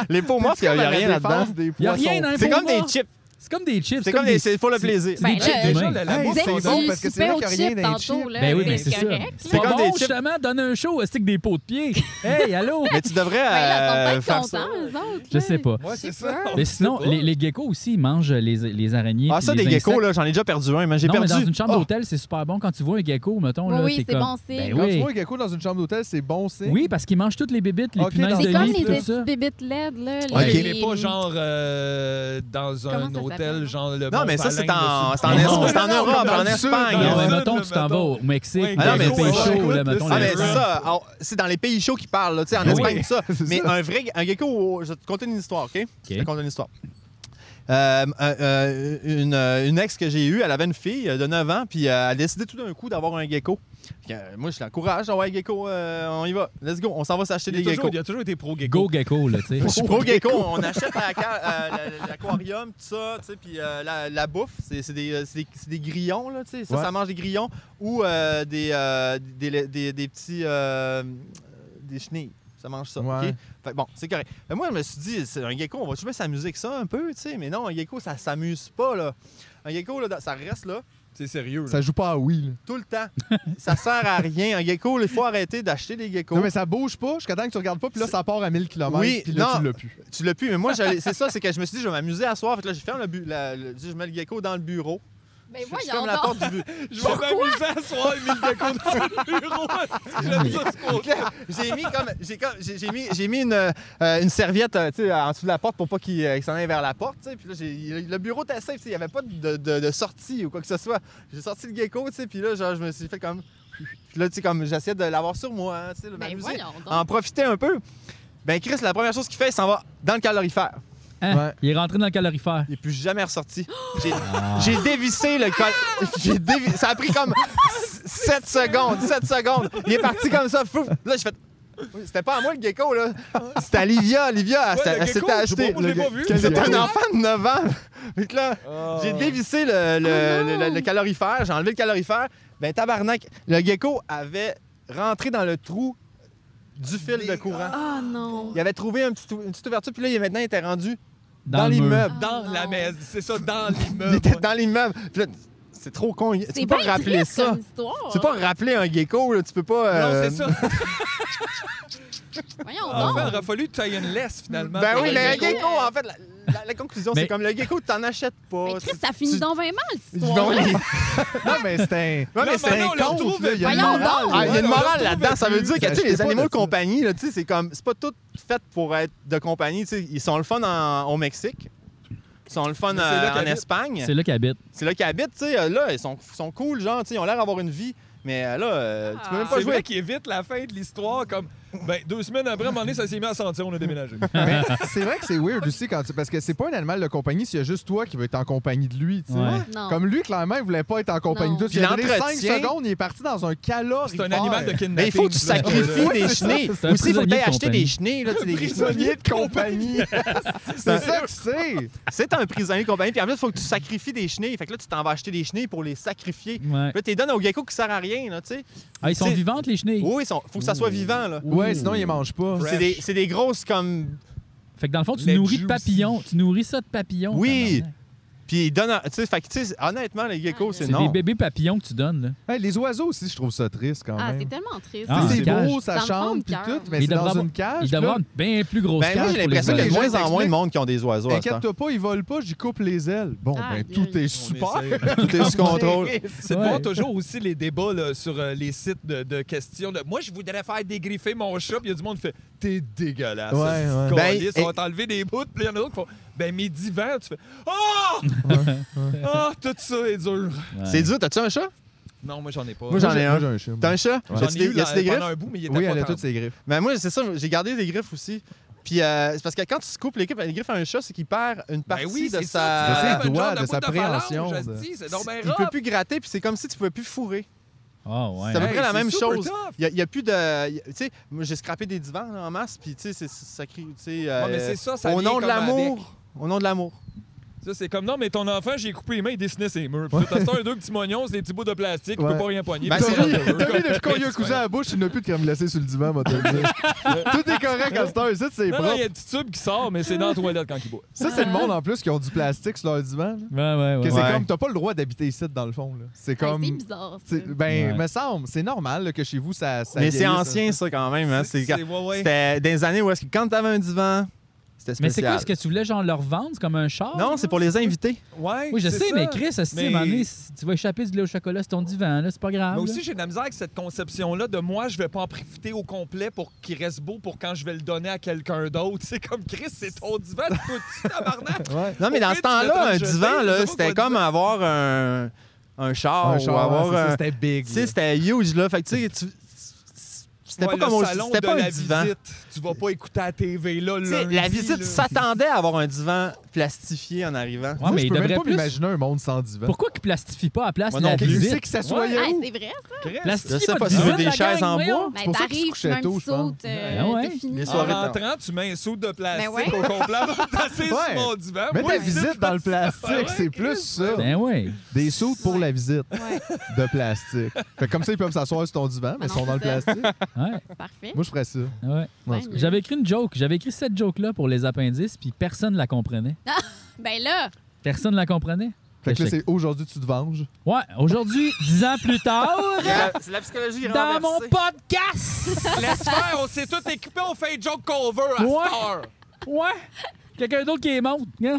S3: les peaux mortes, il n'y a rien là-dedans.
S1: Il y a rien dans les
S3: C'est
S1: pots
S3: comme
S1: morts.
S3: des chips.
S1: C'est comme des chips.
S3: C'est comme des. C'est pour le
S1: c'est-
S3: plaisir.
S1: C'est des
S2: Ben,
S1: chips
S2: là,
S4: déjà,
S1: d'humain.
S4: le- la
S5: Hey,
S4: bouffe,
S5: c'est
S4: c'est
S5: bon
S2: du
S5: parce que c'est
S2: souper
S5: là
S2: aux
S5: qu'il y a rien
S2: chips
S5: d'un
S2: tantôt,
S5: chip.
S2: là.
S1: Ben oui,
S2: C'est
S1: mais c'est ça.
S2: correct,
S1: C'est
S2: là.
S3: C'est
S1: pas
S3: comme
S1: bon,
S3: des chips.
S1: justement, donne un show, stick des pots de pied.
S3: [LAUGHS]
S1: Hey, allô?
S3: Mais tu devrais.
S2: Ben, là,
S3: euh,
S2: ils sont
S3: faire
S2: bien
S3: ça.
S2: contents, eux autres.
S1: Je
S2: là.
S1: sais pas.
S4: Ouais, c'est ça.
S1: Mais sinon, les, les geckos aussi, ils mangent les, les araignées.
S3: Ah,
S1: puis
S3: ça,
S1: les
S3: des geckos,
S1: insectes.
S3: là, j'en ai déjà perdu un, mais j'ai
S1: non,
S3: perdu.
S1: mais dans une chambre
S3: Oh!
S1: d'hôtel, c'est super bon. Quand tu vois un gecko, mettons, là,
S2: Oui,
S1: t'es
S2: c'est
S1: comme...
S2: bon
S1: Ben
S2: signe.
S5: Quand tu
S1: oui.
S5: vois un gecko dans une chambre d'hôtel, c'est bon signe.
S1: Oui, parce qu'ils mangent toutes les bébites, les
S5: Ok,
S1: punaises
S5: dans-
S1: de
S2: C'est comme
S1: lit,
S2: les
S1: tout ça.
S2: petites bébites LED, là.
S4: Ok,
S2: les-
S4: mais pas genre euh, dans un
S2: Comment
S4: hôtel,
S2: ça s'appelle?
S4: genre le
S3: Non, mais ça, c'est en, c'est en,
S1: Non,
S3: Es-
S1: non,
S3: c'est en
S4: non,
S3: Europe,
S4: non,
S3: en
S4: non,
S3: Espagne.
S1: Non, mais
S4: Ouais,
S1: mettons
S4: là,
S1: que tu t'en vas
S4: mettons.
S1: au Mexique,
S4: Ouais,
S1: dans
S3: non,
S1: les
S3: mais
S1: pays
S3: c'est-
S1: chauds, là,
S4: écoute,
S1: mettons.
S3: Ah,
S1: les-
S3: mais c'est ça. Alors, C'est dans les pays chauds qu'ils parlent, là, tu sais, en
S1: Oui.
S3: Espagne, tout ça. Mais
S5: ça.
S3: un vrai. Un gecko, je vais te conter une histoire, OK? Je vais te conter une histoire. Euh, euh, euh, une, euh, une ex que j'ai eue, elle avait une fille euh, de 9 ans, puis euh, elle a décidé tout d'un coup d'avoir un gecko. Puis, euh, moi, je l'encourage. Ah ouais, gecko, euh, on y va. Let's go. On s'en va s'acheter
S4: Il a
S3: des geckos.
S4: toujours- il a toujours été pro gecko.
S1: Go gecko, là, tu sais.
S3: Je suis pro gecko. On achète à la ca- à la- l'aquarium, tout ça, tu sais, puis euh, la, la bouffe, c'est c'est des, euh, c'est des- c'est des grillons, là, tu sais. Ça,
S5: Ouais.
S3: ça mange des grillons ou euh, des, euh, des, des, des petits... euh, des chenilles. Ça mange ça,
S5: Ouais.
S3: OK? Fait que bon, c'est correct. Mais moi, je me suis dit, c'est un gecko, on va toujours s'amuser avec ça un peu, tu sais. Mais non, un gecko, ça s'amuse pas, là. Un gecko, là, dans- ça reste là
S4: C'est sérieux. là.
S5: Ça joue pas à oui. là.
S3: tout le [LAUGHS] temps. ça sert à rien. Un gecko, il faut arrêter d'acheter des geckos.
S5: Non, mais ça bouge pas jusqu'à temps que tu regardes pas, puis là, ça part à 1000 km.
S3: Oui,
S5: puis là,
S3: non.
S5: tu l'as plus.
S3: Tu l'as pu, mais moi, j'allais- c'est ça, c'est que je me suis dit, je vais m'amuser à soir. Fait que là, je ferme le, bu- la- le- je mets le gecko dans le bureau.
S2: Ben
S3: Je- je
S2: voyons
S3: ferme la
S2: donc.
S3: porte du bureau.
S4: Je vais m'amuser à soir, mille geckos dans
S3: [LAUGHS]
S4: le bureau.
S3: Ah,
S4: J'aime ça, ce côté.
S3: J'ai mis comme, j'ai comme- j'ai- j'ai mis, j'ai mis une, euh, une serviette, euh, tu sais, en dessous de la porte pour pas qu'il euh, qu'il s'en aille vers la porte, tu sais. Puis là, j'ai- le bureau était safe, tu sais, il y avait pas de, de- de sortie ou quoi que ce soit. J'ai sorti le gecko, tu sais, puis là, genre, je me suis fait comme, puis là, tu sais, comme j'essayais de l'avoir sur moi, hein, tu sais, de
S2: Ben
S3: m'amuser.
S2: voyons donc.
S3: en profiter un peu. Ben Chris, la première chose qu'il fait, il s'en va dans le calorifère.
S1: Hein,
S5: Ouais.
S1: Il est rentré dans le calorifère.
S3: Il n'est plus jamais
S4: [GASPS]
S3: ressorti. J'ai,
S1: Ah.
S3: j'ai dévissé le col. J'ai dévi- Ça a pris comme 7 secondes. 7 secondes. Il est parti comme ça. Fou. Là, j'ai fait. Oui, C'était pas à moi le gecko, là. C'était à Livia. Livia, elle,
S4: Ouais,
S3: s'était-
S4: le
S3: elle
S4: gecko,
S3: s'était
S4: je sais
S3: acheté.
S4: pas, moi, je l'ai
S3: le
S4: pas
S3: ge-
S4: vu. Oh.
S3: C'était
S5: Gecko.
S3: un enfant de 9 ans. Fait que là, j'ai dévissé le, le-
S2: Oh non.
S3: le- le- le calorifère. J'ai enlevé le calorifère. Ben, tabarnak, le gecko avait rentré dans le trou du fil de courant.
S2: Ah non.
S3: Il avait trouvé un petit ou- une petite ouverture, puis là, il, maintenant, il était rendu dans,
S1: le mur.
S3: l'immeuble.
S4: Dans
S2: Ah,
S4: la
S2: non.
S4: maison. C'est ça, dans
S3: Il
S4: l'immeuble.
S3: était dans l'immeuble. Puis là, c'est trop con. Tu
S2: C'est
S3: peux pas
S2: bien
S3: rappeler
S2: triste
S3: ça.
S2: comme histoire.
S3: Tu peux pas rappeler un gecko, là. Tu peux pas.
S4: Non,
S3: euh,
S4: c'est ça.
S2: Voyons
S4: En
S2: donc.
S4: fait, il aurait fallu que tu ailles une laisse, finalement.
S3: Ben
S4: pour
S3: oui,
S4: le
S3: mais un
S2: gecko.
S3: gecko, en fait, la, la- la conclusion,
S1: Mais-
S3: c'est comme le gecko, t'en achètes pas.
S2: Mais Chris,
S3: Tu-
S2: ça finit
S3: tu-
S2: donc bien mal, cette
S3: Non,
S2: histoire.
S3: il-
S5: Non, mais
S3: [LAUGHS]
S5: c'est un.
S3: non,
S4: Non,
S3: mais c'est
S4: mais non,
S3: un
S4: là, on
S3: conte,
S4: trouve-
S3: là. Il y a une
S2: Voyons
S3: morale,
S2: donc.
S3: Ah, il y a une
S4: Ouais, on
S3: morale
S4: trouve
S3: là-dedans. Ça veut
S4: plus.
S3: dire que tu sais,
S5: Achetez
S3: les
S5: pas
S3: animaux de
S5: là-dessus.
S3: compagnie, là, tu sais, c'est comme. C'est pas tout fait pour être de compagnie. tu sais. Ils sont le fun en- au Mexique. Ils sont le fun
S4: Mais c'est là
S3: euh, en
S4: qu'habitent.
S3: Espagne.
S1: C'est là qu'il habite.
S3: C'est là qu'ils habitent, tu sais. euh, Là, ils sont, sont cool, genre, tu sais, ils ont l'air d'avoir une vie. Mais euh, là, euh, tu peux même pas
S4: Ah, C'est
S3: jouer
S4: vrai
S3: avec.
S4: qu'il évite la fin de l'histoire comme ben deux semaines après, à un moment donné, ça s'est mis à sentir, on a déménagé.
S5: Mais [LAUGHS] c'est vrai que c'est weird aussi quand tu- parce que c'est pas un animal de compagnie s'il y a juste toi qui veux être en compagnie de lui. tu sais.
S1: Ouais.
S8: Non.
S5: Comme lui, clairement, il voulait pas être en compagnie
S8: Non.
S5: de tous.
S3: Puis
S5: Il a donné 5
S3: l'entretien-
S5: secondes, il est parti dans un calorifère.
S4: C'est un animal de kidnapping.
S3: Mais il faut que tu
S4: tu vois.
S3: sacrifies des chenilles.
S1: C'est
S3: Aussi,
S1: un
S3: il faut que
S1: prisonnier
S3: t'ailles
S1: de
S3: acheter
S1: compagnie.
S3: des chenilles. Là, tu les-
S5: prisonnier de compagnie. c'est ça que c'est.
S3: [LAUGHS] C'est un prisonnier de compagnie. Puis en plus, il faut que tu sacrifies des chenilles. Fait que là, tu t'en vas acheter des chenilles pour les sacrifier. Puis
S1: Ouais.
S3: là, tu les donnes au gecko qui sert à rien, là, tu sais.
S1: Ah, ils sont
S3: C'est-
S1: vivantes, les chenilles?
S3: Oui, il faut que ça soit vivant, là.
S5: Ouais, sinon il mange pas.
S3: C'est des, c'est des grosses comme.
S1: Fait que dans le fond, tu
S4: Les
S1: nourris
S4: juicy.
S1: de papillons. Tu nourris ça de papillons.
S3: Oui.
S1: tabarnak.
S3: Puis ils donnent. à- Tu sais, fait que, tu sais, honnêtement, les geckos,
S2: Ah,
S3: c'est
S1: C'est
S3: non.
S1: des bébés papillons que tu donnes, là.
S5: Hey, les oiseaux aussi, je trouve ça triste quand
S2: Ah, c'est
S5: même.
S2: tellement triste.
S1: Ah,
S5: c'est
S1: c'est cage.
S5: beau, ça
S2: Ça me fend le
S5: chante puis
S2: cœur.
S5: tout, mais
S1: Mais
S5: c'est
S1: il devrait
S5: dans
S1: avoir-
S5: une cage.
S1: Ils doivent
S5: là.
S1: avoir une bien plus grosse
S3: Ben, moi,
S1: cage
S3: j'ai
S1: pour les
S3: l'impression qu'il y a de
S1: oiseaux.
S3: moins en moins de
S5: expliquent-
S3: monde qui ont des oiseaux à ce temps.
S5: Inquiète-toi pas, ils volent pas, j'y coupe les ailes. Bon,
S2: Ah,
S5: ben
S2: aïe,
S5: tout est
S2: aïe.
S5: super. [LAUGHS]
S3: Tout est sous contrôle.
S4: C'est de
S1: Ouais.
S4: voir toujours aussi les débats là, sur euh, les sites de, de questions. de, Moi, je voudrais faire dégriffer mon chat. Puis il y a du monde qui fait T'es dégueulasse.
S5: Ouais,
S4: ce
S5: ouais.
S4: petit
S3: Ben,
S4: calice,
S3: et-
S4: on va t'enlever des bouts. Puis il y en a d'autres qui font Ben, mes divans. Tu fais Ah [LAUGHS] Ah, tout ça est dur.
S1: Ouais.
S3: C'est dur. T'as-tu un chat?
S4: Non, moi, j'en ai pas.
S3: Moi, j'en ai un.
S5: J'ai un chien.
S3: T'as un chat?
S4: J'en
S3: As-tu
S4: ai
S3: des-
S4: eu
S3: y
S4: là,
S3: a-tu des griffes?
S4: pendant un bout, mais il était
S5: Oui,
S4: pas
S5: elle a
S4: tendre.
S5: toutes ses griffes.
S3: Ben moi, c'est ça, j'ai gardé des griffes aussi. Puis euh, c'est parce que quand tu coupes les griffes, les griffes à un chat, c'est qu'il perd une partie
S4: Ben oui,
S3: de
S4: c'est
S3: sa.
S4: ça, tu
S5: de ses
S4: lèves un
S5: doigts,
S4: genre
S5: de sa
S4: bout phalange,
S5: préhension,
S4: je
S5: de-
S4: te dis, C'est Ah, donc bien
S3: il peut
S4: rough.
S3: plus gratter, puis c'est comme si tu pouvais plus fourrer.
S1: Ah, ouais.
S3: C'est à peu
S4: Hey,
S3: près la
S4: c'est
S3: même
S4: super
S3: chose.
S4: tough.
S3: Il n'y a, plus de. y a- Tu sais, moi, j'ai scrappé des divans là, en masse, puis tu sais, c'est- ça crie. Tu sais, euh,
S4: Ouais, mais c'est ça, ça
S3: au
S4: vient
S3: nom de
S4: comme
S3: l'amour. Au nom de l'amour.
S4: Ça, c'est comme non, mais ton enfant, j'ai coupé les mains, il dessinait ses murs. Puis t'as acheté un deux petits moignons, c'est des petits bouts de plastique,
S5: Ouais.
S4: il peut pas rien poigner.
S3: Ben,
S4: Puis
S3: c'est
S4: t'as-
S5: Tommy,
S4: t'as- t'as-
S5: Tommy, depuis qu'on lui a un cousin à la bouche, il n'a plus de crème glacée sur le divan, moi, te le dire. Tout est correct à cette heure. Ça,
S4: Non, non, il
S5: c'est
S4: y
S5: propre.
S4: a un petit tube qui sort, mais c'est dans la toilette quand il boit.
S5: Ça, c'est le monde en plus qui ont du plastique sur leur divan. là.
S1: Ouais, ouais,
S5: Que
S1: ouais.
S5: c'est
S3: Ouais.
S5: comme, t'as pas le droit d'habiter ici, dans le fond. là. C'est
S2: Ah,
S5: comme.
S2: C'est bizarre. ça.
S5: c'est- Ben,
S1: Ouais.
S5: me semble, c'est normal là, que chez vous, ça. ça
S3: mais c'est
S5: vieillisse,
S3: ancien, ça, quand même. hein. C'est quand-
S4: ouais, ouais.
S3: C'était des années où est-ce que quand t'avais un divan, c'était
S1: Mais c'est
S3: spécial.
S1: quoi? Est-ce que tu voulais, genre, leur vendre C'est comme un char?
S3: Non, c'est pour les invités.
S4: Ouais,
S1: Oui, je
S4: c'est
S1: sais,
S4: ça.
S1: mais Chris, si
S4: Mais-
S1: tu vas échapper du lait au chocolat sur ton divan, là, c'est pas grave.
S4: Mais
S1: là.
S4: aussi, j'ai de la misère avec cette conception-là de moi, je vais pas en profiter au complet pour qu'il reste beau pour quand je vais le donner à quelqu'un d'autre. C'est comme Chris, c'est ton divan, tu peux-tu, [LAUGHS] tabarnak?
S5: là. Ouais.
S3: Non, mais
S4: Au
S3: dans ce
S4: pire, tu le
S3: temps-là, un
S4: jeter,
S3: divan,
S4: je sais
S3: là,
S4: pas
S3: c'était
S4: pourquoi
S3: comme
S4: tu
S3: avoir un, un char
S5: Un
S3: ou
S5: char,
S3: avoir
S5: ouais, c'est ça,
S3: un-
S5: c'était big.
S3: Tu sais,
S5: là.
S3: c'était huge, là. Fait que, tu sais, tu- c'était
S4: Ouais,
S3: pas comme
S4: le
S3: au
S4: salon
S3: C'était
S4: de
S3: pas
S4: la
S3: un divan.
S4: visite. Tu vas pas écouter à la TV, là,
S3: Tu sais,
S4: lundi,
S3: la visite, tu
S4: là.
S3: s'attendais à avoir un divan plastifié en arrivant.
S1: Ouais,
S5: Moi,
S1: mais
S5: je
S1: il
S5: peux même
S1: devrait
S5: pas
S1: plus.
S5: m'imaginer un monde sans divan.
S1: Pourquoi qu'ils plastifient pas à place
S3: Moi
S1: de la
S3: non plus.
S5: Qui c'est
S1: visite?
S5: qui s'assoyait
S2: Ah,
S5: où?
S2: c'est vrai, ça.
S4: Chris,
S3: Je sais
S1: Plastifie
S3: pas
S1: votre
S3: s'ils ont
S1: divan,
S3: des
S1: la
S3: chaises
S1: gang,
S3: en
S1: voyons.
S3: bois.
S5: pour ça
S2: Ben,
S5: qu'ils se
S2: t'arrives, tu mets
S5: couchaient
S2: un
S5: tôt,
S2: petit
S5: je pense.
S2: saut, euh,
S1: Ben ouais.
S2: c'est fini.
S3: Les soirées
S4: En
S3: de-
S4: rentrant, tu mets un saut de plastique
S2: Ben ouais.
S4: au complet avant de t'asseoir sur
S5: Ouais.
S4: mon divan.
S5: Mets
S4: Moi,
S5: ta
S4: je-
S5: visite dans le plastique, c'est plus ça.
S1: Ben oui.
S5: Des sautes pour la visite
S2: Ouais,
S5: de plastique. Fait que comme ça, ils peuvent s'asseoir sur ton divan, mais
S2: Ah
S5: ils
S2: non,
S5: sont dans le
S2: c'est
S5: plastique.
S1: Ouais,
S2: parfait.
S5: Moi, je ferais ça.
S1: ouais.
S5: Non,
S2: Ouais,
S5: c'est-
S2: mais-
S1: J'avais écrit une joke. J'avais écrit cette joke-là pour les appendices, puis personne ne la comprenait.
S2: Ben là,
S1: Personne ne la comprenait.
S5: Fait que là,
S1: Échec.
S5: c'est aujourd'hui, tu te venges.
S1: Ouais, aujourd'hui, dix ans plus tard,
S3: [LAUGHS] C'est la psychologie
S1: dans mon podcast! [LAUGHS]
S4: Laisse faire, on s'est tous équipés, on fait un joke cover à
S1: Ouais.
S4: Star.
S1: Ouais! Quelqu'un d'autre qui est mort. hein?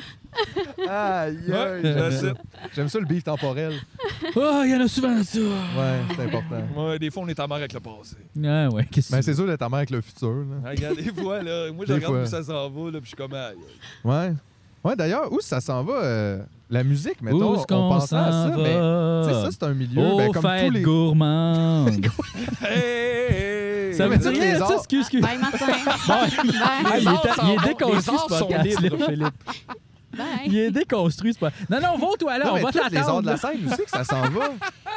S5: Aïe, aïe, j'aime ça. J'aime ça le beef temporel.
S1: Oh, il y en a souvent ça.
S5: Ouais, c'est important.
S4: Ouais, des fois, on est en mort avec le passé.
S1: Ouais, Ah ouais, qu'est-ce
S5: Mais
S1: que tu
S5: Ben, c'est sûr d'être ta mère avec le futur. là.
S4: Ah, Regarde, des fois, là, moi, je
S5: Des
S4: regarde
S5: fois.
S4: où ça s'en va, là, puis je suis comme... aïe.
S5: Ouais. Ouais, d'ailleurs, où ça s'en va, euh, la musique, mettons,
S1: Où est-ce qu'on
S5: on pensait à ça,
S1: s'en
S5: mais tu sais,
S1: va?
S5: ça, c'est un milieu, ben,
S1: Aux
S5: comme tous
S1: fêtes
S5: les... [LAUGHS]
S1: gourmandes.
S4: Hey, hey,
S1: Ça
S5: Non,
S1: veut
S5: mais
S1: dire
S5: tous les
S1: rien, ça?
S5: arts-
S1: Excuse, excuse. [LAUGHS]
S2: bye Martin.
S1: Bon,
S2: Bye.
S1: il est, il est
S4: Les arts
S1: déconstruit, ce
S4: sont
S1: podcast-là, Philippe.
S2: Bye.
S1: Il est déconstruit, c'est pas. Non, non, va au toilette,
S5: Non,
S1: on
S5: mais
S1: va
S5: toutes les arts
S1: t'attendre.
S5: de la scène, tu sais que ça s'en va.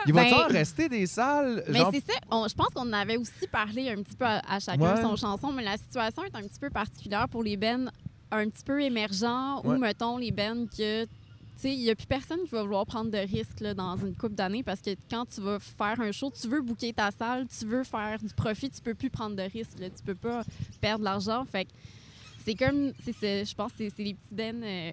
S5: Il va
S2: Ben-
S5: en rester des salles,
S2: Mais
S5: genre...
S2: c'est ça, on- je pense qu'on en avait aussi parlé un petit peu à, à chacun
S5: Ouais.
S2: son chanson, mais la situation est un petit peu particulière pour les bennes un petit peu émergents
S5: Ouais.
S2: ou, mettons, les bennes que, tu sais, il n'y a plus personne qui va vouloir prendre de risques là, dans une coupe d'années parce que quand tu vas faire un show, tu veux booker ta salle, tu veux faire du profit, tu peux plus prendre de risques, là, tu peux pas perdre de l'argent. Fait que c'est comme, c'est ça, je pense que c'est c'est les petits bennes euh,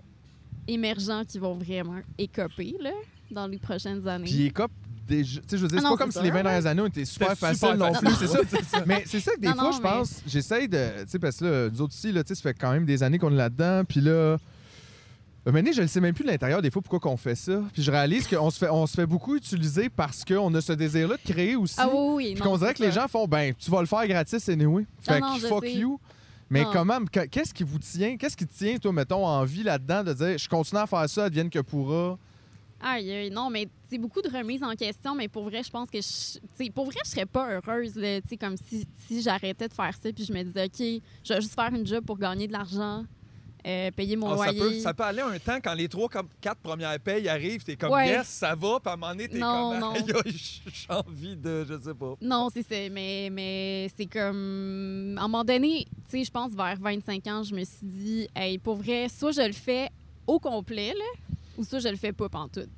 S2: émergents qui vont vraiment écoper là, dans les prochaines années.
S5: Puis les copes, déjà... tu sais, je veux dire,
S2: Ah
S5: c'est
S2: non,
S5: pas comme
S2: c'est
S5: si les
S2: sûr,
S5: 20 dernières années on était super
S4: C'était
S5: faciles
S4: super
S5: non
S4: facile.
S5: plus, c'est ça.
S2: [LAUGHS]
S5: Mais c'est ça que des
S2: Non,
S5: fois,
S2: non,
S5: je
S2: mais-
S5: pense, j'essaye de... Tu sais, parce que là, nous autres ici, là, tu sais, ça fait quand même des années qu'on est là-dedans, puis là... Euh, Maintenant, je ne sais même plus de l'intérieur des fois pourquoi qu'on fait ça. Puis je réalise qu'on se fait, on se fait beaucoup utiliser parce qu'on a ce désir-là de créer aussi.
S2: Ah oui, oui,
S5: Puis
S2: non,
S5: qu'on dirait que
S2: c'est
S5: les
S2: ça.
S5: gens font ben tu vas le faire gratis anyway. Fait
S2: non,
S5: que
S2: je
S5: fuck
S2: sais.
S5: you. Mais
S2: Non.
S5: comment que- qu'est-ce qui vous tient Qu'est-ce qui te tient toi mettons en vie là-dedans de dire je continue à faire ça advienne que pourra.
S2: Aïe, aïe, non, mais c'est beaucoup de remises en question, mais pour vrai, je pense que je, tu sais, pour vrai, je serais pas heureuse là, tu sais, comme si, si j'arrêtais de faire ça puis je me disais OK, je vais juste faire une job pour gagner de l'argent, euh, payer mon
S4: Ah, ça,
S2: loyer.
S4: peut, ça peut aller un temps quand les trois, comme quatre premières payes arrivent, t'es comme
S2: Ouais.
S4: yes, ça va, puis à un moment donné, t'es
S2: Non,
S4: comme
S2: non.
S4: aïe, aïe, j'ai envie de, je sais pas.
S2: Non, c'est ça. Mais, mais c'est comme. À un moment donné, tu sais, je pense vers 25 ans, je me suis dit, hey, pour vrai, soit je le fais au complet, là, ou soit je le fais pas pantoute.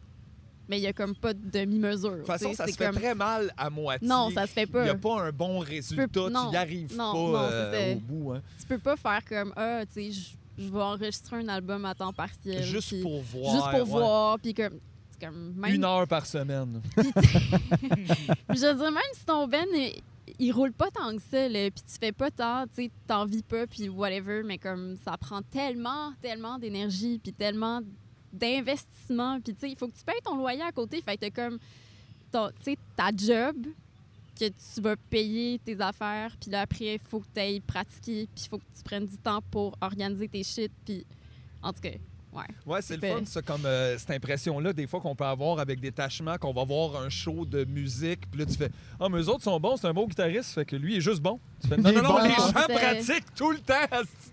S2: Mais il y a comme pas de demi-mesure.
S4: De toute façon, ça se fait
S2: comme...
S4: très mal à moitié.
S2: Non, ça se fait
S4: Il n'y
S2: pas.
S4: a pas un bon résultat,
S2: peux-
S4: tu
S2: non,
S4: n'y arrives
S2: non,
S4: pas
S2: non,
S4: euh,
S2: c'est ça.
S4: au bout. hein.
S2: Tu peux pas faire comme, ah, tu sais, je- je vais enregistrer un album à temps partiel.
S4: Juste
S2: puis-
S4: pour voir.
S2: Juste pour
S4: ouais.
S2: voir, puis comme. c'est comme même-
S4: Une heure par semaine.
S2: Puis je veux dire, même si ton ben, il, il roule pas tant que ça, là, puis tu fais pas tant, tu sais, t'en vis pas, puis whatever, mais comme ça prend tellement, tellement d'énergie, puis tellement d'investissement, puis tu sais, il faut que tu payes ton loyer à côté, fait que t'as comme, ton- tu sais, ta job, que tu vas payer tes affaires, puis là, après, il faut que tu ailles pratiquer, puis il faut que tu prennes du temps pour organiser tes shit, puis
S5: [LAUGHS]
S2: en tout cas,
S4: Ouais, c'est le
S2: Fait-
S4: fun, ça, comme euh, cette impression-là, des fois qu'on peut avoir avec des tâchements, qu'on va voir un show de musique, puis là, tu fais Ah, mais eux autres sont bons, c'est un beau guitariste, fait que lui, il est juste bon. Tu fais, non,
S5: Il est
S4: non, non,
S5: bon.
S4: les gens
S2: C'est-
S4: pratiquent tout le temps.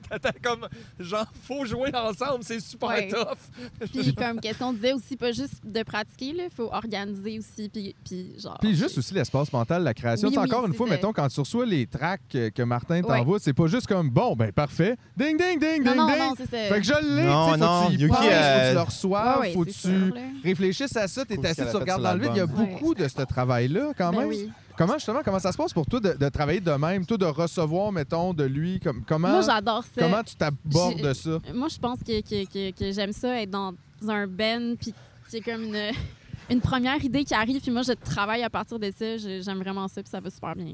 S4: T'attends comme Genre, faut jouer ensemble, c'est super
S2: Ouais.
S4: tough.
S2: puis comme qu'est-ce qu'on disait aussi, pas juste de pratiquer, il faut organiser aussi, puis puis genre...
S5: Puis juste aussi l'espace mental, la création.
S2: Oui,
S5: Tu sais,
S2: oui,
S5: encore une
S2: c'est
S5: fois,
S2: ça.
S5: mettons, quand tu reçois les tracks que que Martin
S2: Ouais.
S5: t'envoie, c'est pas juste comme bon, ben parfait. Ding, ding, ding,
S2: Non,
S5: ding,
S2: non,
S5: ding.
S2: non, c'est ça.
S5: Fait que je l'ai. tu sais,
S3: Non,
S5: faut
S3: non,
S5: que tu y
S3: Yuki,
S5: penses, faut que
S3: euh,
S5: tu le reçoives,
S2: Ouais, ouais,
S5: faut que
S2: c'est
S5: tu
S2: sûr, là.
S5: réfléchisses à ça, t'es
S3: Faut que
S5: assis,
S3: tu
S5: tu regardes dans le vide. Il y a
S3: l'album.
S2: Ouais.
S5: beaucoup de ce travail-là quand
S2: Ben
S5: même.
S2: oui.
S5: Comment justement, comment ça se passe pour toi de, de travailler de même, toi de recevoir, mettons, de lui, comme comment,
S2: Moi, j'adore ça.
S5: comment tu t'abordes
S2: J'ai-
S5: de ça?
S2: Moi, je pense que, que, que, que j'aime ça, être dans un ben, puis c'est comme une, [LAUGHS] une première idée qui arrive, puis moi, je travaille à partir de ça. Je- J'aime vraiment ça, puis ça va super bien.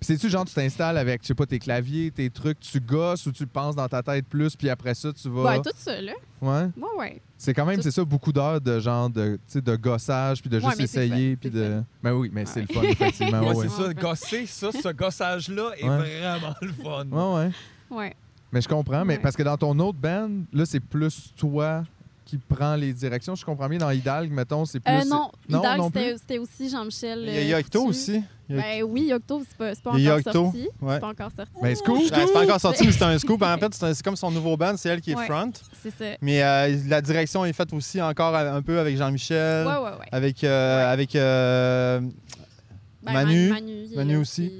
S5: Puis c'est-tu genre tu t'installes avec, je sais pas, tes claviers, tes trucs, tu gosses ou tu penses dans ta tête plus, puis après ça, tu
S3: Bah.
S5: vas.
S2: Ouais, tout ça, là.
S5: Ouais.
S2: Ouais, ouais.
S5: C'est quand même,
S2: Tout-
S5: c'est ça, beaucoup d'heures de genre de, tu sais, de gossage, puis de
S2: Ouais,
S5: juste
S2: mais c'est
S5: essayer,
S2: fun,
S5: puis
S2: c'est
S5: de.
S2: fun.
S5: Ben oui, mais c'est le fun, effectivement.
S4: Ouais,
S5: ouais, Ah ouais.
S4: c'est ça,
S2: [LAUGHS] Ouais.
S4: gosser, ça, ce gossage-là est
S5: Ouais.
S4: vraiment le fun.
S5: Ouais, ouais.
S2: Ouais.
S5: Mais je comprends, mais
S2: Ouais.
S5: parce que dans ton autre band, là, c'est plus toi qui prends les directions. Je comprends bien, dans Hidalgo, mettons, c'est plus.
S2: Euh, non,
S5: non,
S2: Hidalgo,
S5: non
S2: c'était-
S5: plus?
S2: c'était aussi Jean-Michel.
S3: Il y a
S2: euh,
S3: Yocto
S2: Coutu.
S3: aussi. Il y a-
S2: Ben oui, Yocto, c'est pas, c'est pas
S3: Il y a
S2: encore
S3: Yocto,
S2: sorti.
S3: ouais.
S2: C'est pas encore sorti,
S5: Mais c'est cool.
S3: Ben, c'est pas encore sorti, mais c'est un scoop. En fait, c'est un- c'est comme son nouveau band, c'est elle qui est
S2: Ouais.
S3: front.
S2: c'est ça. Ouais,
S3: Mais euh, la direction est faite aussi encore un peu avec Jean-Michel,
S2: ouais, ouais.
S3: avec, euh, avec euh,
S2: Ben,
S3: Manu,
S2: il est
S3: Manu
S2: là
S3: aussi.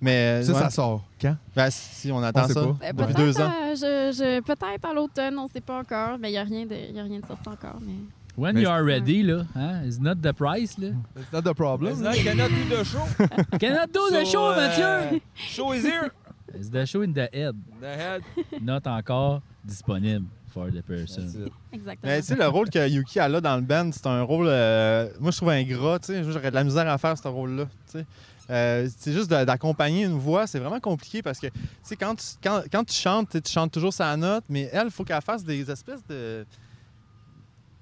S3: mais euh,
S5: Ça,
S3: ouais.
S5: ça sort quand?
S3: Ben, si on attend
S5: On sait
S3: ça
S5: pas.
S2: Ben,
S3: depuis
S2: peut-être,
S3: deux ans.
S2: euh, je- je- peut-être à l'automne, on sait pas encore, mais il n'y a, rien de- il y a rien de sorti encore. Mais...
S1: When
S5: Mais
S1: you are ready, là, hein, it's not the price,
S5: [LAUGHS]
S1: là.
S5: It's not the problem.
S4: Maintenant, il y en a plus de show.
S1: Cannot do the
S4: So,
S1: show,
S4: euh,
S1: Mathieu!
S4: Show is here.
S1: It's the show in the head,
S4: The head.
S1: not encore disponible for the person.
S2: Exactement.
S3: Mais tu sais, le rôle que Yuki elle a dans le band, c'est un rôle, euh, moi je trouve ingrat, tu sais, j'aurais de la misère à faire ce rôle-là, tu sais. Euh, c'est juste de- d'accompagner une voix, c'est vraiment compliqué parce que, tu sais, quand tu, quand, quand tu chantes, tu sais, tu chantes toujours sa note, mais elle, il faut qu'elle fasse des espèces de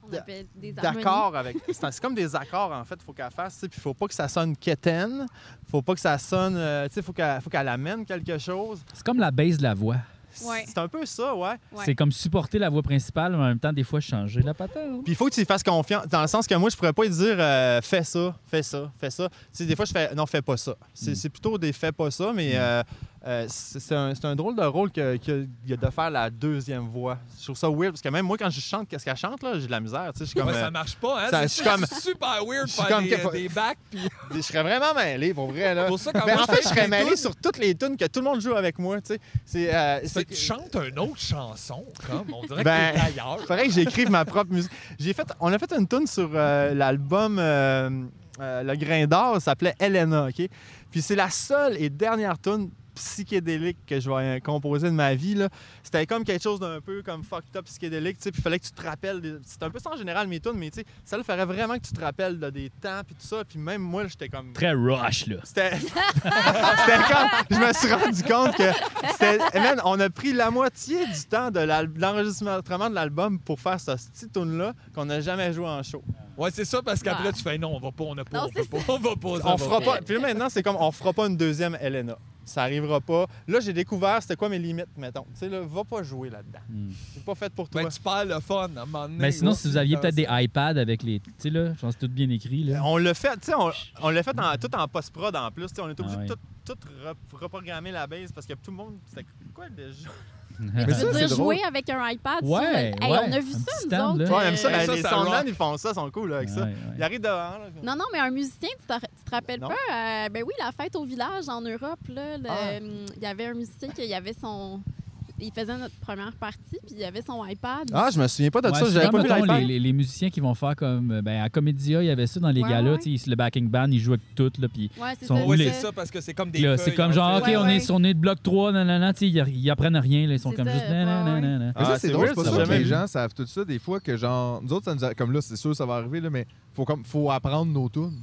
S2: On appelle des harmonies.
S3: d'accords avec. C'est c'est comme des accords, en fait, il faut qu'elle fasse, tu sais, puis faut pas que ça sonne quétaine, faut pas que ça sonne, euh, tu sais, faut qu'elle faut qu'elle amène quelque chose.
S1: C'est comme la base de la voix.
S3: C'est-
S2: Ouais.
S3: C'est un peu ça, ouais.
S2: Ouais.
S1: C'est comme supporter la voix principale, mais en même temps, des fois, changer la patente.
S3: Puis il faut que tu lui fasses confiance, dans le sens que moi, je pourrais pas lui dire euh, fais ça, fais ça, fais ça. Tu sais, des fois, je fais non, fais pas ça. C'est
S1: Mm.
S3: c'est plutôt des fais pas ça,
S4: Mm.
S3: mais euh, euh, c'est c'est un, c'est un drôle de rôle que, que- que de faire la deuxième voix. Je trouve ça weird, parce que même moi, quand je chante, qu'est-ce qu'elle chante, là, j'ai de la misère. Tu sais, je suis comme.
S4: Ouais, ça
S3: euh,
S4: marche pas, hein?
S3: ça-
S4: C'est-
S3: je suis comme-
S4: c'est [LAUGHS] super weird
S3: je suis
S4: faire
S3: comme
S4: des,
S3: que-
S4: des backs.
S3: [LAUGHS]
S4: puis-
S3: je serais vraiment mêlé, pour vrai, là.
S4: Pour ça, quand
S3: Ben,
S4: moi,
S3: en fait, je serais
S4: fais des
S3: mêlé
S4: tunes,
S3: sur toutes les tunes que tout le monde joue avec moi, tu sais. C'est. euh,
S4: C'est
S3: c'est-
S4: que tu chantes une autre chanson, comme. On dirait
S3: Ben,
S4: que t'es ailleurs.
S3: faudrait que j'écrive ma propre musique. J'ai fait, on a fait une tune sur euh, l'album euh, euh, Le Grain d'or, ça s'appelait Elena, ok. Puis c'est la seule et dernière tune psychédélique que je vais euh, composer de ma vie là. C'était comme quelque chose d'un peu comme fucked up psychédélique, tu sais. Puis fallait que tu te rappelles. des- C'est un peu ça en général mes tunes, mais tu sais, ça le ferait vraiment que tu te rappelles là, des temps puis tout ça. Puis même moi, j'étais comme
S1: Très rush, là.
S3: c'était. [LAUGHS] c'était comme. Je me suis rendu compte que. c'était- Man, on a pris la moitié du temps de l'al- de l'enregistrement de l'album pour faire ce petit tune-là qu'on n'a jamais joué en show.
S4: Ouais, c'est ça, parce qu'après,
S2: Ouais.
S4: tu fais non, on va pas, on n'a pas,
S2: Non,
S4: on peut
S2: c'est
S4: pas, on va pas. ça
S3: On
S4: va
S3: fera pas. Puis là, maintenant, c'est comme on fera pas une deuxième Elena. ça arrivera pas. Là, j'ai découvert c'était quoi mes limites, mettons. Tu sais, là, va pas jouer là-dedans.
S1: Hmm.
S3: C'est pas fait pour toi.
S4: Ben, tu perds le fun à un moment donné.
S1: Mais sinon,
S4: là.
S1: si vous aviez peut-être des iPads avec les. Tu sais, là, genre, c'est tout bien écrit, là.
S3: On l'a fait, tu sais, on, on l'a fait en- tout en post-prod en plus. Tu sais, on est obligé
S1: Ah ouais.
S3: de tout, tout re- reprogrammer la base parce que tout le monde. C'était quoi déjà?
S1: [LAUGHS]
S8: Mais tu
S5: ça,
S8: veux
S5: c'est
S8: dire
S5: drôle.
S8: jouer avec un iPad?
S1: Ouais,
S8: ça, là? Hey,
S1: ouais,
S8: on a vu ça,
S1: un petit
S8: nous
S1: stand,
S8: autres.
S1: là.
S3: Ouais, j'aime ça.
S4: Euh,
S3: ben,
S4: ça,
S3: les
S4: ça
S3: Sandman,
S4: rock.
S3: ils font ça, ils sont cool là, avec ça.
S1: Ouais, ouais.
S3: Ils arrivent devant. Là,
S8: Non, non, mais un musicien, tu te, tu te rappelles
S3: Non.
S8: pas? euh, ben oui, la fête au village en Europe, là, le-
S3: Ah.
S8: hum, il y avait un musicien qui il y avait son... Il faisait notre première partie, puis il y avait son iPad.
S3: Ah, je me souviens pas de
S1: Ouais,
S3: ça,
S1: c'est
S3: j'avais
S1: comme,
S3: pas vu
S1: mettons,
S3: l'iPad.
S1: les, les- les musiciens qui vont faire comme. euh, Ben, à Comédia, il y avait ça dans les
S8: Ouais,
S1: galas,
S8: ouais.
S1: tu sais, le backing band, ils jouent avec tout, là, puis.
S8: Ouais, c'est
S1: Son
S8: ça.
S4: Ouais,
S1: roulé. roulés.
S4: c'est ça, parce que c'est comme des.
S1: Là,
S4: feuilles,
S1: c'est comme
S4: en
S1: genre, OK,
S4: fait.
S1: on,
S8: Ouais,
S1: est,
S8: ouais.
S1: on est de bloc 3, nanana, tu sais, ils, ils apprennent rien, là, ils sont
S8: C'est
S1: comme
S8: ça,
S1: juste
S8: ouais,
S1: nanana.
S8: ouais.
S1: nanana.
S5: Mais
S3: Ah,
S5: ça, c'est
S3: c'est
S5: drôle,
S3: weird,
S5: c'est pour
S1: ça,
S5: ça que
S1: jamais
S5: les
S1: vu.
S5: gens savent tout ça des fois que genre. Nous autres, ça nous a- comme là, c'est sûr, ça va arriver, là, mais faut, comme, faut apprendre nos tunes.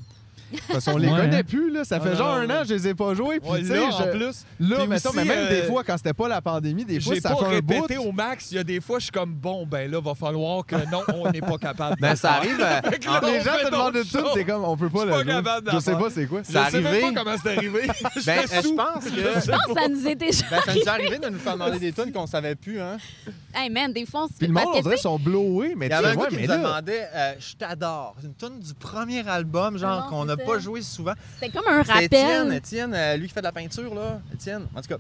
S5: Parce qu'on les
S1: Ouais,
S5: connaît
S1: hein.
S5: plus, là. Ça
S4: Ah,
S5: fait
S4: non,
S5: genre
S4: non,
S5: un
S4: non.
S5: an, je les ai pas joués. Puis,
S4: Ouais,
S5: tu sais,
S4: là, en
S5: je-
S4: plus,
S5: là,
S4: puis
S5: mettons,
S4: aussi,
S5: mais même des
S4: euh,
S5: fois, quand c'était pas la pandémie, des fois,
S4: J'ai
S5: ça
S4: pas
S5: fait un bout.
S4: répété au max. Il y a des fois, je suis comme, bon, ben là, va falloir que non, on n'est pas capable. de
S3: Ben,
S4: le
S3: ça
S4: faire.
S3: arrive. euh,
S4: [LAUGHS] Fait que là,
S5: Ah, Les
S4: on
S5: gens
S4: fait
S5: te demandent de
S4: d'autres
S5: tout, t'es
S4: choses.
S5: comme, on peut
S4: Je
S5: pas
S4: suis
S5: le
S4: pas
S5: jouer.
S4: capable d'en
S5: Je sais
S4: faire.
S5: pas c'est quoi.
S3: C'est
S4: Je sais
S3: arrivé.
S4: même pas comment c'est arrivé. [LAUGHS]
S3: Ben,
S4: J'étais
S3: euh, je
S4: sous.
S3: pense
S4: [LAUGHS]
S3: que.
S8: Je pense que ça nous est déjà...
S3: Ben, ça nous est arrivé de nous faire demander des tunes qu'on savait plus, hein.
S8: [LAUGHS] Hey man, des fois, on se
S5: Puis
S8: fait...
S5: le monde,
S8: Parce
S5: on
S8: que,
S5: dirait, sont blowés, mais
S3: Il
S5: tu
S3: y avait
S5: sais,
S3: un gars
S5: ouais,
S3: qui
S5: mais
S3: nous
S5: là.
S3: demandait euh, Je t'adore. C'est une tune du premier album,
S8: Ah
S3: genre,
S8: non,
S3: qu'on n'a
S8: c'est
S3: pas
S8: ça.
S3: joué souvent.
S8: c'était comme un
S3: C'est Étienne,
S8: rappel.
S3: Étienne, euh, lui qui fait de la peinture, là. Étienne, en tout cas.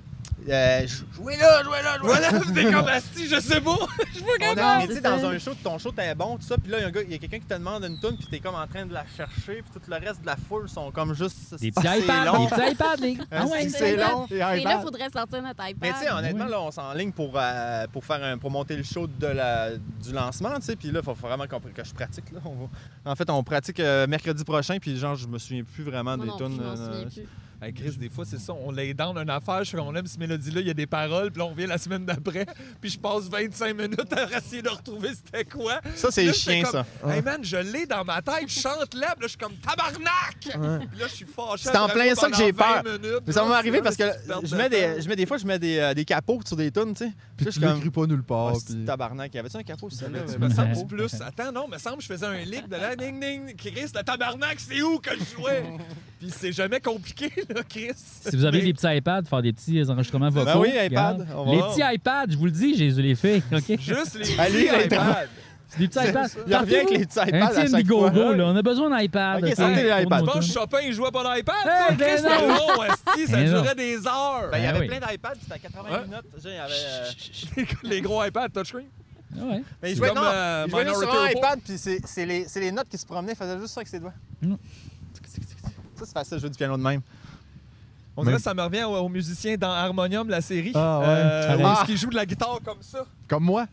S3: Euh, jou- jouez là, jouez là, jouez là.
S4: Voilà, c'était comme Asti, je sais pas. [LAUGHS]
S3: On a, mais
S8: c'est
S3: tu sais,
S8: ça.
S3: dans un show, ton show, t'es bon, tout ça. Puis là, il y a un gars- il y a, quelqu'un qui te demande une tune, puis t'es comme en train de la chercher, puis tout le reste de la foule sont comme juste.
S1: Des
S3: Ah, C'est
S1: petits iPads,
S3: long.
S1: des petits iPads, les gars. Ah
S3: Asti,
S1: ouais,
S3: c'est
S8: ça.
S3: long.
S8: Et là, il faudrait sortir notre iPad.
S3: Mais tu sais, honnêtement,
S1: Ouais.
S3: là, on s'enligne pour, euh, pour, faire un, pour monter le show de la, du lancement, tu sais. Puis là, il faut vraiment qu'on- que je pratique. Là. On va- En fait, on pratique euh, mercredi prochain, puis genre, je me souviens plus vraiment
S8: Moi
S3: des
S8: non plus,
S3: tunes.
S8: je m'en
S3: euh,
S8: souviens plus.
S4: Hey, Chris, des fois, c'est ça. On les dans une affaire. Je suis comme, on aime cette mélodie-là. Il y a des paroles. Puis là, on vient la semaine d'après. [LAUGHS] Puis je passe 25 minutes à essayer de retrouver c'était quoi.
S3: Ça, c'est
S4: Là, j'étais
S3: chiant,
S4: comme,
S3: ça.
S4: Hey man, je l'ai dans ma tête. Je chante là. Puis là, je suis comme tabarnak. Puis là, je suis fâché.
S3: C'est en
S4: après
S3: plein
S4: moi
S3: ça que
S4: pendant
S3: j'ai
S4: 20
S3: peur.
S4: minutes,
S3: Mais ça
S4: là,
S3: m'est arrivé
S4: c'est
S3: parce que
S4: une perte
S3: je
S4: de
S3: mets
S4: temps.
S3: des, je mets des fois, je mets des, euh, des capots sur des tunes, tu sais. Puis là, je
S5: Puis tu
S3: suis comme.
S5: l'écris pas nulle part.
S3: Ah, c'est
S5: puis-
S3: tabarnak, il y avait ça un capot, ça, là.
S4: Mais tu
S3: Ouais.
S4: me semble
S5: [LAUGHS]
S1: Ouais.
S4: plus. Attends, non, me semble que je faisais un lick de la ding ding. Chris, le tabarnak, c'est où que je
S5: [LAUGHS]
S4: jouais? Puis c'est jamais compliqué, là, Chris.
S1: Si vous avez
S4: Mais-
S1: des petits iPads, faire des petits euh, enregistrements vocaux.
S3: Ben oui,
S1: regarde.
S3: iPad, on va
S1: Les
S3: voir.
S1: petits iPads, je vous le dis, je les fais. OK? C'est
S4: Juste les
S3: Ah, lui,
S4: petits
S3: il est
S4: iPads.
S1: des petits iPads.
S3: Il revient avec les petits
S1: Un
S3: iPads à
S1: petit
S3: chaque
S1: Indiegogo,
S3: fois.
S1: là. On a besoin d'un iPad.
S3: Ok,
S1: OK,
S3: sortez les
S1: tourne
S3: iPads.
S1: autour.
S4: Tu penses que Chopin, il jouait pas dans l'iPad?
S1: Eh,
S4: toi, Chris,
S1: ben
S4: c'était
S1: non.
S4: long, esti, ça
S1: Ben non.
S4: durait des heures.
S3: Ben, il y
S1: Ben
S3: avait
S1: oui.
S3: plein d'iPads, c'était à 80
S4: Ouais.
S3: minutes. Genre, il y avait, euh,
S4: les gros iPads touchscreen.
S1: Ah ouais.
S3: Mais il
S4: C'est
S3: jouait,
S4: comme,
S3: non,
S4: euh,
S3: il jouait
S4: Minority
S3: sur un
S4: Report.
S3: iPad, puis c'est c'est les, c'est les notes qui se promenaient, il faisait juste ça avec ses doigts.
S1: Mm.
S3: Ça, c'est facile, jouer du piano de même.
S4: On dirait
S5: Mais-
S4: que ça me revient aux, aux musiciens dans Harmonium, la série.
S5: Ah, ouais.
S4: Euh, où
S1: Ah.
S4: est-ce qu'ils jouent de la guitare comme ça?
S5: Comme moi.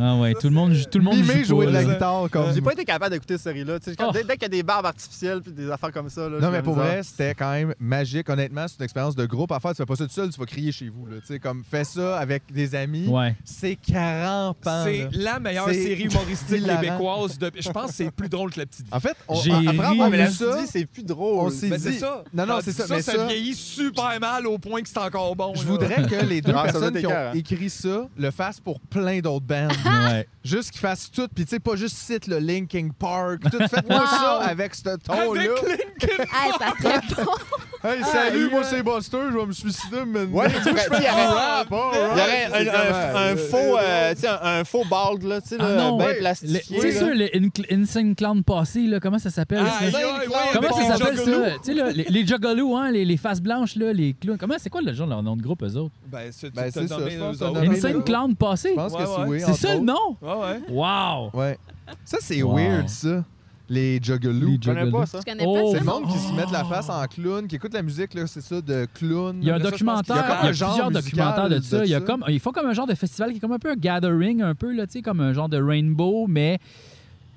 S1: Ah ouais, tout le monde, tout le monde
S5: Mimer
S1: joue
S5: jouer
S1: pas,
S5: de la
S1: là.
S5: guitare comme.
S3: J'ai pas été capable d'écouter cette série-là. tu sais, quand-
S1: Oh.
S3: Dès, dès qu'il y a des barbes artificielles puis des affaires comme ça. Là,
S5: Non,
S3: j'ai
S5: mais
S3: la
S5: pour
S3: misère.
S5: vrai, c'était quand même magique. Honnêtement, c'est une expérience de groupe à faire. Tu fais pas ça tout seul, tu vas crier chez vous. Là. Tu sais, Comme, fais ça avec des amis.
S1: Ouais.
S5: C'est 40 ans.
S4: C'est la meilleure
S5: C'est
S4: série humoristique
S5: hilarant.
S4: québécoise. De... Je pense que c'est plus drôle que la petite vie.
S5: En fait, on,
S1: J'ai ri.
S5: après avoir
S3: Ouais, mais là,
S5: vu
S3: tu
S5: ça,
S3: dis, c'est plus drôle.
S5: on s'est
S4: Ben,
S5: dit...
S4: c'est ça.
S5: Non, non,
S4: Tandis
S5: c'est ça.
S4: Ça,
S5: mais
S4: ça,
S5: ça,
S4: vieillit super mal au point que c'est encore bon.
S5: je
S4: là.
S5: voudrais
S3: [LAUGHS]
S5: que les deux
S3: Ah, ça doit
S5: personnes
S3: être
S5: qui
S3: écœurant.
S5: ont écrit ça le fassent pour plein d'autres bands.
S1: [LAUGHS] Ouais.
S5: Juste qu'ils fassent tout. Puis tu sais, pas juste cite le Linkin Park. Tout,
S3: [LAUGHS]
S5: faites-moi ça avec ce
S4: Avec
S5: ton-là.
S4: Linkin.
S8: [LAUGHS] Hey, ça
S3: [LAUGHS]
S8: serait bon.
S5: Hey, salut, moi c'est Buster, je vais me suicider maintenant.
S3: Ah, Ouais, tu pourrais- tu sais, il y avait-
S5: Ah, bon,
S3: il y
S5: right.
S3: aurait
S5: C'est
S3: un, un-
S5: dommage.
S3: un faux, euh, tu sais, un, un faux bald, là, tu sais,
S1: Ah
S3: là,
S1: non,
S5: Euh,
S3: bien
S1: ouais. Le-
S3: plastifié.
S1: C'est
S3: là.
S1: sûr, le In- Insane Clown passé, là, comment ça s'appelle?
S4: Ah,
S1: ça?
S4: aïe, aïe, aïe, ouais,
S1: Comment
S4: avec
S1: ça
S4: les
S1: s'appelle
S4: juggalos.
S1: ça? Tu sais, là, les, les juggalos, hein, les, les faces blanches, là, les clowns. Comment, c'est quoi le genre, leur nom de groupe, eux autres?
S4: Ben, c'est
S5: Ben,
S4: tu
S5: c'est
S4: t'as
S5: ça,
S4: nommé
S5: je
S4: eux
S5: pense que
S4: autres.
S5: t'as nommé
S1: Insane
S5: là.
S1: Clown passé?
S5: Je pense
S4: Ouais,
S5: que c'est
S4: ouais.
S5: oui.
S1: C'est
S5: entre
S1: ça le
S5: autres.
S1: nom?
S4: Ouais, ouais.
S1: Wow!
S5: Ouais. Ça, c'est
S1: Wow.
S5: weird, ça. Les juggalos.
S1: Les
S3: Je connais pas ça.
S8: Je connais
S1: Oh,
S8: pas
S5: C'est
S8: ça.
S5: le monde qui
S1: Oh.
S5: se met la face en clown, qui écoute la musique, là, c'est ça, de clown.
S1: Il y a un
S4: Mais ça, je pense qu'il
S1: documentaire,
S4: y a
S1: il y
S4: comme
S1: a,
S4: un
S5: genre
S1: plusieurs
S5: musical
S1: documentaires de
S5: de
S1: ça. Il y a
S5: ça.
S1: comme, ils font comme un genre de festival qui est comme un peu un gathering, un peu, là, tu sais, comme un genre de rainbow, mais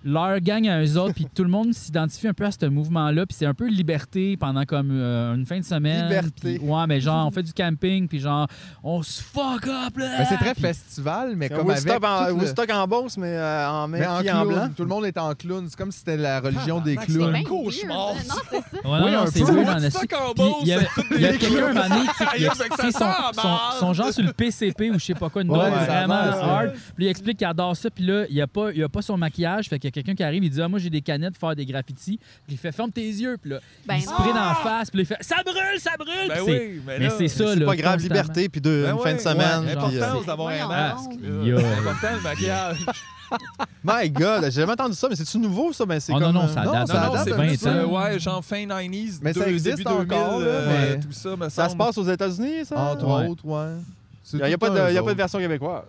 S1: leur gang à eux autres, puis tout le monde s'identifie un peu à ce mouvement-là, puis c'est un peu liberté pendant comme euh, une fin de semaine.
S3: Liberté.
S1: puis- ouais, mais genre, on fait du camping, puis genre, on se fuck up, là!
S5: Mais Ben, c'est très
S1: Puis-
S5: festival, mais
S3: C'est
S5: comme
S3: un
S5: avec.
S3: Woodstock en,
S5: tout le-
S3: Woodstock en bosse, mais euh, en,
S5: Mais en
S3: maquis, en
S5: clown.
S3: blanc.
S5: Tout le monde est en clown. C'est comme si c'était la
S1: Ah,
S5: religion des
S4: Tabarnak,
S8: C'est
S5: clowns.
S8: bien
S4: Cauchemar.
S8: weird. Non, c'est ça.
S1: Ouais, non,
S5: Oui,
S1: non,
S5: un
S1: c'est
S5: peu.
S1: weird en
S4: Woodstock
S1: esti.
S4: en
S1: Puis
S4: bosse,
S1: Il y avait,
S4: c'est toutes
S1: [LAUGHS] il y a
S4: des
S1: quelqu'un un moment donné, tu sais, il y a-
S4: Aïe, avec sa
S1: tu sais, son,
S4: sœur,
S1: son,
S4: man.
S1: son genre sur le PCP ou je sais pas quoi, une
S5: Ouais,
S1: drogue
S5: ça
S1: vraiment
S5: avance,
S1: hard. Puis il explique qu'il adore ça, puis là, il y a, pas- il y a pas son maquillage, fait que quelqu'un qui arrive, il dit Ah, moi, j'ai des canettes pour faire des graffitis. Puis il fait Ferme tes yeux. Puis là,
S8: Ben
S1: il se prend dans la face. Puis là, il fait Ça brûle, ça brûle.
S4: Ben
S1: Puis c'est-
S4: oui, mais
S1: Mais
S4: là,
S1: c'est ça,
S3: C'est
S1: là.
S3: pas grave,
S1: constamment.
S3: liberté, puis deux,
S4: Ben
S3: une
S4: ouais,
S3: fin de
S4: ouais,
S3: semaine.
S1: genre,
S3: puis, euh,
S4: L'importance d'avoir un
S8: Voyons
S4: masque.
S8: donc.
S4: là.
S1: Yo.
S4: L'important, le maquillage.
S3: My God, j'ai jamais entendu ça, mais c'est-tu nouveau, ça? Ben, c'est
S1: Oh, non,
S3: comme,
S1: non,
S3: euh,
S1: ça
S5: non,
S1: date.
S5: ça
S4: Non, non,
S5: date
S4: c'est
S5: un
S4: plus,
S1: 20 ans.
S4: euh, ouais, genre fin 90s,
S5: Mais ça
S4: deux-
S5: existe
S4: début 2000,
S5: encore, là,
S4: euh,
S5: mais-
S4: tout ça, me
S3: Ça se
S4: semble.
S3: passe aux États-Unis, ça?
S5: Entre
S1: Ouais.
S5: autres, Ah, ouais.
S3: Il n'y a, pas de- y a pas de version québécoise.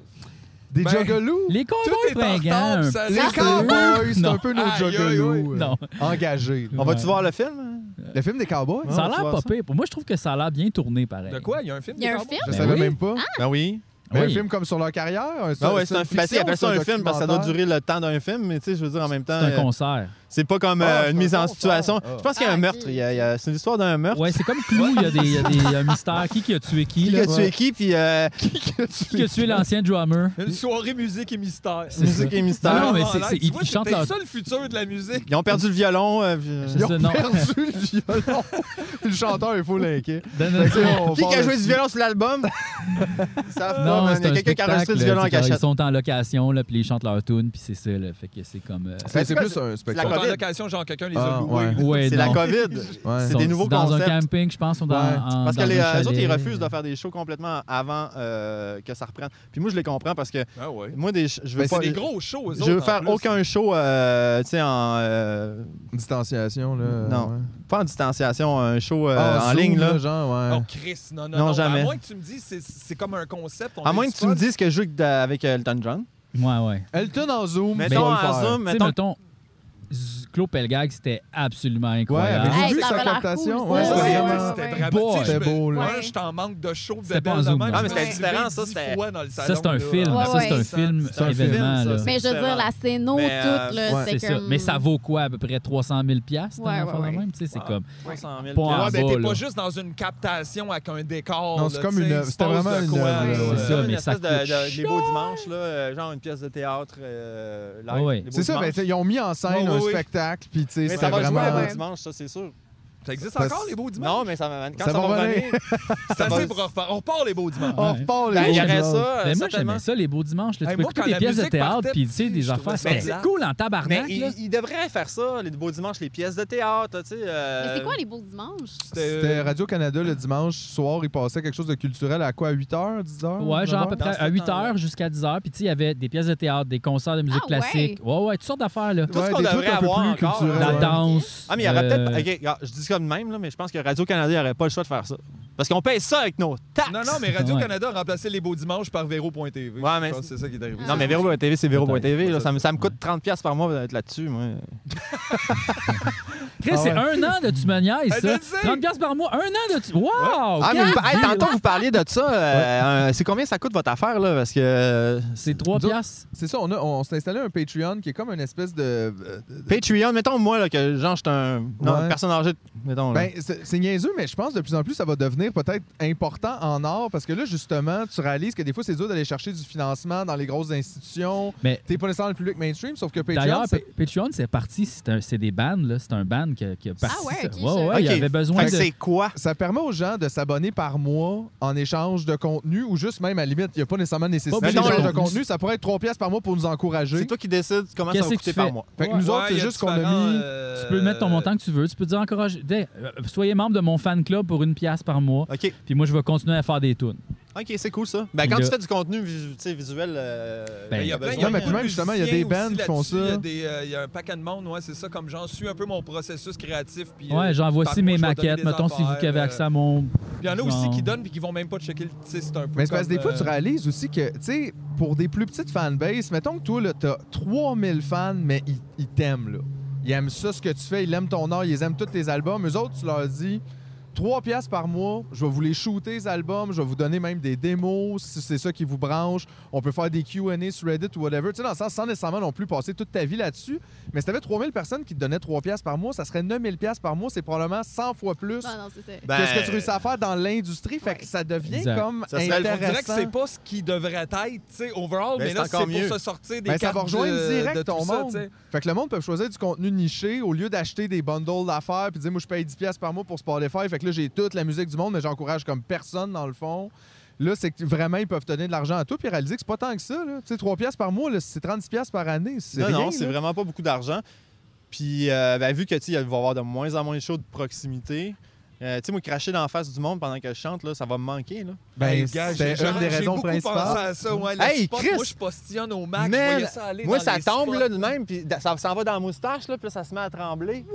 S5: Des
S4: Ben,
S5: juggalos?
S1: Les
S4: Tout est
S1: cowboys
S4: en retard,
S1: fringants.
S4: puis
S1: un
S4: ça-
S1: peu.
S4: Les
S5: cowboys, c'est
S1: Non.
S5: un peu nos
S4: Aïe, aïe,
S5: juggalos euh,
S1: Non.
S5: engagés. là.
S3: On va-tu
S1: Ouais.
S3: voir le film?
S5: Le film des cowboys?
S1: Ça a
S3: tu
S1: l'air
S3: vois
S1: pas
S3: ça?
S1: pire. Pour moi, je trouve que ça a l'air bien tourné, pareil.
S4: De quoi? Il y a un film?
S8: Il y a
S4: des
S8: un
S4: cowboys?
S8: film?
S5: Je
S1: Ben
S5: savais
S1: oui.
S5: même pas.
S3: Ben oui.
S5: Mais un
S1: Oui.
S5: film comme sur leur carrière? Un,
S3: Ben ouais, c'est un film. Ben,
S5: fiction,
S3: ils appellent ça
S5: c'est
S3: un film parce que ça doit
S5: documentaire?
S3: durer le temps d'un film, mais tu sais, je veux dire, en même temps,
S1: C'est un
S3: euh,
S1: concert.
S3: c'est pas comme
S5: Ah,
S3: euh,
S5: c'est
S3: une
S5: un
S3: mise en
S5: concert.
S3: situation.
S5: Ah.
S3: Je pense qu'il y a
S8: Ah,
S3: un
S8: ok.
S3: meurtre. il y a- il y a- C'est l'histoire d'un meurtre.
S1: Ouais, c'est comme Clou, il y a des, il y a des un mystère. Qui, qui a tué qui?
S3: Qui
S1: là?
S3: a tué [LAUGHS] qui, puis euh,
S1: [LAUGHS] Qui qui a tué l'ancien drummer?
S4: Une soirée musique et mystère.
S1: C'est
S3: musique
S1: ça.
S3: et
S1: Non,
S3: mystère.
S1: non, mais
S4: Vraiment,
S1: c'est-
S4: là,
S1: c'est-
S4: tu
S1: ils-
S4: vois,
S1: ils chantent
S4: peut-être
S1: leur-
S4: ça le futur de la
S3: [LAUGHS]
S4: musique.
S3: Ils ont perdu le violon. euh, puis, euh,
S1: Je
S5: Ils
S1: sais
S5: ont
S1: non.
S5: perdu le violon. [LAUGHS] le chanteur est faux l'inquiet.
S1: [LAUGHS] Donne-
S3: Qui qui a joué du violon sur
S1: [LAUGHS]
S3: l'album? Ça va,
S1: Non,
S3: man.
S1: c'est
S3: Il y
S1: un
S3: a quelqu'un qui a enregistré
S1: spectacle,
S3: du violon en
S1: c'est correct. Ils
S3: cachette.
S1: sont en location, là, puis ils chantent leur tune, puis c'est ça, là. Fait que c'est
S3: [LAUGHS]
S1: comme. euh,
S5: C'est
S3: C'est
S5: c'est
S3: quoi,
S5: plus un
S4: Ils sont
S5: spectacle.
S3: la
S4: en
S3: COVID.
S4: location, genre quelqu'un les
S5: Ah,
S4: a loués.
S5: ouais.
S1: Ouais,
S3: C'est la
S1: non.
S3: COVID.
S5: Ouais.
S3: C'est
S1: Ils
S3: des
S1: sont
S3: nouveaux
S1: Dans
S3: concepts.
S1: un camping, je pense, sont dans.
S5: Ouais.
S1: en-
S3: Parce que
S1: dans
S3: les,
S1: un
S3: euh, eux autres, ils
S1: chalet.
S3: refusent de faire des shows complètement avant euh, que ça reprenne. Puis moi, je les comprends parce que
S4: Ah ouais.
S3: moi, des, ch- je veux
S5: Ben,
S3: pas.
S4: C'est des grosses choses.
S3: je veux faire aucun show, euh, tu sais, en. euh,
S5: Distanciation, là.
S3: Non.
S5: ouais.
S3: pas en distanciation, un show euh,
S5: Ah,
S3: en
S5: Zoom,
S3: ligne, là.
S5: Genre, ouais.
S4: Non, Chris, non, non,
S3: Non,
S4: non.
S3: jamais.
S4: À moins que tu me dises, c'est- c'est comme un concept. on
S3: À
S4: est
S3: moins
S4: du
S3: que tu me
S4: fun.
S3: dises que je joue avec de- avec euh, Elton John.
S1: Ouais, ouais.
S5: Elton en Zoom.
S3: Mettons
S5: on va le
S3: en
S5: faire.
S3: Zoom,
S1: Tu sais,
S3: Euh, mettons.
S1: mettons, Z- Claude Pelgag, c'était absolument
S5: Ouais,
S1: incroyable.
S5: avec
S8: Hey,
S5: juste
S8: ça
S5: sa
S8: avait l'air
S5: captation.
S8: cool,
S5: ouais,
S8: ça.
S4: Ouais,
S5: c'était
S8: Ouais,
S5: vraiment-
S8: ouais.
S4: c'était vraiment
S5: beau,
S4: tu sais,
S5: c'était
S4: je
S5: beau,
S4: me-
S5: là.
S4: Moi, je t'en manque de show de
S1: C'était pas en
S4: belle de
S1: Zoom,
S4: même.
S1: non. Ah, mais
S4: Je
S3: c'était
S4: me suis
S3: différent,
S4: levé
S3: ça,
S4: dix
S3: c'était-
S4: fois dans le
S1: Ça, c'est
S4: salon,
S1: un
S4: là. Ah
S1: film.
S8: Ouais,
S1: ça, c'est
S8: ouais.
S1: un film
S5: C'est un film,
S1: événement.
S3: ça,
S1: là.
S8: Mais je veux dire, la scéno,
S3: Mais, euh,
S8: toute, là,
S5: ouais.
S1: C'est
S8: c'est
S1: ça.
S8: comme...
S1: Mais ça vaut quoi? À peu près 300 000 piastres,
S8: Ouais,
S1: un affaire
S8: ouais,
S1: de
S8: ouais.
S1: même? Tu sais, c'est
S3: Wow.
S1: comme...
S3: 300 000
S1: Pas en
S4: Ouais,
S1: bas.
S4: ben t'es
S1: là.
S4: pas juste dans une captation avec un décor.
S5: Non, c'est
S4: là,
S5: comme
S4: tu sais,
S5: une-
S4: il se
S5: c'était
S4: passe
S5: vraiment
S4: de
S5: une-
S4: quoi,
S5: Ouais,
S4: là.
S1: c'est ça,
S3: Comme
S1: mais
S3: euh, une
S1: ça
S3: espèce
S1: coûte
S3: de, de- les
S1: cher.
S3: beaux dimanches, là, euh, genre une pièce de théâtre euh, live.
S1: Ah ouais.
S3: les beaux
S5: C'est ça,
S3: dimanches.
S5: ben, tu sais, ils ont mis en scène
S4: Ouais, ouais,
S5: un
S4: ouais.
S5: spectacle, puis tu sais,
S3: mais
S5: c'était
S3: ça va jouer
S5: vraiment.
S3: les beaux dimanches, ça, c'est sûr.
S4: Ça existe
S5: Parce-
S4: encore, les beaux dimanches?
S3: Non, mais ça va. Quand
S5: Ça
S3: ça,
S5: va
S3: va
S5: revenir.
S3: revenir,
S4: C'est
S3: va-
S4: assez pour refaire. On repart les beaux dimanches.
S5: On
S1: Ouais.
S5: repart
S3: ben,
S5: les
S3: il y
S5: beaux
S3: aurait ça.
S5: dimanches.
S1: Ben,
S3: euh,
S1: moi,
S3: certainement.
S1: j'aimais ça, les beaux dimanches. là.
S4: Hey,
S1: tu peux
S4: moi,
S1: écouter
S4: quand
S1: des
S4: la
S1: pièces de
S4: musique
S1: théâtre,
S4: partait,
S1: puis tu sais,
S4: je
S1: des
S4: trouvais
S1: affaires.
S4: ça
S1: C'était
S4: plate.
S1: cool en
S3: Mais
S1: tabarnak,
S3: il,
S1: là.
S3: il devrait faire ça, les beaux dimanches, les pièces de théâtre, tu sais. euh,
S8: Mais c'est quoi les beaux dimanches?
S5: C'était Radio-Canada le dimanche soir, il passait quelque chose de culturel à quoi, 8h, 10h?
S1: Ouais, genre à peu près
S3: ce
S1: à 8
S3: temps-là.
S1: h jusqu'à 10 h Puis tu sais, il y avait des pièces de théâtre, des concerts de musique
S8: Ah ouais?
S1: classique. Ouais, ouais, toutes sortes d'affaires, là.
S3: Tout ce
S5: Ouais,
S3: qu'on
S5: des trucs
S3: devrait
S5: un peu
S3: avoir
S5: plus
S3: encore.
S5: culturels,
S1: La
S5: ouais.
S1: danse.
S3: Ah, mais il y aurait
S1: euh,
S3: peut-être. ok, regarde, je dis ça de même, là, mais je pense que Radio-Canada n'aurait pas le choix de faire ça. Parce qu'on paye ça avec nos taxes.
S4: Non, non, mais Radio-Canada a remplacé les beaux dimanches par Véro.tv.
S3: Ouais, mais
S4: Je pense que c'est ça qui est arrivé.
S3: Non, mais Véro.tv, c'est Véro.tv.
S1: Peut-être.
S3: là. Ça, me- ça me coûte 30$ par mois d'être là-dessus. Moi.
S1: Chris,
S5: Ah
S1: c'est
S5: ouais.
S1: un an de tu me niaises,
S4: Hey, je
S1: ça.
S4: le sais.
S1: 30 piastres par mois, un an de tu. Wow!
S3: Ah, mais vous-
S1: God
S3: hey,
S1: deal.
S3: tantôt, vous parliez de ça. euh, euh, c'est combien ça coûte votre affaire, là? Parce que. euh,
S1: C'est 3
S5: Nous
S1: piastres.
S5: C'est ça, on, a- on s'est installé un Patreon qui est comme une espèce de. euh, de-
S3: Patreon, mettons, moi, là, que genre, je suis un. Non,
S5: Ouais.
S3: personne âgée, mettons. là.
S5: Ben, c'est c'est niaiseux, mais je pense de plus en plus ça va devenir peut-être important en or parce que là, justement, tu réalises que des fois, c'est dur d'aller chercher du financement dans les grosses institutions.
S1: Mais-
S5: T'es pas nécessairement le public mainstream, sauf que Patreon,
S1: D'ailleurs,
S5: c'est-
S1: Pa- Patreon, c'est parti, c'est un- c'est des bands, là. C'est un band qui a, qui a parti.
S8: Ah, ouais,
S1: ça.
S8: ok,
S1: ouais,
S8: je-
S1: ouais, Ah, il
S3: Ok.
S1: avait besoin
S3: Fait que
S1: de.
S3: c'est quoi?
S5: ça permet aux gens de s'abonner par mois en échange de contenu ou juste même à la limite, il n'y a pas nécessairement nécessité
S1: Pas
S3: obligé
S5: d'échange
S3: de
S5: de
S1: contenu.
S5: contenu. Ça pourrait être 3 pièces par mois pour nous encourager.
S3: C'est toi qui décides comment ça
S1: Qu'est-ce
S3: va
S1: que
S3: coûter
S1: tu
S3: par
S1: fais?
S3: mois. Euh,
S5: Fait que nous autres, c'est juste qu'on a mis.
S4: euh,
S1: Tu peux mettre ton montant que tu veux. Tu peux dire encourage. Dès- euh, Soyez membre de mon fan club pour une pièce par mois.
S3: OK,
S1: Puis moi, je vais continuer à faire des tunes.
S3: OK, c'est cool ça. Ben, quand
S1: Là.
S3: tu fais du contenu visu- tu sais, visuel. euh,
S1: Ben,
S4: Il y a plein,
S3: besoin,
S4: il y a
S5: Non, mais
S4: beaucoup
S5: même,
S4: de
S5: justement, il y a des
S4: musiciens
S5: bands qui font
S4: aussi là-dessus,
S5: ça.
S4: Il y, a des, euh, il y a un paquet de monde, ouais, c'est ça. Comme j'en suis un peu mon processus créatif. Puis,
S1: Ouais,
S4: euh,
S1: genre,
S4: par
S1: voici
S4: mois,
S1: mes
S4: je vais donner
S1: maquettes.
S4: des
S1: Mettons, si vous qui avez
S4: affaires,
S1: accès à mon.
S4: euh, Puis il y en a aussi
S1: Genre.
S4: qui donnent puis qui vont même pas checker le. Tu sais, c'est un peu.
S5: Mais c'est parce que des
S4: comme,
S5: fois, tu
S4: euh,
S5: réalises aussi que, tu sais, pour des plus petites fanbases, mettons que toi, là, t'as 3000 fans, mais ils, ils t'aiment, là. Ils aiment ça, ce que tu fais, ils aiment ton art, ils aiment tous tes albums. Eux autres, tu leur dis 3 piastres par mois, je vais vous les shooter, les albums, je vais vous donner même des démos, si c'est ça qui vous branche. On peut faire des Q&A sur Reddit ou whatever. Tu sais, dans le sens, sans nécessairement non plus passer toute ta vie là-dessus. Mais si t'avais 3000 personnes qui te donnaient 3 piastres par mois, ça serait 9000 piastres par mois, c'est probablement 100 fois plus.
S8: Non, non, c'est ça.
S3: Ben,
S5: Qu'est-ce que tu réussis à faire dans l'industrie? Fait que ça devient
S1: Exact.
S5: comme
S3: Ça serait- on
S5: intéressant.
S4: On dirait que c'est pas ce qui devrait être, tu sais, overall,
S3: Ben,
S4: mais
S3: c'est
S4: là, c'est
S3: encore
S4: pour
S3: mieux.
S4: se sortir des
S5: Ben, ça
S4: cartes
S5: va rejoindre
S4: de-
S5: direct
S4: de
S5: ton
S4: tout ça, tu
S5: monde.
S4: sais.
S5: Fait que le monde peut choisir du contenu niché au lieu d'acheter des bundles d'affaires puis dire moi je paye 10 pièces par mois pour Spotify, fait que là j'ai toute la musique du monde mais j'encourage comme personne dans le fond. Là, c'est que vraiment, ils peuvent te donner de l'argent à toi puis réaliser que c'est pas tant que ça. là. Tu sais, 3 piastres par mois, là, c'est 36 piastres par année. C'est
S3: Non,
S5: rien,
S3: non, c'est
S5: là.
S3: vraiment pas beaucoup d'argent. Puis, euh, ben, vu que, tu sais, il va y avoir de moins en moins de shows de proximité, euh, tu sais, moi, cracher dans la face du monde pendant que je chante, là, ça va me manquer, là.
S5: Ben,
S4: gars,
S5: c'était
S4: j'ai-
S5: une des
S4: j'ai
S5: raisons
S4: beaucoup pensé
S5: principales.
S4: à ça, ouais, le
S3: Hey,
S4: spot,
S3: Chris!
S4: Moi, je postillonne au
S3: Man,
S4: max. je voyais ça aller
S3: moi,
S4: dans
S3: ça
S4: les
S3: tombe,
S4: spots.
S3: là, de même, puis da- ça s'en va dans la moustache, là, puis là, ça se met à trembler.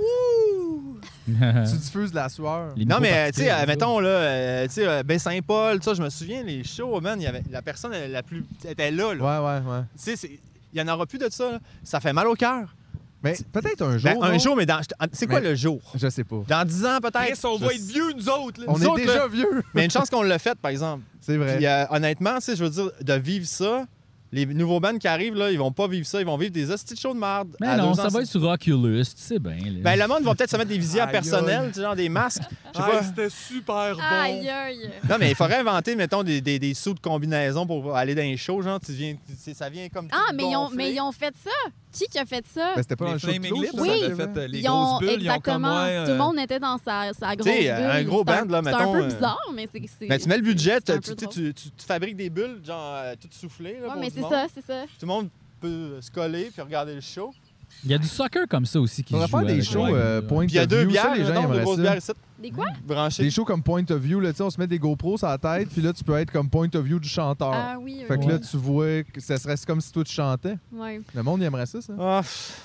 S4: euh,
S1: [LAUGHS]
S5: Tu diffuses de la sueur.
S1: Les
S3: Non,
S1: microparticules,
S3: mais, tu sais,
S1: ça.
S3: admettons, là, euh, tu sais, euh, ben Saint-Paul, tu sais, je me souviens, les shows, man, il y avait, la personne elle, la plus. elle était là,
S5: Ouais,
S3: là.
S5: ouais, ouais.
S3: Tu sais, c'est- il n'y en aura plus de ça, là. Ça fait mal au cœur.
S5: Mais peut-être un jour.
S3: Ben, un
S5: non?
S3: jour, mais dans. C'est quoi
S5: Mais-
S3: le jour?
S5: Je sais pas.
S3: Dans 10 ans, peut-être.
S4: Chris, on va être vieux, nous autres. là.
S5: On
S3: Nous
S5: est
S3: autres,
S5: déjà
S3: là-
S5: vieux. [LAUGHS]
S3: Mais une chance qu'on l'a fait, par exemple.
S5: C'est vrai.
S3: Puis euh, honnêtement, tu sais, je veux dire, de vivre ça, les nouveaux bands qui arrivent, là, ils vont pas vivre ça, ils vont vivre des hosties de shows de marde.
S1: Mais
S3: à
S1: non,
S3: deux
S1: ça
S3: ans,
S1: va être sur Oculus, tu sais bien. là.
S3: Ben, le monde va peut-être se mettre des visières
S4: Aïe,
S3: personnelles, tu sais, genre des masques. Je sais
S4: Hey,
S3: pas.
S4: C'était super bon.
S8: Aïe, aïe.
S3: Non, mais il faudrait inventer, mettons, des, des, des sous de combinaison pour aller dans les shows, genre, tu viens, tu sais, ça vient comme.
S8: Ah, mais ils, ont,
S3: gonflé.
S8: mais ils ont fait ça. Qui qui a fait ça?
S5: Ben, c'était pas dans
S4: Les
S5: le show de
S4: Flaming
S5: Claude,
S4: Lips,
S5: ça,
S8: Oui.
S5: ça,
S4: ça avait fait euh, les grosses
S8: Ils ont-
S4: bulles. Ils ont
S8: exactement.
S4: comme ouais, euh,
S8: Tout le monde était dans sa, sa grosse
S3: Tu sais,
S8: bulle.
S3: un gros
S8: C'est
S3: band, là,
S8: c'est
S3: mettons,
S8: un peu
S3: euh,
S8: bizarre, mais c'est... c'est-
S3: Ben, tu mets le budget,
S8: c'est un
S3: tu,
S8: peu
S3: tu-
S8: drôle.
S3: tu- tu- tu fabriques des bulles, genre, euh, toutes soufflées, là,
S8: Ouais,
S3: pour
S8: mais
S3: du
S8: c'est
S3: monde.
S8: ça, c'est ça.
S3: Tout le monde peut se coller puis regarder le show.
S1: Il y a du soccer comme ça aussi qui
S5: On
S1: se
S5: va
S1: joue.
S5: faire
S1: euh,
S5: des shows euh,
S1: ouais.
S5: point
S3: Puis il y a
S5: of
S3: deux
S5: view,
S3: bières,
S5: ça, les gens
S3: mettons, deux grosses
S5: aimeraient
S3: bières
S5: ça.
S3: ici,
S8: Des quoi?
S3: branchées.
S5: Des shows comme point of view, là, tu sais, on se met des GoPros sur la tête, puis là, tu peux être comme point of view du chanteur.
S8: Ah oui,
S5: fait que
S8: oui.
S5: là, tu vois que ça serait comme si toi tu chantais.
S8: Ouais.
S5: Le monde, il aimerait ça, ça.
S3: Ah, pff.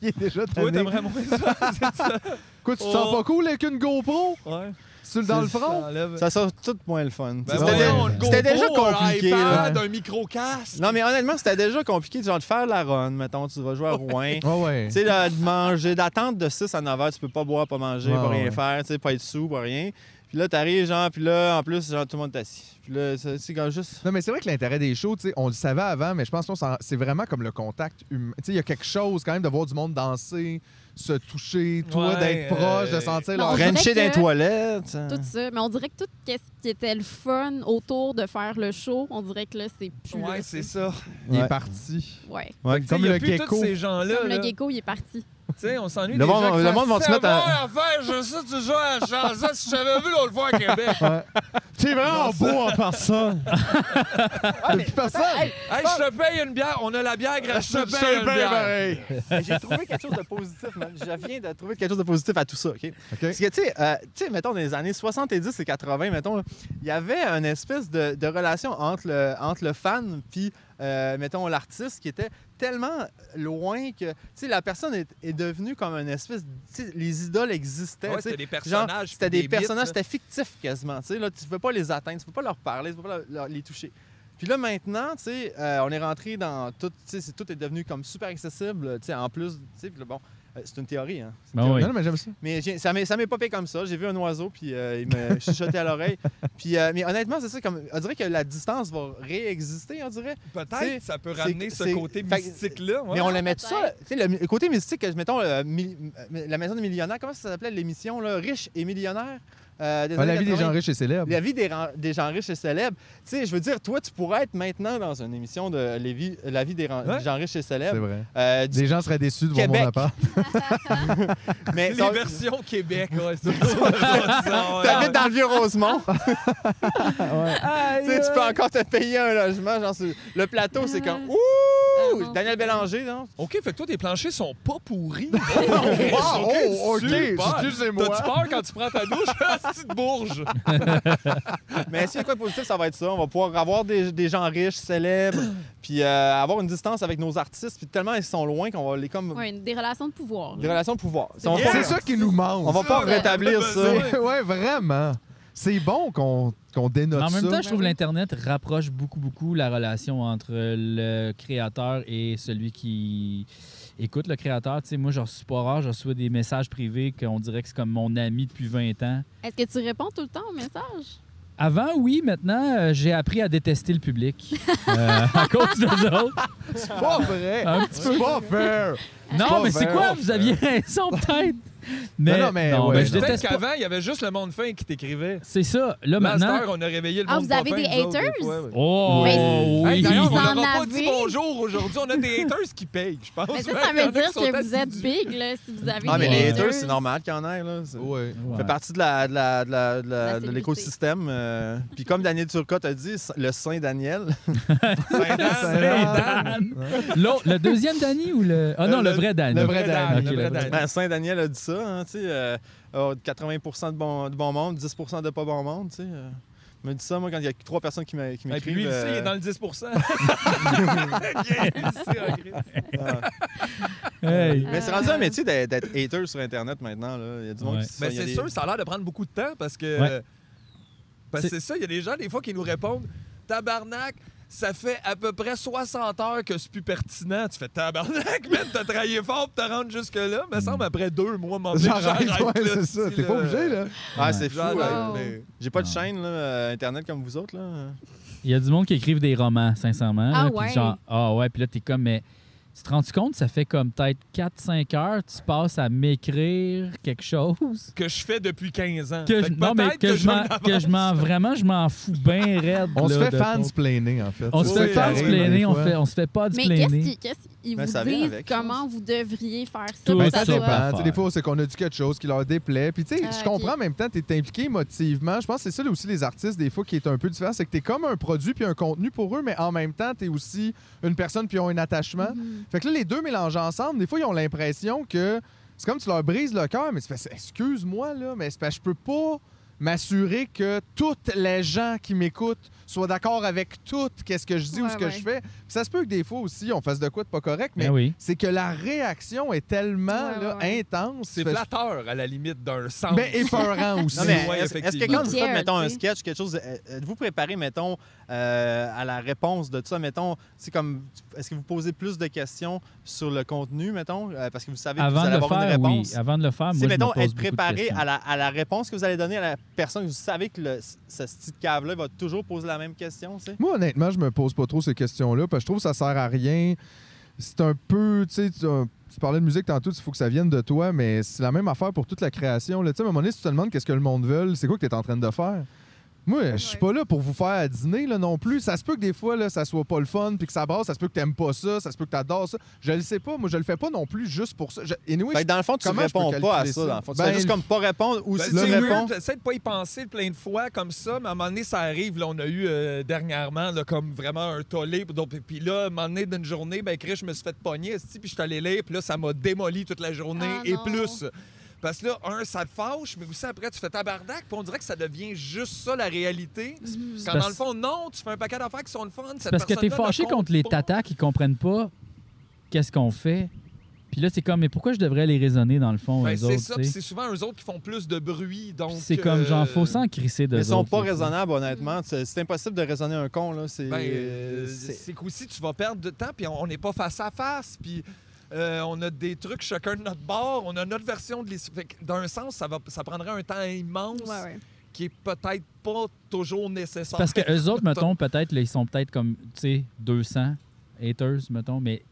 S5: Il est déjà
S4: Toi,
S5: tanné.
S4: t'aimerais moins ça. c'est ça.
S5: Quoi, tu te sens
S4: Oh.
S5: pas cool avec une GoPro?
S4: Ouais.
S5: Sur dans le front?
S4: T'enlèves.
S3: Ça sort tout moins le fun.
S4: Ben
S3: C'était
S4: voyons,
S3: des-
S4: le
S3: c'était déjà
S4: GoPro,
S3: compliqué,
S4: Un
S3: là.
S4: iPad, un micro-casque.
S3: Non, mais honnêtement, c'était déjà compliqué genre, de faire la run. Mettons, tu
S8: [LAUGHS]
S3: vas jouer à Rouen.
S5: Ah ouais.
S3: Tu sais, de, de manger, d'attendre de 6 à 9 heures, tu peux pas boire, pas manger,
S5: Ouais,
S3: pas rien
S5: ouais.
S3: faire, tu sais, pas être sous, pas rien. Puis là, t'arrives, genre, puis là, en plus, genre, tout le monde est assis. Puis là, c'est c'est comme juste.
S5: Non, mais c'est vrai que l'intérêt des shows, tu sais, on le savait avant, mais je pense que c'est vraiment comme le contact humain. Tu sais, il y a quelque chose quand même de voir du monde danser, se toucher, toi,
S4: Ouais,
S5: d'être proche, de
S4: euh,
S8: Non,
S5: sentir leur...
S8: on dirait
S3: Rencher dans les
S8: que-
S3: toilettes. hein.
S4: Ah.
S8: Tout ça. Mais on dirait que tout ce qui était le fun autour de faire le show, on dirait que là, c'est plus.
S4: Ouais,
S8: là.
S4: c'est ça.
S5: Il
S3: Ouais.
S5: est parti.
S8: Ouais.
S3: Ouais.
S5: Comme
S4: y a
S5: le
S4: plus tous
S5: gecko.
S4: ces gens-là.
S8: Comme
S4: là.
S8: le gecko, il est parti.
S4: Tu sais, on s'ennuie
S3: Le
S4: des
S3: monde-
S4: gens qui
S3: le monde
S4: font
S3: va se mettre
S4: Ça
S3: à-
S4: va à faire, je sais, tu joues à la chanson. Si je t'avais vu l'autre fois à Québec.
S5: T'es vraiment beau
S8: [LAUGHS]
S5: en personne. Depuis personne.
S4: Hey, je te paye une bière. On a la bière gratuite. Je te paye une
S3: [LAUGHS]
S4: bière.
S5: pareil.
S3: J'ai trouvé quelque chose de positif, man. Je viens de trouver quelque chose de positif à tout ça, OK?
S5: OK.
S3: Parce que, tu sais, euh, tu sais, mettons, dans les années 70 et 80, mettons, là, il y avait une espèce de, de relation entre le, entre le fan puis, euh, mettons, l'artiste qui était tellement loin que, tu sais, la personne est, est devenue comme une espèce... Tu sais, les idoles existaient,
S4: Ouais,
S3: tu sais.
S4: c'était des
S3: Genre,
S4: personnages. puis
S3: c'était des,
S4: mythes,
S3: personnages,
S4: là.
S3: c'était fictif quasiment. Tu sais, là, tu peux pas les atteindre, tu peux pas leur parler, tu peux pas leur- leur- les toucher. Puis là, maintenant, tu sais, euh, on est rentré dans tout, tu sais, c'est- tout est devenu comme super accessible, tu sais, en plus, tu sais, puis là, bon, euh, c'est une théorie, hein. C'est une
S1: Ben
S3: théorie.
S1: oui.
S5: Non, non, mais j'aime ça.
S3: Mais j'ai- ça m'est, ça m'est popé comme ça. J'ai vu un oiseau, puis euh, il
S5: [LAUGHS]
S3: me chuchotait à l'oreille. Puis, euh, mais honnêtement, c'est ça, comme, on dirait que la distance va réexister, on dirait. c'est-
S4: Peut-être ça peut
S3: c'est-
S4: ramener ce
S3: c'est-
S4: côté
S3: fait-
S4: mystique-là. ouais.
S3: Mais on
S8: Ouais,
S3: l'aimait tout ça. Tu sais, le, mi- côté mystique, que, mettons, euh, mi- euh, la maison des millionnaires, comment ça s'appelait l'émission, là? Riche et millionnaire? euh, des
S5: Ah,
S3: années
S5: la vie des
S3: 80.
S5: gens riches et célèbres.
S3: La vie des, ran- des gens riches et célèbres. Tu sais, je veux dire, toi, tu pourrais être maintenant dans une émission de les vies- La vie des, ran-
S4: Ouais.
S3: des gens riches et
S5: C'est
S3: célèbres.
S5: vrai.
S3: Euh, du-
S5: Des gens seraient déçus de voir mon
S3: Québec.
S5: appart.
S3: mais [LAUGHS]
S4: Les
S3: donc,
S4: versions Québec, ouais, c'est ça.
S3: t'habites dans le vieux Rosemont.
S4: Aïe,
S3: tu sais, tu peux encore te payer un logement. Genre, sur- le plateau, c'est comme Ouh!
S8: Ah non,
S3: Daniel
S8: c'est vrai.
S3: Bélanger, non?
S4: OK, fait que toi, tes planchers sont pas
S5: [LAUGHS]
S4: pourris.
S5: Wow, oh, OK,
S4: super. T'as-tu
S5: excusez-moi.
S4: peur quand tu prends ta douche?
S5: [LAUGHS]
S4: Petite bourge.
S3: Mais s'il y a quoi de positif, ça va être ça. On va pouvoir avoir des, des gens riches, célèbres, puis euh, avoir une distance avec nos artistes. Puis tellement ils sont loin qu'on va les comme.
S8: Ouais, des relations de pouvoir.
S3: Des
S8: là.
S3: relations de pouvoir.
S8: C'est
S3: On va
S8: bien.
S3: pas-
S5: C'est ça qui nous manque.
S3: On va pas rétablir ça.
S5: C'est- ouais, vraiment. C'est bon qu'on qu'on dénote
S1: Mais en même
S5: ça.
S1: temps, je trouve que l'Internet rapproche beaucoup, beaucoup la relation entre le créateur et celui qui écoute le créateur. Tu sais, moi, je reçois pas rare, je reçois des messages privés qu'on dirait que c'est comme mon ami depuis 20 ans.
S8: Est-ce que tu réponds tout le temps aux messages?
S1: Avant, oui. Maintenant, euh, j'ai appris à détester le
S5: [LAUGHS]
S1: public Euh, à cause d'eux autres.
S5: C'est pas vrai.
S1: Un petit
S5: C'est pas fair.
S1: Non,
S5: pas
S1: mais c'est
S5: vrai.
S1: quoi? Vous aviez raison, peut-être. Mais,
S5: Non, non, mais ouais,
S1: ben,
S5: non.
S1: je
S4: Peut-être
S1: déteste pas.
S4: qu'avant, il y avait juste le monde fin qui t'écrivait.
S1: C'est ça. Là,
S4: Là, à cette
S1: maintenant.
S4: heure, on a réveillé le
S8: Ah,
S4: monde
S8: vous avez
S4: pas fin,
S8: des
S4: nous autres,
S8: haters?
S4: fois, ouais.
S1: Oh,
S8: Mais-
S1: oui.
S4: Hey, D'ailleurs, on
S8: Vous en
S4: leur a pas dit
S8: avez?
S4: bonjour aujourd'hui. On a des haters qui payent, je pense.
S8: Mais ça,
S4: Oh, Ouais,
S8: ça
S4: il y en a
S8: veut dire
S4: qui sont
S8: que vous êtes
S4: assidus.
S8: big, là, si vous avez
S3: Ah, mais
S8: des
S3: les
S8: haters.
S3: haters, c'est normal qu'il y en ait. Là. C'est-
S5: Ouais.
S3: Ça
S1: Ouais.
S3: fait partie de la- de la- de la- de la-
S8: La
S3: de
S8: célébrité.
S3: l'écosystème. euh, Puis comme Daniel Turcotte a dit, le Saint Daniel. [LAUGHS]
S5: [LAUGHS]
S1: Dan. L'autre- Le deuxième Danny ou le. Ah non,
S4: Le-
S1: le vrai Danny.
S4: le vrai Dan,
S1: Ok,
S4: le vrai Dan.
S3: Ben, Saint-Daniel a dit ça, hein, tu sais, euh, oh, 80 de bon, de bon monde, 10 de pas bon monde, tu sais. euh. Il m'a dit ça, moi, quand il y a trois personnes qui m'a- qui
S4: Et puis
S3: m'écrivent.
S4: lui, il le sait, il est
S3: euh,
S4: dans le 10
S5: [LAUGHS]
S4: Bien, [LAUGHS] il le sait, en gris.
S3: ah.
S1: Hey.
S3: Mais c'est rendu un métier d'être d'être hater sur Internet maintenant, là. Il y a du monde
S1: Ouais.
S3: qui se-
S4: Mais
S3: Ben, il y a
S4: Ben, c'est
S3: des-
S4: sûr, ça a l'air de prendre beaucoup de temps parce que.
S1: Ouais.
S4: Parce que
S1: C'est-
S4: c'est ça, il y a des gens, des fois, qui nous répondent Tabarnak, ça fait à peu près 60 heures que c'est plus pertinent. Tu fais Tabarnak, [LAUGHS] man, t'as travaillé fort pour te rendre jusque-là. Me semble, après deux mois, mon
S5: J'arrête, ouais, c'est ça. T'es pas obligé, là.
S3: Ah, c'est fou,
S4: J'arrête,
S3: ouais.
S4: mais-
S3: J'ai pas de
S1: Non.
S3: chaîne, là, euh, Internet comme vous autres, là.
S1: Il y a du monde qui écrivent des romans, sincèrement.
S8: Ah
S1: là, puis
S8: ouais.
S1: genre, ah ouais, puis là, t'es comme, mais tu te rends compte, ça fait comme peut-être 4-5 heures, tu passes à m'écrire quelque chose.
S4: Que je fais depuis 15 ans.
S1: Que
S4: Fait
S1: je,
S4: que
S1: non, mais
S4: peut-être
S1: que, je m'en,
S4: me l'avance.
S1: que je m'en, vraiment, je m'en fous bien raide.
S5: On se
S1: là,
S5: fait
S1: de ton-
S5: fansplainer, en fait.
S1: On se
S5: C'est
S4: Oui,
S5: ça
S1: fait
S5: qui
S1: fans
S5: arrive, des
S1: plainer, on,
S5: fois.
S1: fait, on se fait pas
S8: Mais qu'est-ce
S1: plainer.
S8: qu'ils qu'est-ce qu'ils
S3: Ben,
S8: vous
S3: ça vient
S8: disent
S3: avec, je
S8: comment vous devriez faire ça?
S1: Tout
S8: pour
S5: Ben,
S8: que
S1: ça
S5: ça
S8: soit-
S5: dépend.
S1: va.
S5: Tu sais, Des fois, c'est qu'on a dit quelque chose qui leur déplaît. Puis, tu sais,
S8: Ah,
S5: je
S8: ok.
S5: comprends en même temps, tu es impliqué émotivement. Je pense que c'est ça aussi les artistes, des fois, qui est un peu différent. C'est que tu es comme un produit puis un contenu pour eux, mais en même temps, tu es aussi une personne puis ils ont un attachement.
S8: Mm-hmm.
S5: Fait que là, les deux mélangent ensemble, des fois, ils ont l'impression que c'est comme tu leur brises le cœur, mais tu fais excuse-moi, là, mais c'est parce que je peux pas m'assurer que toutes les gens qui m'écoutent soient d'accord avec tout qu'est-ce que je dis ou
S8: Ouais,
S5: ce que
S8: ouais.
S5: je fais. Puis ça se peut que des fois aussi, on fasse de quoi de pas correct, mais
S1: Ben oui.
S5: c'est que la réaction est tellement
S8: Ouais,
S5: là,
S8: ouais, ouais.
S5: intense.
S4: C'est
S5: Fait-
S4: flatteur à la limite d'un sens.
S5: Ben,
S3: [LAUGHS]
S5: épeurant aussi.
S3: Non, mais
S4: Ouais,
S3: est-ce est-ce que
S4: effectivement.
S3: quand vous faites,
S8: Pierre,
S3: mettons, un
S8: tu sais.
S3: sketch, quelque chose, euh, êtes-vous préparé, mettons, euh, à la réponse de ça? Mettons, c'est comme, est-ce que vous posez plus de questions sur le contenu, mettons, euh, parce que vous savez que vous
S1: Avant de
S3: allez
S1: le
S3: avoir une
S1: faire, oui.
S3: réponse?
S1: Avant de le faire, moi,
S3: C'est,
S1: je me
S3: mettons,
S1: pose
S3: être
S1: beaucoup de
S3: préparé
S1: questions.
S3: à la, à la réponse que vous allez donner à la personne que vous savez que le, ce petite cave-là va toujours poser la même question, tu sais.
S5: Moi, honnêtement, je me pose pas trop ces questions-là, parce que je trouve que ça sert à rien. C'est un peu, tu sais, tu euh, tu parlais de musique tantôt, il faut que ça vienne de toi, mais c'est la même affaire pour toute la création. là. Tu sais, à un moment donné, si tu te demandes qu'est-ce que le monde veut, c'est quoi que tu es en train de faire? Moi, je suis
S8: Ouais.
S5: pas là pour vous faire dîner là, non plus. Ça se peut que des fois, là, ça soit pas le fun, puis que ça brasse, ça se peut que t'aimes pas ça, ça se peut que t'adores ça. Je le sais pas, moi, je le fais pas non plus juste pour ça. Je... Anyway,
S3: Fait que dans le fond, tu
S5: Comment je peux
S3: réponds pas à
S5: calculer
S3: ça,
S5: ça?
S3: dans le fond. Tu
S5: Ben,
S3: fais juste comme pas répondre, ou
S4: Ben,
S3: si
S4: c'est
S3: tu réponds...
S4: weird, J'essaie de pas y penser plein de fois comme ça, mais à un moment donné, ça arrive. Là, on a eu euh, dernièrement là, comme vraiment un tollé. Puis donc- Puis là, à un moment donné, d'une journée, ben, Chris, je me suis fait pogner, esti, puis je suis allé lire, puis là, ça m'a démoli toute la journée
S8: Ah,
S4: et
S8: non.
S4: plus. Parce que là, un, ça te fâche, mais aussi après, tu fais tabarnak, puis on dirait que ça devient juste ça, la réalité. Quand
S1: parce-
S4: dans le fond, non, tu fais un paquet d'affaires qui sont le fun. cette
S1: Parce que t'es
S4: personne-là ne
S1: fâché
S4: compte
S1: contre les
S4: pas.
S1: tatas qui comprennent pas qu'est-ce qu'on fait. Puis là, c'est comme, mais pourquoi je devrais les raisonner dans le fond,
S4: Ben,
S1: eux
S4: c'est
S1: autres,
S4: ça,
S1: tu
S4: puis
S1: sais?
S4: c'est souvent eux autres qui font plus de bruit. donc...
S1: Puis C'est comme,
S4: euh,
S1: genre, faut s'en crisser de
S3: Ils sont pas raisonnables, honnêtement. C'est, c'est impossible de raisonner un con, là. C'est,
S4: Ben,
S3: euh,
S4: euh,
S3: c'est-
S4: c'est qu'aussi, tu vas perdre de temps, puis on on n'est pas face à face, puis euh, on a des trucs chacun de notre bord, on a notre version de l'histoire. Fait que D'un sens, ça, va, ça prendrait un temps immense
S8: Ouais, ouais.
S4: qui est peut-être pas toujours nécessaire.
S1: Parce que eux
S3: [LAUGHS]
S4: [LAUGHS]
S1: autres, mettons, peut-être, là, ils sont peut-être comme, tu sais, 200 haters, mettons, mais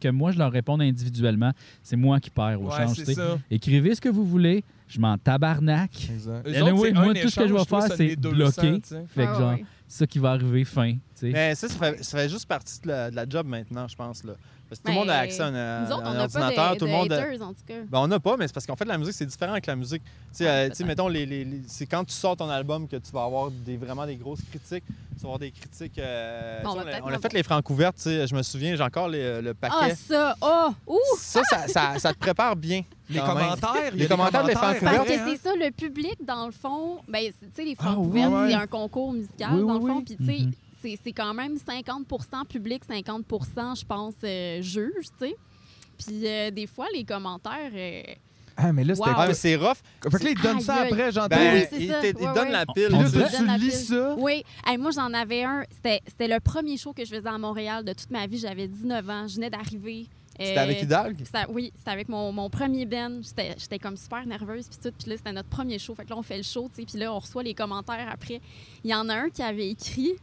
S1: que moi, je leur réponde individuellement, c'est moi qui perds au
S4: Ouais,
S1: change, tu
S4: c'est
S1: sais.
S4: ça.
S1: Écrivez ce que vous voulez, je m'en tabarnak.
S5: Exact.
S4: Eux
S1: Anyway,
S4: autres, c'est
S1: moi,
S4: un
S1: tout ce que
S4: échange,
S1: je vais
S4: toi,
S1: faire,
S4: ça
S1: c'est
S4: n'est 200,
S1: bloquer.
S4: tu sais.
S1: Fait que,
S8: Ah,
S1: genre,
S8: ouais.
S1: c'est ça qui va arriver fin, tu sais.
S3: Mais ça, ça fait, ça fait juste partie de la, de la job maintenant, je pense. Là. Parce que tout le
S8: Ben,
S3: monde a accès à un,
S8: Nous
S3: à
S8: autres, on
S3: un
S8: n'a pas
S3: Euh, ordinateur,
S8: de,
S3: tout
S8: de
S3: le monde. a-
S8: haters, en tout cas.
S3: Ben, on n'a pas, mais c'est parce qu'en fait, la musique, c'est différent avec la musique. Tu sais, euh, tu sais,
S8: peut-être.
S3: mettons, les, les- les- c'est quand tu sors ton album que tu vas avoir des, vraiment des grosses critiques. Tu vas avoir des critiques. euh,
S8: On
S3: tu sais,
S8: va
S3: on, a-
S8: peut-être
S3: on a
S8: pas
S3: fait
S8: voir.
S3: les francs ouvertes, tu sais, je me souviens, j'ai encore les- le
S8: Ah,
S3: paquet.
S8: ça! Oh! Ouh!
S3: ça, ça, ça, ça te prépare bien.
S4: Les
S3: quand même.
S4: commentaires, il y a
S3: Les
S4: des
S3: commentaires de l'effet
S4: après,
S8: Parce que
S4: hein.
S8: c'est ça, le public, dans le fond, ben, c'est- tu sais, les
S1: Ah,
S8: francs
S1: oui,
S8: ouverts,
S4: ouais.
S8: c'est un concours musical,
S1: Oui,
S8: dans
S1: oui,
S8: le fond,
S1: oui.
S8: puis tu sais,
S1: Mhm.
S8: c'est- c'est quand même 50 public, 50 je pense, euh, juge, tu sais. Puis euh, des fois, les commentaires... euh,
S5: Ah, mais là, c'était.
S8: Wow.
S3: Ouais, mais c'est rough.
S5: Fait que là, ils te donnent ça
S8: Aïe, aïe.
S5: après, j'entends.
S3: Ben,
S8: oui, c'est
S3: il
S8: ça.
S3: te- il
S8: Ouais,
S3: donne
S8: ouais.
S3: la pile.
S1: On
S5: Puis
S1: dirait-
S5: là, tu
S8: Donne la
S5: lis
S8: pile.
S5: ça.
S8: Oui, Hey, moi j'en avais un, c'était c'était le premier show que je faisais à Montréal de toute ma vie, j'avais 19 ans, je venais d'arriver. euh,
S3: C'était avec Hidalgo.
S8: Ça- oui, c'était avec mon, mon premier Ben. J'étais j'étais comme super nerveuse, puis tout. Puis là, c'était notre premier show. Fait que là, on fait le show, tu sais. Puis là, on reçoit les commentaires après. Il y en a un qui avait écrit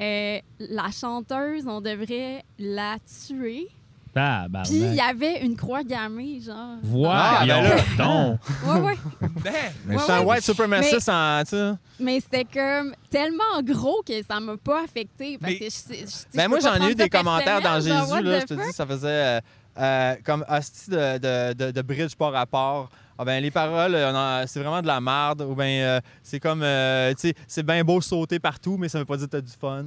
S8: euh, La chanteuse, on devrait la tuer.
S1: Tabarnak.
S8: Puis il y avait une croix gammée, genre.
S1: [LAUGHS] Voyons
S3: ben là.
S1: [LAUGHS] donc.
S8: Ouais, ouais.
S4: Ben,
S3: Mais
S8: Ouais,
S3: c'est un
S8: ouais.
S3: white supremacist en. tu sais.
S8: Mais c'était comme tellement gros que ça m'a pas affecté. Parce
S4: Mais-
S8: que je, sais- je- tu sais, je
S3: Ben moi,
S8: peux pas
S3: j'en ai eu
S8: prendre
S3: des
S8: ça
S3: commentaires dans
S8: personnel, genre,
S3: Jésus,
S8: what
S3: là,
S8: the
S3: je te
S8: fuck?
S3: dis, ça faisait euh, euh, comme hostie de, de, de, de bridge par rapport. Ah ben, les paroles, euh, non, c'est vraiment de la merde. Ou ben, euh, c'est comme, euh, tu sais, c'est bien beau sauter partout, mais ça veut pas dire que t'as du fun.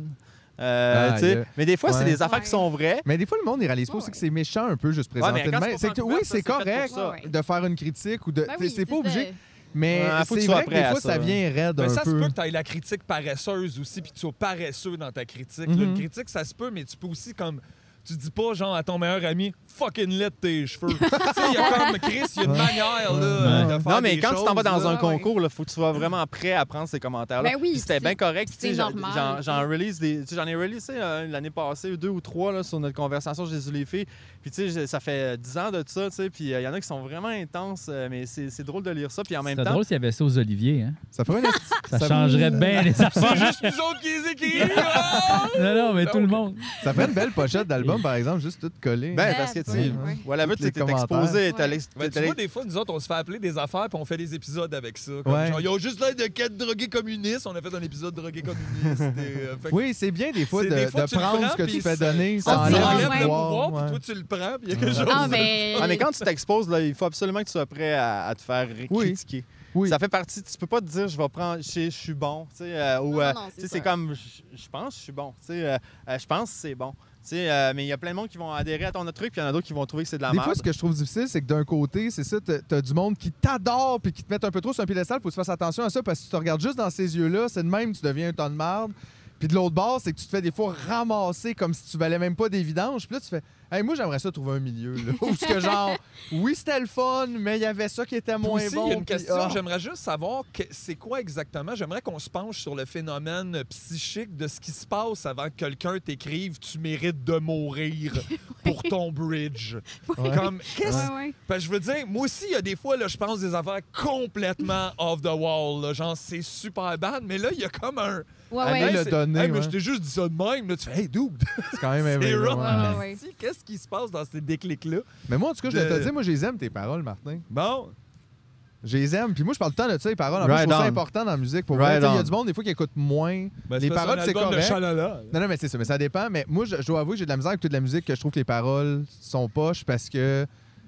S3: Euh,
S5: Ah,
S3: tu sais.
S5: yeah.
S3: Mais des fois, c'est
S5: Ouais.
S3: des affaires qui
S8: Ouais.
S3: sont vraies.
S5: Mais des fois, le monde, il réalise pas
S8: Ouais,
S5: aussi
S8: ouais.
S5: que c'est méchant un peu juste
S3: Ouais, mais
S5: présenter de
S3: quand
S5: même.
S3: c'est
S5: C'est
S3: pas
S5: que-
S3: populaire,
S5: Oui,
S3: ça,
S5: c'est
S3: c'est fait pour
S5: correct
S8: ça. Ouais, ouais.
S5: de faire une critique ou de.
S8: Ben
S5: t'sais,
S8: oui,
S5: c'est pas
S8: ça.
S5: obligé. Mais
S3: Ouais, faut que tu
S5: c'est
S3: sois
S5: vrai que
S3: prêt
S5: des
S3: à
S5: fois,
S3: ça.
S5: ça vient raide
S4: mais
S5: un
S4: ça se
S5: peu.
S4: peut que tu aies la critique paresseuse aussi, puis que tu sois paresseux dans ta critique. là.
S5: Mhm.
S4: Une critique, ça se peut, mais tu peux aussi comme. Tu dis pas, genre, à ton meilleur ami, fucking lit tes cheveux. tu sais, il y a comme Chris, il y a une manière,
S8: Ah.
S4: là, Euh, de faire.
S3: Non, mais
S4: des
S3: quand tu t'en vas
S4: choses,
S3: dans
S4: là.
S3: un
S8: ouais.
S3: concours, il faut que tu sois vraiment prêt à prendre ces commentaires-là.
S8: Ben oui,
S3: Puis c'était
S8: c'est-
S3: bien correct. tu sais,
S8: c'est
S3: j'en-
S8: normal,
S3: J'en
S8: tu sais.
S3: j'en release des- tu sais, j'en ai releasé euh, l'année passée, deux ou trois, là, sur notre conversation Jésus les filles. Puis tu sais, je- ça fait dix ans de ça, tu sais. Puis euh, il y en a qui sont vraiment intenses, euh, mais c'est c'est drôle de lire ça. Puis en même
S1: C'était
S3: temps,
S1: drôle s'il y avait ça aux Oliviers. Hein?
S5: Ça ferait une esti-
S8: [LAUGHS]
S1: Ça,
S5: ça-
S1: changerait bien les
S5: [LAUGHS]
S4: C'est
S1: affaires.
S4: juste nous autres qui les écrivent. Ah!
S1: Non,
S3: [LAUGHS]
S1: non, mais tout le
S4: Donc-
S1: monde.
S5: ça ferait une belle pochette d'album, par exemple, juste toute collée.
S3: ben, parce que tu sais,
S8: Ouais, ouais.
S3: voilà,
S5: Tous
S3: tu
S5: les
S3: t'es
S5: commentaires.
S3: exposé. t'as
S8: Ouais.
S3: l'ex-
S4: Ben, tu
S3: t'as
S4: vois,
S3: l'ex-
S4: des fois, nous autres, on se fait appeler des affaires puis on fait des épisodes avec ça. Comme,
S5: Ouais.
S4: genre, ils ont juste l'air de quatre drogués communistes. On a fait un épisode drogués communistes. et, euh, fait que-
S5: Oui, c'est bien des fois
S4: C'est
S5: de,
S4: des fois
S5: de
S4: que tu le
S5: prendre
S4: prends,
S5: ce que tu
S4: puis
S5: fais
S4: c'est-
S5: donner. Ça
S4: on
S8: Ah,
S4: dit,
S8: ouais.
S5: enlève le
S4: enlève le
S5: pouvoir,
S4: pouvoir,
S5: ouais.
S4: puis toi, tu le prends, puis il y a quelque chose.
S8: Ah, mais.
S3: Ah, mais quand tu t'exposes, là, il faut absolument que tu sois prêt à, à te faire ré-
S5: Oui.
S3: critiquer.
S5: Oui.
S3: Ça fait partie. Tu peux pas te dire je vais prendre, je, sais, je suis bon, tu sais, euh, ou
S8: Non,
S3: euh,
S8: non, non,
S3: tu sais,
S8: c'est
S3: c'est
S8: ça.
S3: comme je, je pense que je suis bon, tu sais, euh, euh, je pense que c'est bon, tu sais, euh, mais il y a plein de monde qui vont adhérer à ton autre truc, puis il y en a d'autres qui vont trouver que c'est de la
S5: Des fois,
S3: merde.
S5: ce que je trouve difficile, c'est que d'un côté, c'est ça, t'as t'as du monde qui t'adore puis qui te met un peu trop sur un piédestal. Faut que tu fasses attention à ça parce que si tu te regardes juste dans ces yeux-là, c'est de même, tu deviens un ton de marde. Puis de l'autre bord, c'est que tu te fais des fois ramasser comme si tu valais même pas des vidanges. Puis là, tu fais, hey, moi, j'aimerais ça trouver un milieu. Là. Ou ce que genre, oui, c'était le fun, mais il y avait ça qui était
S4: Puis
S5: moins
S4: aussi,
S5: bon.
S4: il y a une
S5: puis-
S4: question.
S5: ah.
S4: J'aimerais juste savoir que- c'est quoi exactement. J'aimerais qu'on se penche sur le phénomène psychique de ce qui se passe avant que quelqu'un t'écrive Tu mérites de mourir pour ton bridge.
S3: [LAUGHS]
S4: Comme, qu'est-ce
S8: Ouais, ouais.
S4: Parce que je veux dire, moi aussi, il y a des fois, là, je pense des affaires complètement off the wall. là. genre, c'est super bad, mais là, il y a comme un.
S8: Ouais,
S3: Ah,
S5: Allez,
S8: ouais.
S5: le
S4: c'est-
S5: donner,
S4: Hey, mais
S5: ouais.
S4: je t'ai juste dit ça de même. Là, tu fais, hey,
S5: [LAUGHS]
S4: dude,
S5: C'est quand même
S4: [LAUGHS] c'est
S5: évident,
S4: wrong.
S5: ouais.
S8: Ah, ouais.
S4: Asti, Qu'est-ce qui se passe dans ces déclics-là?
S5: Mais moi, en tout cas, je vais
S4: De-
S5: te dire, moi, je les aime, tes paroles, Martin.
S4: Bon,
S5: Je les aime. Puis moi, je parle tant de ça, les paroles. En plus,
S3: Right
S5: je trouve ça
S3: on.
S5: important dans la musique. Pour
S3: Right
S5: vrai, Tu sais, il y
S3: on.
S5: a du monde, des fois, qui écoute moins.
S4: ben,
S5: Les
S4: c'est parce
S5: paroles,
S4: qu'on a
S5: c'est
S4: l'album de
S5: correct.
S4: Chalala.
S5: Non, non, mais c'est ça, mais ça dépend. Mais moi, je, je dois avouer que j'ai de la misère à écouter de la musique que je trouve que les paroles sont poches parce que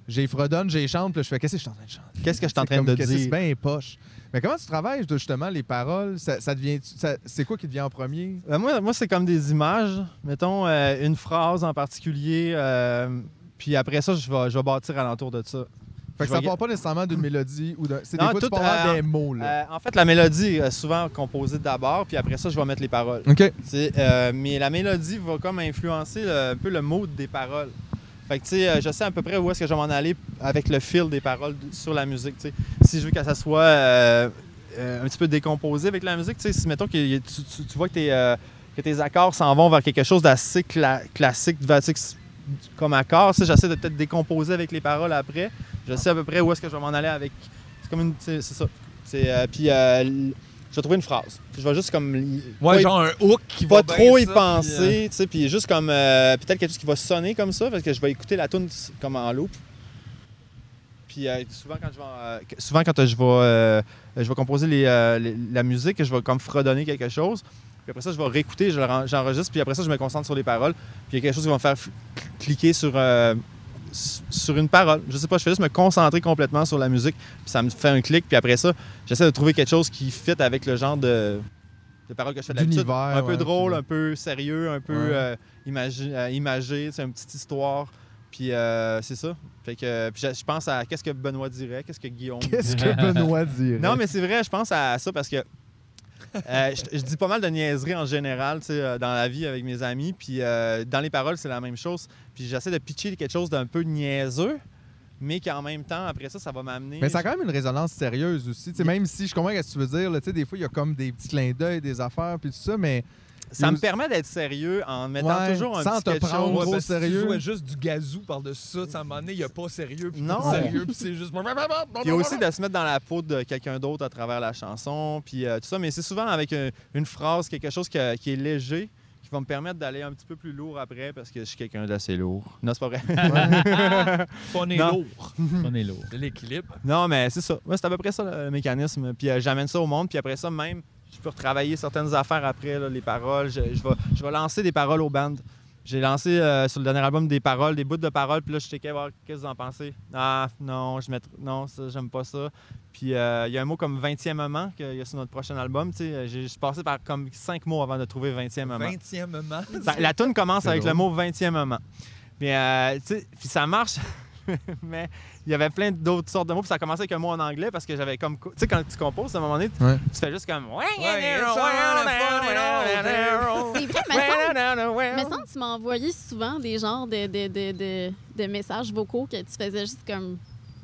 S5: j'ai fredonne, j'ai chante, puis là, je fais qu'est-ce que je suis en train de chanter?
S3: Qu'est-ce que je suis en
S5: C'est
S3: train
S5: comme,
S3: de
S5: qu'est-ce que
S3: dire?
S5: C'est bien poche. Mais comment tu travailles toi, justement les paroles? Ça, ça devient. ça- c'est quoi qui devient en premier?
S3: Ben, moi, moi c'est comme des images, mettons euh, une phrase en particulier, euh, puis après ça, je vais, je vais bâtir alentour de ça.
S5: Fait que
S3: Je
S5: ça
S3: vais-
S5: part pas nécessairement d'une mélodie ou d'un. C'est des
S3: Non,
S5: fois tu
S3: tout,
S5: pars avoir
S3: euh,
S5: des mots là.
S3: Euh, en fait, la mélodie est souvent composée d'abord, puis après ça, je vais mettre les paroles.
S5: OK.
S3: Tu sais, euh, mais la mélodie va comme influencer le- un peu le mode des paroles. Fait que, tu sais, euh, je sais à peu près où est-ce que je vais m'en aller avec le fil des paroles d- sur la musique. tu sais. Si je veux que ça soit euh, euh, un petit peu décomposé avec la musique, tu sais, si mettons que y a- tu, tu- tu vois que tes, euh, que tes accords s'en vont vers quelque chose d'assez cla- classique, va- tu sais, que c'est- comme accord, tu sais, j'essaie de peut-être décomposer avec les paroles après. Je sais à peu près où est-ce que je vais m'en aller avec. C'est comme une. tu sais, C'est ça. C'est, euh, puis euh, l- je vais trouver une phrase. Je vais juste comme.
S4: Ouais,
S3: pas-
S4: genre un hook qui
S3: pas
S4: va bien,
S3: trop y
S4: ça, euh,
S3: penser, tu sais, puis juste comme euh, peut-être quelque chose qui va sonner comme ça, parce que je vais écouter la tune comme en loop. Puis euh, souvent quand je vais, euh, que- souvent quand euh, je vais, euh, je vais composer les, euh, les- la musique, je vais comme fredonner quelque chose. Puis après ça, je vais réécouter, je le ren- j'enregistre, puis après ça, je me concentre sur les paroles. Puis il y a quelque chose qui va me faire f- cliquer sur, euh, s- sur une parole. Je sais pas, je fais juste me concentrer complètement sur la musique, puis ça me fait un clic, puis après ça, j'essaie de trouver quelque chose qui fit avec le genre de, de paroles que je fais d'habitude.
S5: D'univers,
S3: Un peu
S5: ouais,
S3: drôle,
S5: puis-
S3: un peu sérieux, un peu
S5: Ouais.
S3: euh, imagi- euh, imagé, c'est une petite histoire. Puis euh, c'est ça. Fait que euh, puis je, je pense à qu'est-ce que Benoît dirait, qu'est-ce que Guillaume [LAUGHS]
S5: Qu'est-ce que Benoît dirait?
S3: non, mais c'est vrai, je pense à ça parce que euh, je, je dis pas mal de niaiseries en général tu sais, euh, dans la vie avec mes amis. Puis euh, dans les paroles, c'est la même chose. Puis j'essaie de pitcher quelque chose d'un peu niaiseux, mais qu'en même temps, après ça, ça va m'amener.
S5: Mais ça a quand même une résonance sérieuse aussi. Tu sais, même si je comprends ce que tu veux dire, là, tu sais, des fois, il y a comme des petits clins d'œil, des affaires, puis tout ça, mais
S3: Ça me permet d'être sérieux en mettant
S5: Ouais,
S3: toujours un
S5: sans
S3: petit
S5: te
S3: quelque
S5: prendre
S3: chose.
S5: trop
S4: parce que ben, Si
S5: sérieux.
S4: tu jouais juste du gazou par-dessus ça, tu sais, à un moment donné, il n'y a pas sérieux, puis
S3: Non.
S4: pas sérieux, puis
S3: [LAUGHS]
S4: c'est juste...
S3: Puis aussi de se mettre dans la peau de quelqu'un d'autre à travers la chanson, puis euh, tout ça. Mais c'est souvent avec un- une phrase, quelque chose que- qui est léger, qui va me permettre d'aller un petit peu plus lourd après parce que je suis quelqu'un d'assez lourd. Non, c'est pas vrai.
S5: [LAUGHS]
S4: Fun et
S3: Non.
S4: lourd.
S1: On est lourd.
S4: De l'équilibre.
S3: non, mais c'est ça. Moi, c'est à peu près ça le, le mécanisme. Puis euh, j'amène ça au monde. Puis après ça, même, je peux retravailler certaines affaires après, là, les paroles. Je, je vais, je vais lancer des paroles aux bandes. J'ai lancé euh, sur le dernier album des paroles, des bouts de paroles, puis là, je checkais voir qu'est-ce que vous en pensez. Ah, non, je mettrais- non, ça, j'aime pas ça. Puis euh, il y a un mot comme 20e moment qu'il y a sur notre prochain album. Tu sais, j'ai je suis passé par comme cinq mots avant de trouver 20e moment.
S4: 20e moment.
S3: Ben, la tune commence
S5: C'est
S3: avec
S5: drôle.
S3: le mot 20e moment. Puis, euh, tu sais, puis ça marche, mais il y avait plein d'autres sortes de mots. Puis ça commençait avec un mot en anglais parce que j'avais comme. co- Tu sais, quand tu composes, à un moment donné, tu-
S5: Ouais.
S3: tu fais juste comme.
S8: C'est vrai, mais ça, me
S3: [LAUGHS]
S8: semble que tu m'as envoyé souvent des genres de, de, de, de, de messages vocaux que tu faisais juste comme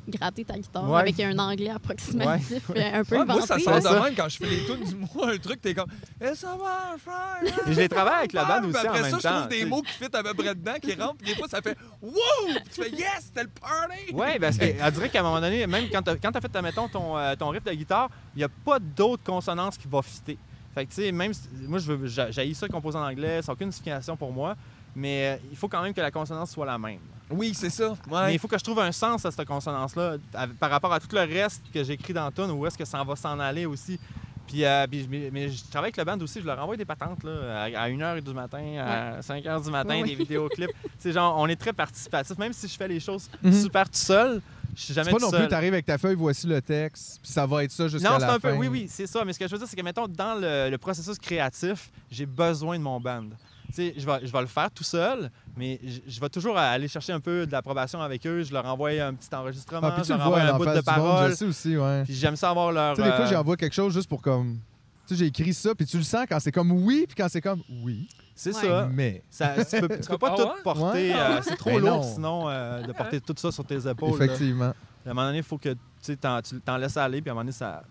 S8: gratter ta guitare
S3: Ouais.
S8: avec un anglais approximatif euh, un peu
S4: Ouais, moi, ça
S8: inventé.
S4: sort
S3: hein.
S4: de même quand je fais les tunes du mois. Un truc, t'es comme. Eh, ça va, frère?
S3: Et je les travaille avec la
S4: Puis
S3: bande aussi en
S4: Ah, ben après ça,
S3: même
S4: je trouve
S3: temps. tu
S4: des
S3: sais.
S4: mots qui fit à peu près dedans, qui rentrent. Puis des fois, ça fait Wow! Puis tu fais Yes, c'était le party!
S3: Oui, parce qu'on dirait qu'à un moment donné, même quand t'as quand t'as fait, ta- mettons, ton, euh, ton riff de guitare, il n'y a pas d'autres consonances qui vont fitter. Fait que, tu sais, même si, moi, je veux- j'a- j'haïs ça composer en anglais, ça n'a aucune signification pour moi, mais euh, il faut quand même que la consonance soit la même.
S4: Oui, c'est ça.
S3: Mais
S4: Ouais.
S3: il faut que je trouve un sens à cette consonance-là à- par rapport à tout le reste que j'écris dans Tune, où est-ce que ça va s'en aller aussi. Puis, euh, puis je- mais, mais je travaille avec le band aussi, je leur envoie des patentes là, à 1h du matin, à 5h du matin,
S8: Ouais,
S3: des
S8: oui.
S5: [LAUGHS]
S3: vidéoclips. c'est genre, on est très participatif. Même si je fais les choses
S5: Mhm.
S3: super tout seul, je suis jamais
S5: C'est pas
S3: tout
S5: non
S3: seul.
S5: plus, t'arrives avec ta feuille, voici le texte, puis ça va être ça jusqu'à
S3: Non,
S5: la
S3: c'est
S5: fin.
S3: un peu, oui, oui, c'est ça. Mais ce que je veux dire, c'est que, mettons, dans le, le processus créatif, j'ai besoin de mon band. Tu sais, je vais, je vais le faire tout seul, mais je, je vais toujours aller chercher un peu de l'approbation avec eux. Je leur envoie un petit enregistrement,
S5: Ah, puis
S3: je
S5: tu le
S3: leur
S5: vois
S3: envoie
S5: en
S3: un bout
S5: face
S3: de
S5: du monde,
S3: parole.
S5: je sais aussi, ouais.
S3: Puis j'aime ça avoir leur.
S5: Tu sais, des fois,
S3: euh,
S5: j'envoie quelque chose juste pour comme... Tu sais, j'ai écrit ça, puis tu le sens quand c'est comme oui, puis quand c'est comme oui,
S3: C'est
S8: Ouais.
S3: ça.
S5: mais...
S3: ça. Tu peux, tu peux pas
S4: Ah
S3: tout
S4: ouais?
S3: porter.
S5: Ouais.
S3: euh, c'est trop
S5: Ben
S3: lourd,
S5: non.
S3: sinon, euh, de porter tout ça sur tes épaules. là.
S5: Effectivement.
S3: À un moment donné, il faut que tu sais, t'en- tu t'en laisses aller, puis à un moment donné, ça,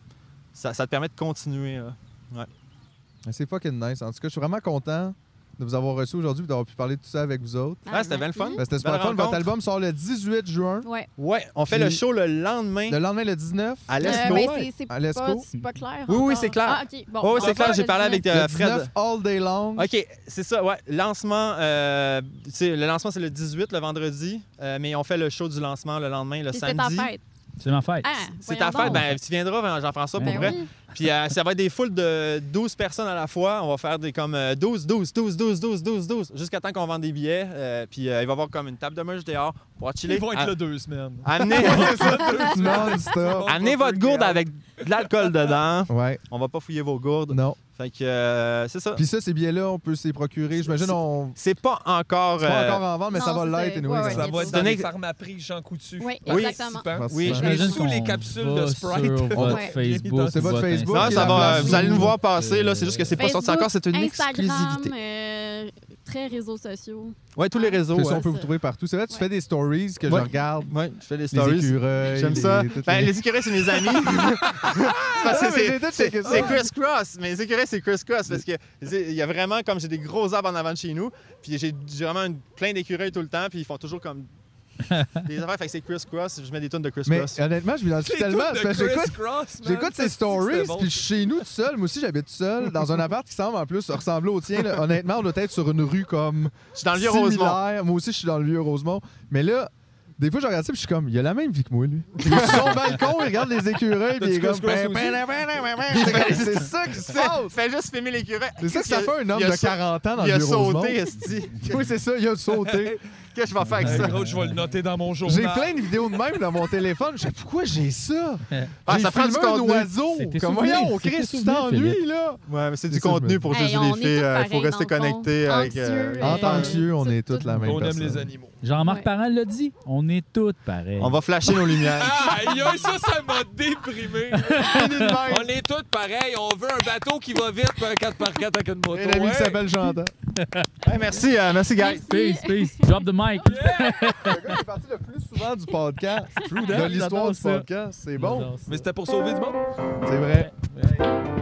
S3: ça, ça te permet de continuer. là.
S5: Mais C'est fucking nice. En tout cas, je suis vraiment content de vous avoir reçu aujourd'hui et d'avoir pu parler de tout ça avec vous autres.
S3: Ouais, c'était bien le fun.
S5: Ben, C'était super
S3: Belle
S5: fun. Votre
S3: rencontre.
S5: album sort le 18 juin.
S8: Ouais.
S3: Ouais, on fait
S5: Puis-
S3: le show le lendemain.
S5: Le lendemain, le 19.
S3: À
S8: Euh,
S3: l'Esco.
S8: ben, c'est- c'est
S5: À
S8: pas,
S5: l'Esco.
S8: c'est pas clair.
S3: Oui, oui,
S8: encore.
S3: c'est clair.
S8: Ah, OK. Bon,
S3: Oh,
S8: on va
S3: c'est clair,
S8: faire
S3: j'ai
S8: le
S3: parlé avec euh,
S5: le
S3: Fred. Ah,
S5: 19, all day long.
S3: OK, c'est ça, ouais. Lancement, euh, tu sais, le lancement, c'est le 18, le vendredi, euh, mais on fait le show du lancement le lendemain, le
S8: Puis C'est ta
S3: samedi.
S8: fête.
S1: C'est ma fête.
S8: Ah,
S3: C'est
S8: voyons
S3: ta fête,
S8: donc.
S3: ben, tu viendras, ben, Jean-François, pour
S1: Ben
S3: vrai.
S8: oui.
S3: Puis euh, ça va être des foules de 12 personnes à la fois. On va faire des comme euh, 12, 12, 12, 12, 12, 12, 12, jusqu'à temps qu'on vende des billets. Euh, puis euh, il va y avoir comme une table de merch dehors pour chiller.
S4: Ils vont être
S3: Ah,
S4: là deux semaines. [LAUGHS]
S3: Amenez,
S5: Non-stop.
S3: amenez votre gourde avec de l'alcool dedans.
S5: Ouais,
S3: On va pas fouiller vos gourdes.
S5: non.
S3: Fait que euh, c'est ça.
S5: Puis ça, ces billets-là, on peut s'y procurer. J'imagine on...
S3: C'est pas encore.
S5: C'est pas
S3: euh,
S5: encore en vente, mais
S8: Non,
S5: ça va
S8: c'est-
S5: l'être. anyway,
S8: ouais, ouais.
S4: Ça va être
S8: C'est
S4: dans
S3: un
S4: les
S3: ex-
S4: pharmaprix Jean Coutu.
S8: Oui,
S3: Oui.
S8: exactement.
S3: Oui,
S5: Participant.
S4: Mais
S1: J'imagine
S4: sous les
S1: qu'on
S4: capsules
S1: va
S4: de Sprite. [LAUGHS]
S1: sur votre
S8: Ouais.
S1: Facebook.
S5: C'est votre Facebook
S3: Non,
S5: qui
S3: ça
S5: est
S3: va,
S5: remplacé.
S3: vous allez nous voir passer, là. C'est juste que c'est pas sorti
S8: Facebook,
S3: encore, c'est une
S8: Instagram,
S3: exclusivité.
S8: euh, très réseaux sociaux.
S3: Ouais, tous les réseaux.
S5: C'est ça,
S3: ouais.
S5: on peut vous trouver partout. C'est vrai, tu
S8: Ouais.
S5: fais des stories que je
S3: Ouais.
S5: regarde.
S3: Ouais, je fais des
S5: Les
S3: stories.
S5: écureuils.
S3: J'aime ça.
S5: les- toutes
S3: Ben,
S5: les-
S3: les écureuils, c'est mes amis.
S5: [LAUGHS]
S3: parce
S5: Ah, mais
S3: que
S5: j'ai
S3: c'est-
S5: tout
S3: c'est
S5: checké ça.
S3: c'est criss-cross. Mais les écureuils, c'est criss-cross parce que c'est- il y a vraiment, comme j'ai des gros arbres en avant de chez nous, puis j'ai j'ai vraiment une- plein d'écureuils tout le temps, puis ils font toujours
S5: [LAUGHS]
S3: comme des affaires. Fait que c'est criss-cross. Je mets des tonnes de
S5: Mais euh,
S3: criss-cross.
S5: honnêtement, je m'identifie tellement. c'est parce que j'écoute- J'écoute
S4: ces
S5: ses stories, puis je suis chez nous tout seul. Moi aussi, j'habite tout seul, dans un appart qui semble en plus ressembler au tien.
S3: [LAUGHS]
S5: là. Honnêtement, on doit être sur une rue comme.
S3: Je suis dans le vieux Rosemont.
S5: similaire. Moi aussi, je suis dans le vieux Rosemont. Mais là, des fois, je regarde ça, puis je suis comme, il a la même vie que moi, lui. Il est sur son balcon, il regarde les écureuils, puis il est
S4: T'as-tu
S5: comme.
S4: Cross
S5: ben, ben, ben, ben, ben. C'est ça qui se
S3: Fais-
S5: passe.
S3: Fais juste filmer l'écureuil.
S5: C'est ça que ça
S3: Il a-
S5: fait un homme
S3: il a
S5: de
S3: sa-
S5: 40 ans dans
S3: Il
S5: le
S3: a
S5: vieux Rosemont.
S3: sauté, esti.
S5: Oui, c'est ça, il
S3: [LAUGHS]
S5: a sauté.
S3: Qu'est-ce que je vais faire avec ça?
S4: Gros, je vais le noter dans mon journal.
S5: J'ai plein de vidéos de même dans mon téléphone. Je sais pourquoi j'ai ça.
S3: Ah,
S5: j'ai
S3: ça prend du
S5: filmé un
S3: contenu.
S5: oiseau.
S1: C'est tes
S5: Comme
S1: souvenirs,
S5: voyons,
S1: c'est tes
S5: Chris, tu
S1: souvenirs,
S5: t'ennuies,
S1: Philippe.
S5: là.
S3: Ouais, mais c'est du
S5: C'est ça, je
S3: contenu
S5: me-
S3: pour
S8: Hey,
S3: juste
S8: on
S3: les
S8: est
S3: filles.
S8: tous
S3: euh, Il faut
S8: pareils,
S3: rester
S8: dans le fond.
S3: connecté avec. euh,
S8: Anxieux,
S5: En tant que
S8: Ouais.
S5: Dieu, on est toutes la même
S4: On aime
S5: personne.
S4: les animaux.
S1: Euh, Jean-Marc
S8: Ouais.
S1: Parent l'a dit, on est toutes pareilles.
S3: On va flasher nos [LAUGHS] lumières.
S4: [LAUGHS] Aïe, aïe, ça, ça m'a [LAUGHS] déprimé. on est tous pareils. On veut un bateau qui va vite, pas un 4x4 avec une moto.
S5: Et l'ami
S4: Hey.
S5: qui s'appelle Jean-Dan.
S3: Hey, merci, euh, merci, Guy.
S1: Peace, peace. Drop the mic.
S5: Le gars qui est parti le plus souvent [LAUGHS] du podcast.
S1: True that,
S5: De l'histoire
S1: j'adore
S5: du
S1: ça.
S5: podcast. C'est bon.
S1: J'adore ça.
S4: Mais c'était pour sauver du monde.
S5: C'est vrai.